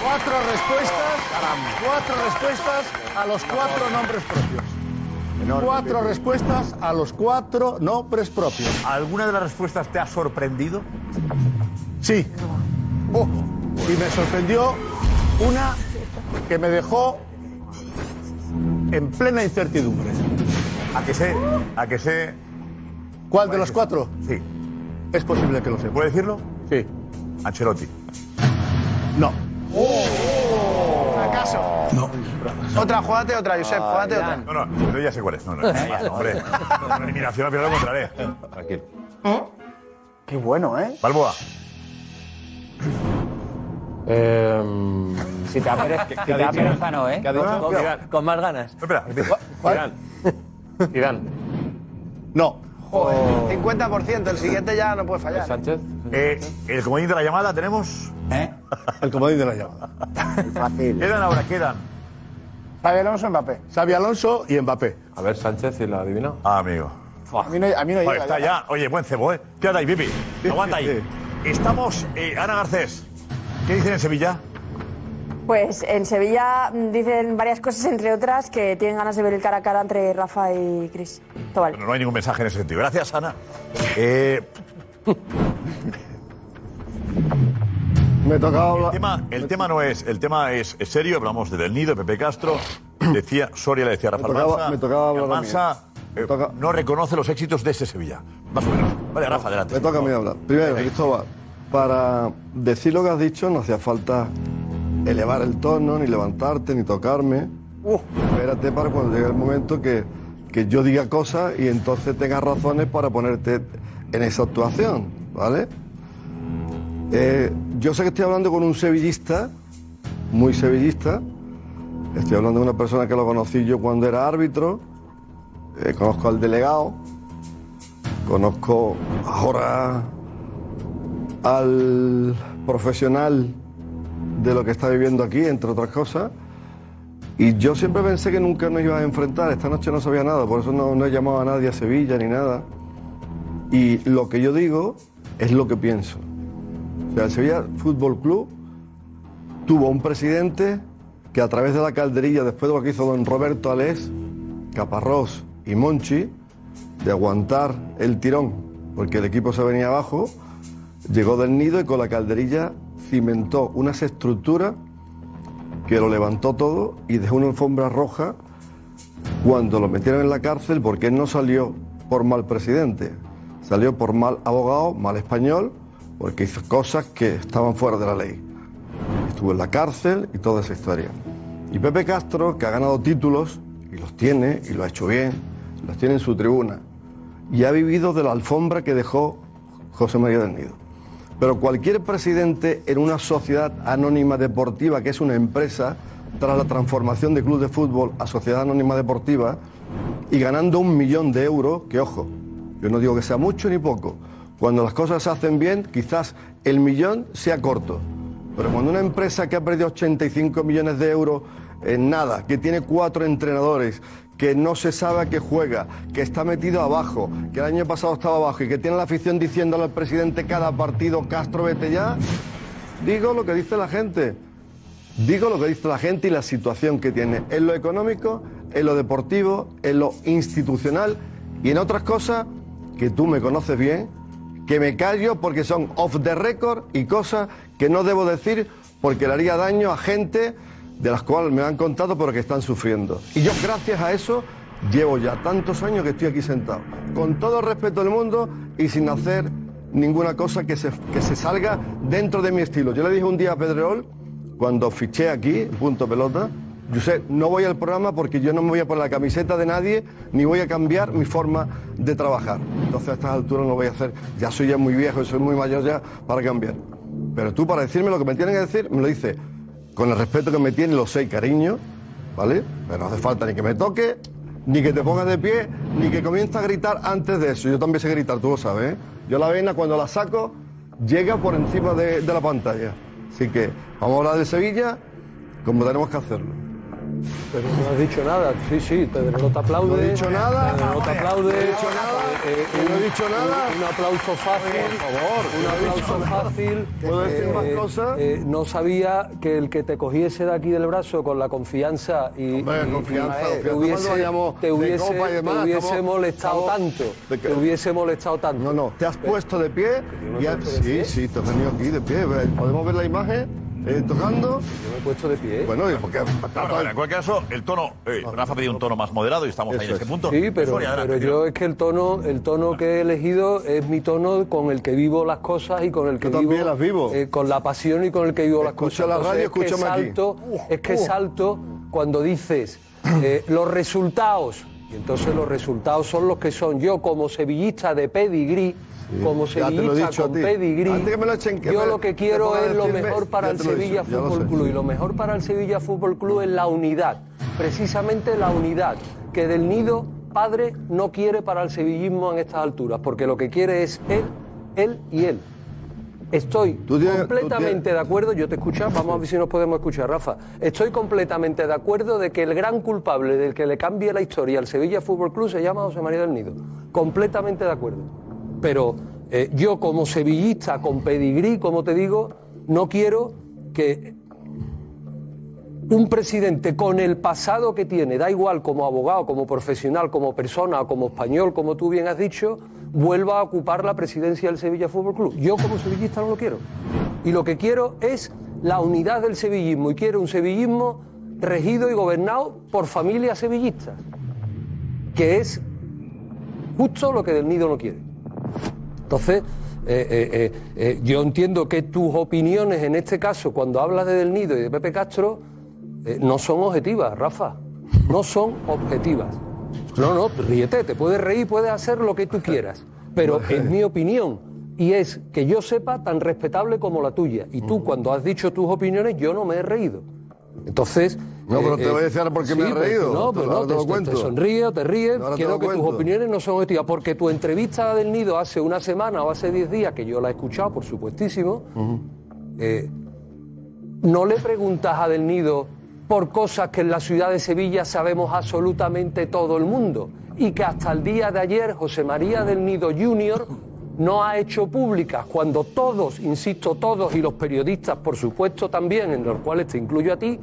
S3: Cuatro respuestas,
S7: Oh,
S3: cuatro respuestas a los cuatro nombres propios. Cuatro respuestas a los cuatro nombres propios.
S7: ¿Alguna de las respuestas te ha sorprendido?
S3: Sí. Oh, Y me sorprendió una que me dejó en plena incertidumbre.
S7: A que sé, a que sé.
S3: ¿Cuál de los cuatro?
S7: Sí.
S3: Es posible que lo sepa.
S7: ¿Puede decirlo?
S3: Sí.
S7: Ancelotti.
S3: No.
S7: Oh, ¿Acaso? No.
S22: Otra, jugate otra, Josep, jugate otra.
S7: No, no, yo ya sé cuál es. No, no, no, hombre. Una eliminación al final lo encontraré. Tranquilo.
S22: Qué bueno, ¿eh?
S7: Balboa. Eh,
S14: Si te apereza, si te apereza no, ¿eh? Con-
S17: Con, con más ganas.
S7: Espera.
S3: ¿Cuál?
S24: Zidane.
S3: No.
S22: Joder, 50%, el siguiente ya no puede fallar.
S24: Sánchez.
S7: Eh, el comodín de la llamada tenemos.
S3: ¿Eh? El comodín de la llamada.
S22: Fácil.
S7: Quedan ahora, quedan.
S22: Xavi Alonso, Mbappé.
S3: Xavi Alonso y Mbappé.
S24: A ver, Sánchez, si la adivina.
S7: Ah, amigo.
S22: A mí no, a mí no
S7: Vale,
S22: llega
S7: está ya. Oye, buen cebo, ¿eh? Quédate ahí, Pipi. Aguanta ahí. Estamos, eh, Ana Garcés. ¿Qué dicen en Sevilla?
S4: Pues en Sevilla mm, dicen varias cosas, entre otras, que tienen ganas de ver el cara a cara entre Rafa y Cris. Tobal.
S7: Bueno, no hay ningún mensaje en ese sentido. Gracias, Ana. Eh,
S3: Me tocaba
S7: el, tema, el tema no es, el tema es, es serio. Hablamos de Del Nido, de Pepe Castro. Decía, Soria le decía a Rafa
S3: Me tocaba-
S7: Almansa.
S3: me tocaba hablar a mí.
S7: Almansa, eh, no reconoce los éxitos de este Sevilla. Más o menos. Vale, Rafa, adelante.
S3: Me
S7: toca
S3: a mí hablar. Primero, Cristóbal, para decir lo que has dicho no hacía falta elevar el tono, ni levantarte, ni tocarme. Espérate para cuando llegue el momento que, que yo diga cosas y entonces tengas razones para ponerte en esa actuación, ¿vale? Eh, yo sé que estoy hablando con un sevillista, muy sevillista. Estoy hablando de una persona que lo conocí yo cuando era árbitro. Eh, conozco al delegado. Conozco ahora al profesional de lo que está viviendo aquí, entre otras cosas. Y yo siempre pensé que nunca nos iba a enfrentar. Esta noche no sabía nada, por eso no, no he llamado a nadie a Sevilla ni nada. Y lo que yo digo es lo que pienso. O sea, el Sevilla Fútbol Club tuvo un presidente que a través de la calderilla, después de lo que hizo don Roberto Alés, Caparrós y Monchi, de aguantar el tirón, porque el equipo se venía abajo, llegó del nido y con la calderilla cimentó unas estructuras que lo levantó todo y dejó una alfombra roja cuando lo metieron en la cárcel porque él no salió por mal presidente, salió por mal abogado, mal español, porque hizo cosas que estaban fuera de la ley. Estuvo en la cárcel y toda esa historia. Y Pepe Castro, que ha ganado títulos, y los tiene, y lo ha hecho bien, los tiene en su tribuna, y ha vivido de la alfombra que dejó José María del Nido. Pero cualquier presidente en una sociedad anónima deportiva, que es una empresa, tras la transformación de club de fútbol a sociedad anónima deportiva, y ganando un millón de euros, que ojo, yo no digo que sea mucho ni poco, cuando las cosas se hacen bien, quizás el millón sea corto. Pero cuando una empresa que ha perdido 85 millones de euros en nada, que tiene cuatro entrenadores, que no se sabe a qué juega, que está metido abajo, que el año pasado estaba abajo y que tiene la afición diciéndole al presidente cada partido, Castro, vete ya, digo lo que dice la gente. Digo lo que dice la gente y la situación que tiene en lo económico, en lo deportivo, en lo institucional y en otras cosas que tú me conoces bien, que me callo porque son off the record y cosas que no debo decir porque le haría daño a gente de las cuales me han contado pero que están sufriendo. Y yo gracias a eso llevo ya tantos años que estoy aquí sentado, con todo el respeto del mundo y sin hacer ninguna cosa que se, que se salga dentro de mi estilo. Yo le dije un día a Pedrerol, cuando fiché aquí, punto pelota, Josep, no voy al programa porque yo no me voy a poner la camiseta de nadie ni voy a cambiar mi forma de trabajar. Entonces a estas alturas no voy a hacer. Ya soy ya muy viejo, soy muy mayor ya para cambiar. Pero tú para decirme lo que me tienes que decir, me lo dices con el respeto que me tiene, lo sé, y cariño, ¿vale? Pero no hace falta ni que me toque, ni que te pongas de pie, ni que comiences a gritar antes de eso. Yo también sé gritar, tú lo sabes, ¿eh? Yo la vena cuando la saco llega por encima de, de la pantalla. Así que vamos a hablar de Sevilla como tenemos que hacerlo.
S18: Pero no has dicho nada. Sí, sí, Pedro, no te aplaude.
S3: No he dicho nada.
S18: Pedro, no te aplaude. Eh,
S3: No he dicho nada.
S18: no he dicho nada. Un, un aplauso fácil. Por favor. Un aplauso fácil.
S3: ¿Puedo decir más cosas?
S18: eh, no sabía que el que te cogiese de aquí del brazo con la confianza y,
S3: Hombre, confianza,
S18: y- y-
S3: confianza,
S18: eh, te hubiese,
S3: cuando vayamos
S18: te
S3: de
S18: hubiese,
S3: copa y demás,
S18: te hubiese
S3: estamos-
S18: molestado
S3: estamos-
S18: tanto. Te hubiese molestado tanto.
S3: No, no, te has puesto de pie.
S18: no
S3: y
S18: me he
S3: has-
S18: puesto de
S3: sí,
S18: pie.
S3: sí, te has venido aquí de pie. Ve, ¿Podemos ver la imagen? Eh, tocando.
S18: Yo me he puesto de pie.
S3: Bueno, ¿y por qué?
S7: Bueno, pero en cualquier caso, el tono. eh, Rafa pidió un tono más moderado y estamos ahí en
S18: Eso
S7: este
S18: es.
S7: punto.
S18: Sí, pero,
S7: Soria, adelante,
S18: pero yo es que el tono, el tono que he elegido es mi tono con el que vivo las cosas y con el que vivo, eh, con la pasión y con el que vivo las
S3: Escucha
S18: cosas.
S3: la radio,
S18: Entonces, es que
S3: escúchame aquí. Uh,
S18: salto, es que salto cuando dices eh, los resultados. Y entonces los resultados son los que son. Yo como sevillista de pedigrí, como
S3: ya te lo he
S18: sevillista
S3: dicho a
S18: con
S3: ti.
S18: pedigrí,
S3: Antes que me lo echen, que
S18: yo
S3: me-
S18: lo que
S3: te
S18: quiero
S3: pongas a
S18: es lo
S3: decirme,
S18: mejor para
S3: ya
S18: el
S3: te lo he dicho,
S18: Sevilla
S3: ya lo
S18: Fútbol
S3: sé.
S18: Club y lo mejor para el Sevilla Fútbol Club es la unidad, precisamente la unidad que del nido padre no quiere para el sevillismo en estas alturas, porque lo que quiere es él, él y él. Estoy completamente de acuerdo, yo te escucho, vamos a ver si nos podemos escuchar, Rafa. Estoy completamente de acuerdo de que el gran culpable del que le cambie la historia al Sevilla Fútbol Club se llama José María del Nido. Completamente de acuerdo. Pero eh, yo como sevillista, con pedigrí, como te digo, no quiero que un presidente con el pasado que tiene, da igual como abogado, como profesional, como persona, o como español, como tú bien has dicho, vuelva a ocupar la presidencia del Sevilla Fútbol Club. Yo como sevillista no lo quiero. Y lo que quiero es la unidad del sevillismo. Y quiero un sevillismo regido y gobernado por familias sevillistas, que es justo lo que Del Nido no quiere. Entonces, eh, eh, eh, eh, yo entiendo que tus opiniones en este caso, cuando hablas de Del Nido y de Pepe Castro, eh, no son objetivas, Rafa. No son objetivas. No, no, ríete, te puedes reír, puedes hacer lo que tú quieras. Pero es mi opinión. Y es que yo sepa tan respetable como la tuya. Y tú, cuando has dicho tus opiniones, yo no me he reído. Entonces. eh,
S3: No, pero te voy a decir ahora por qué me he
S18: pero tú
S3: reído.
S18: No,
S3: Te-
S18: pero
S3: ahora
S18: no,
S3: te
S18: te,
S3: lo
S18: te- te
S3: cuento.
S18: sonríe o te ríes.
S3: Ahora te
S18: Quiero
S3: lo
S18: que tus
S3: cuento.
S18: opiniones no son objetivas. Porque tu entrevista del nido hace una semana o hace 10 días, que yo la he escuchado, por supuestísimo, eh, no le preguntas a Del Nido por cosas que en la ciudad de Sevilla sabemos absolutamente todo el mundo y que hasta el día de ayer José María Del Nido Jr. no ha hecho públicas cuando todos, insisto, todos y los periodistas, por supuesto también, en los cuales te incluyo a ti,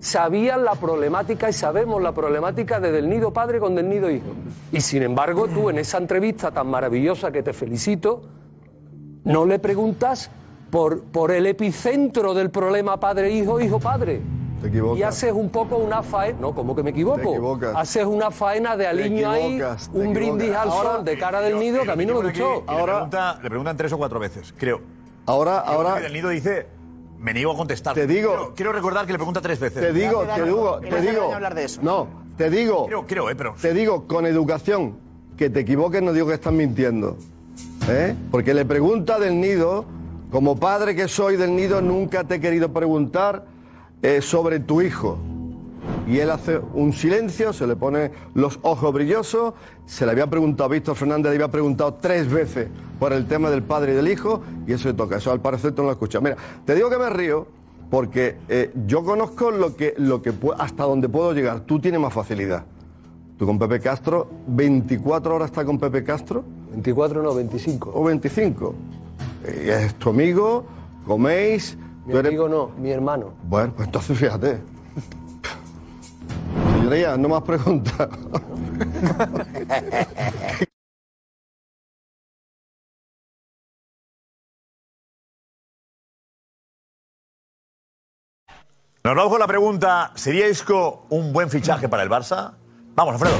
S18: sabían la problemática y sabemos la problemática de Del Nido padre con Del Nido hijo. Y sin embargo, tú en esa entrevista tan maravillosa que te felicito, no le preguntas por, por el epicentro del problema padre-hijo, hijo-padre.
S3: Te equivocas.
S18: Y haces un poco una faena. No, ¿cómo que me equivoco?
S3: Te equivocas.
S18: Haces una faena de aliño ahí,
S7: equivocas, te
S18: un brindis
S7: equivocas.
S18: al sol
S7: Ahora,
S18: de cara del nido que a mí no me gustó.
S7: Ahora, le, pregunta- le preguntan tres o cuatro veces, creo.
S3: Ahora,
S7: ahora. Del nido dice, me niego a contestar.
S3: Te digo-
S7: Quiero, quiero recordar que le pregunta tres veces.
S3: Te digo, te digo, te digo. No, te digo.
S7: Creo, creo, eh, pero.
S3: Te digo, con educación, que te equivoques, no digo que estás mintiendo. ¿eh? Porque le pregunta del nido, como padre que soy del nido, nunca te he querido preguntar eh, sobre tu hijo. Y él hace un silencio, se le pone los ojos brillosos, se le había preguntado, Víctor Fernández le había preguntado tres veces por el tema del padre y del hijo, y eso le toca, eso al parecer tú no lo escuchas. Mira, te digo que me río porque eh, yo conozco lo que, lo que pu- hasta donde puedo llegar, tú tienes más facilidad. Tú con Pepe Castro, 24 horas está con Pepe Castro.
S18: 24 no, 25.
S3: O 25. Y es tu amigo, coméis. Mi amigo
S18: no, mi hermano.
S3: Bueno, pues entonces fíjate. Señoría, no más preguntas.
S7: Nos vamos con la pregunta: ¿sería Isco un buen fichaje para el Barça? Vamos, Alfredo.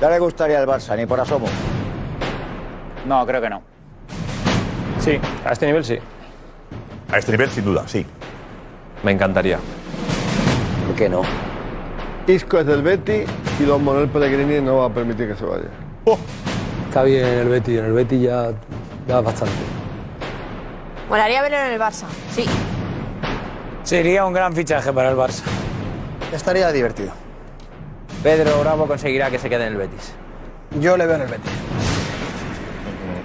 S15: Ya le gustaría al Barça, ni por asomo.
S14: No, creo que no.
S7: Sí, a este nivel sí. A este nivel, sin duda, sí.
S24: Me encantaría.
S11: qué no?
S3: Isco es del Betty y Don Manuel Pellegrini no va a permitir que se vaya.
S18: Está bien en el Betis, en el Betis ya da bastante.
S9: Molaría verlo en el Barça. Sí.
S17: Sería un gran fichaje para el Barça.
S29: Estaría divertido.
S30: Pedro Bravo conseguirá que se quede en el Betis.
S17: Yo le veo en el Betis.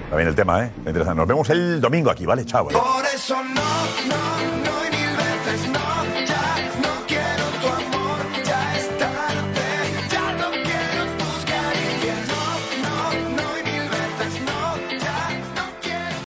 S7: Está bien el tema, ¿eh? Interesante. Nos vemos el domingo aquí, ¿vale? Chao. ¿eh?
S31: Por eso no, no, no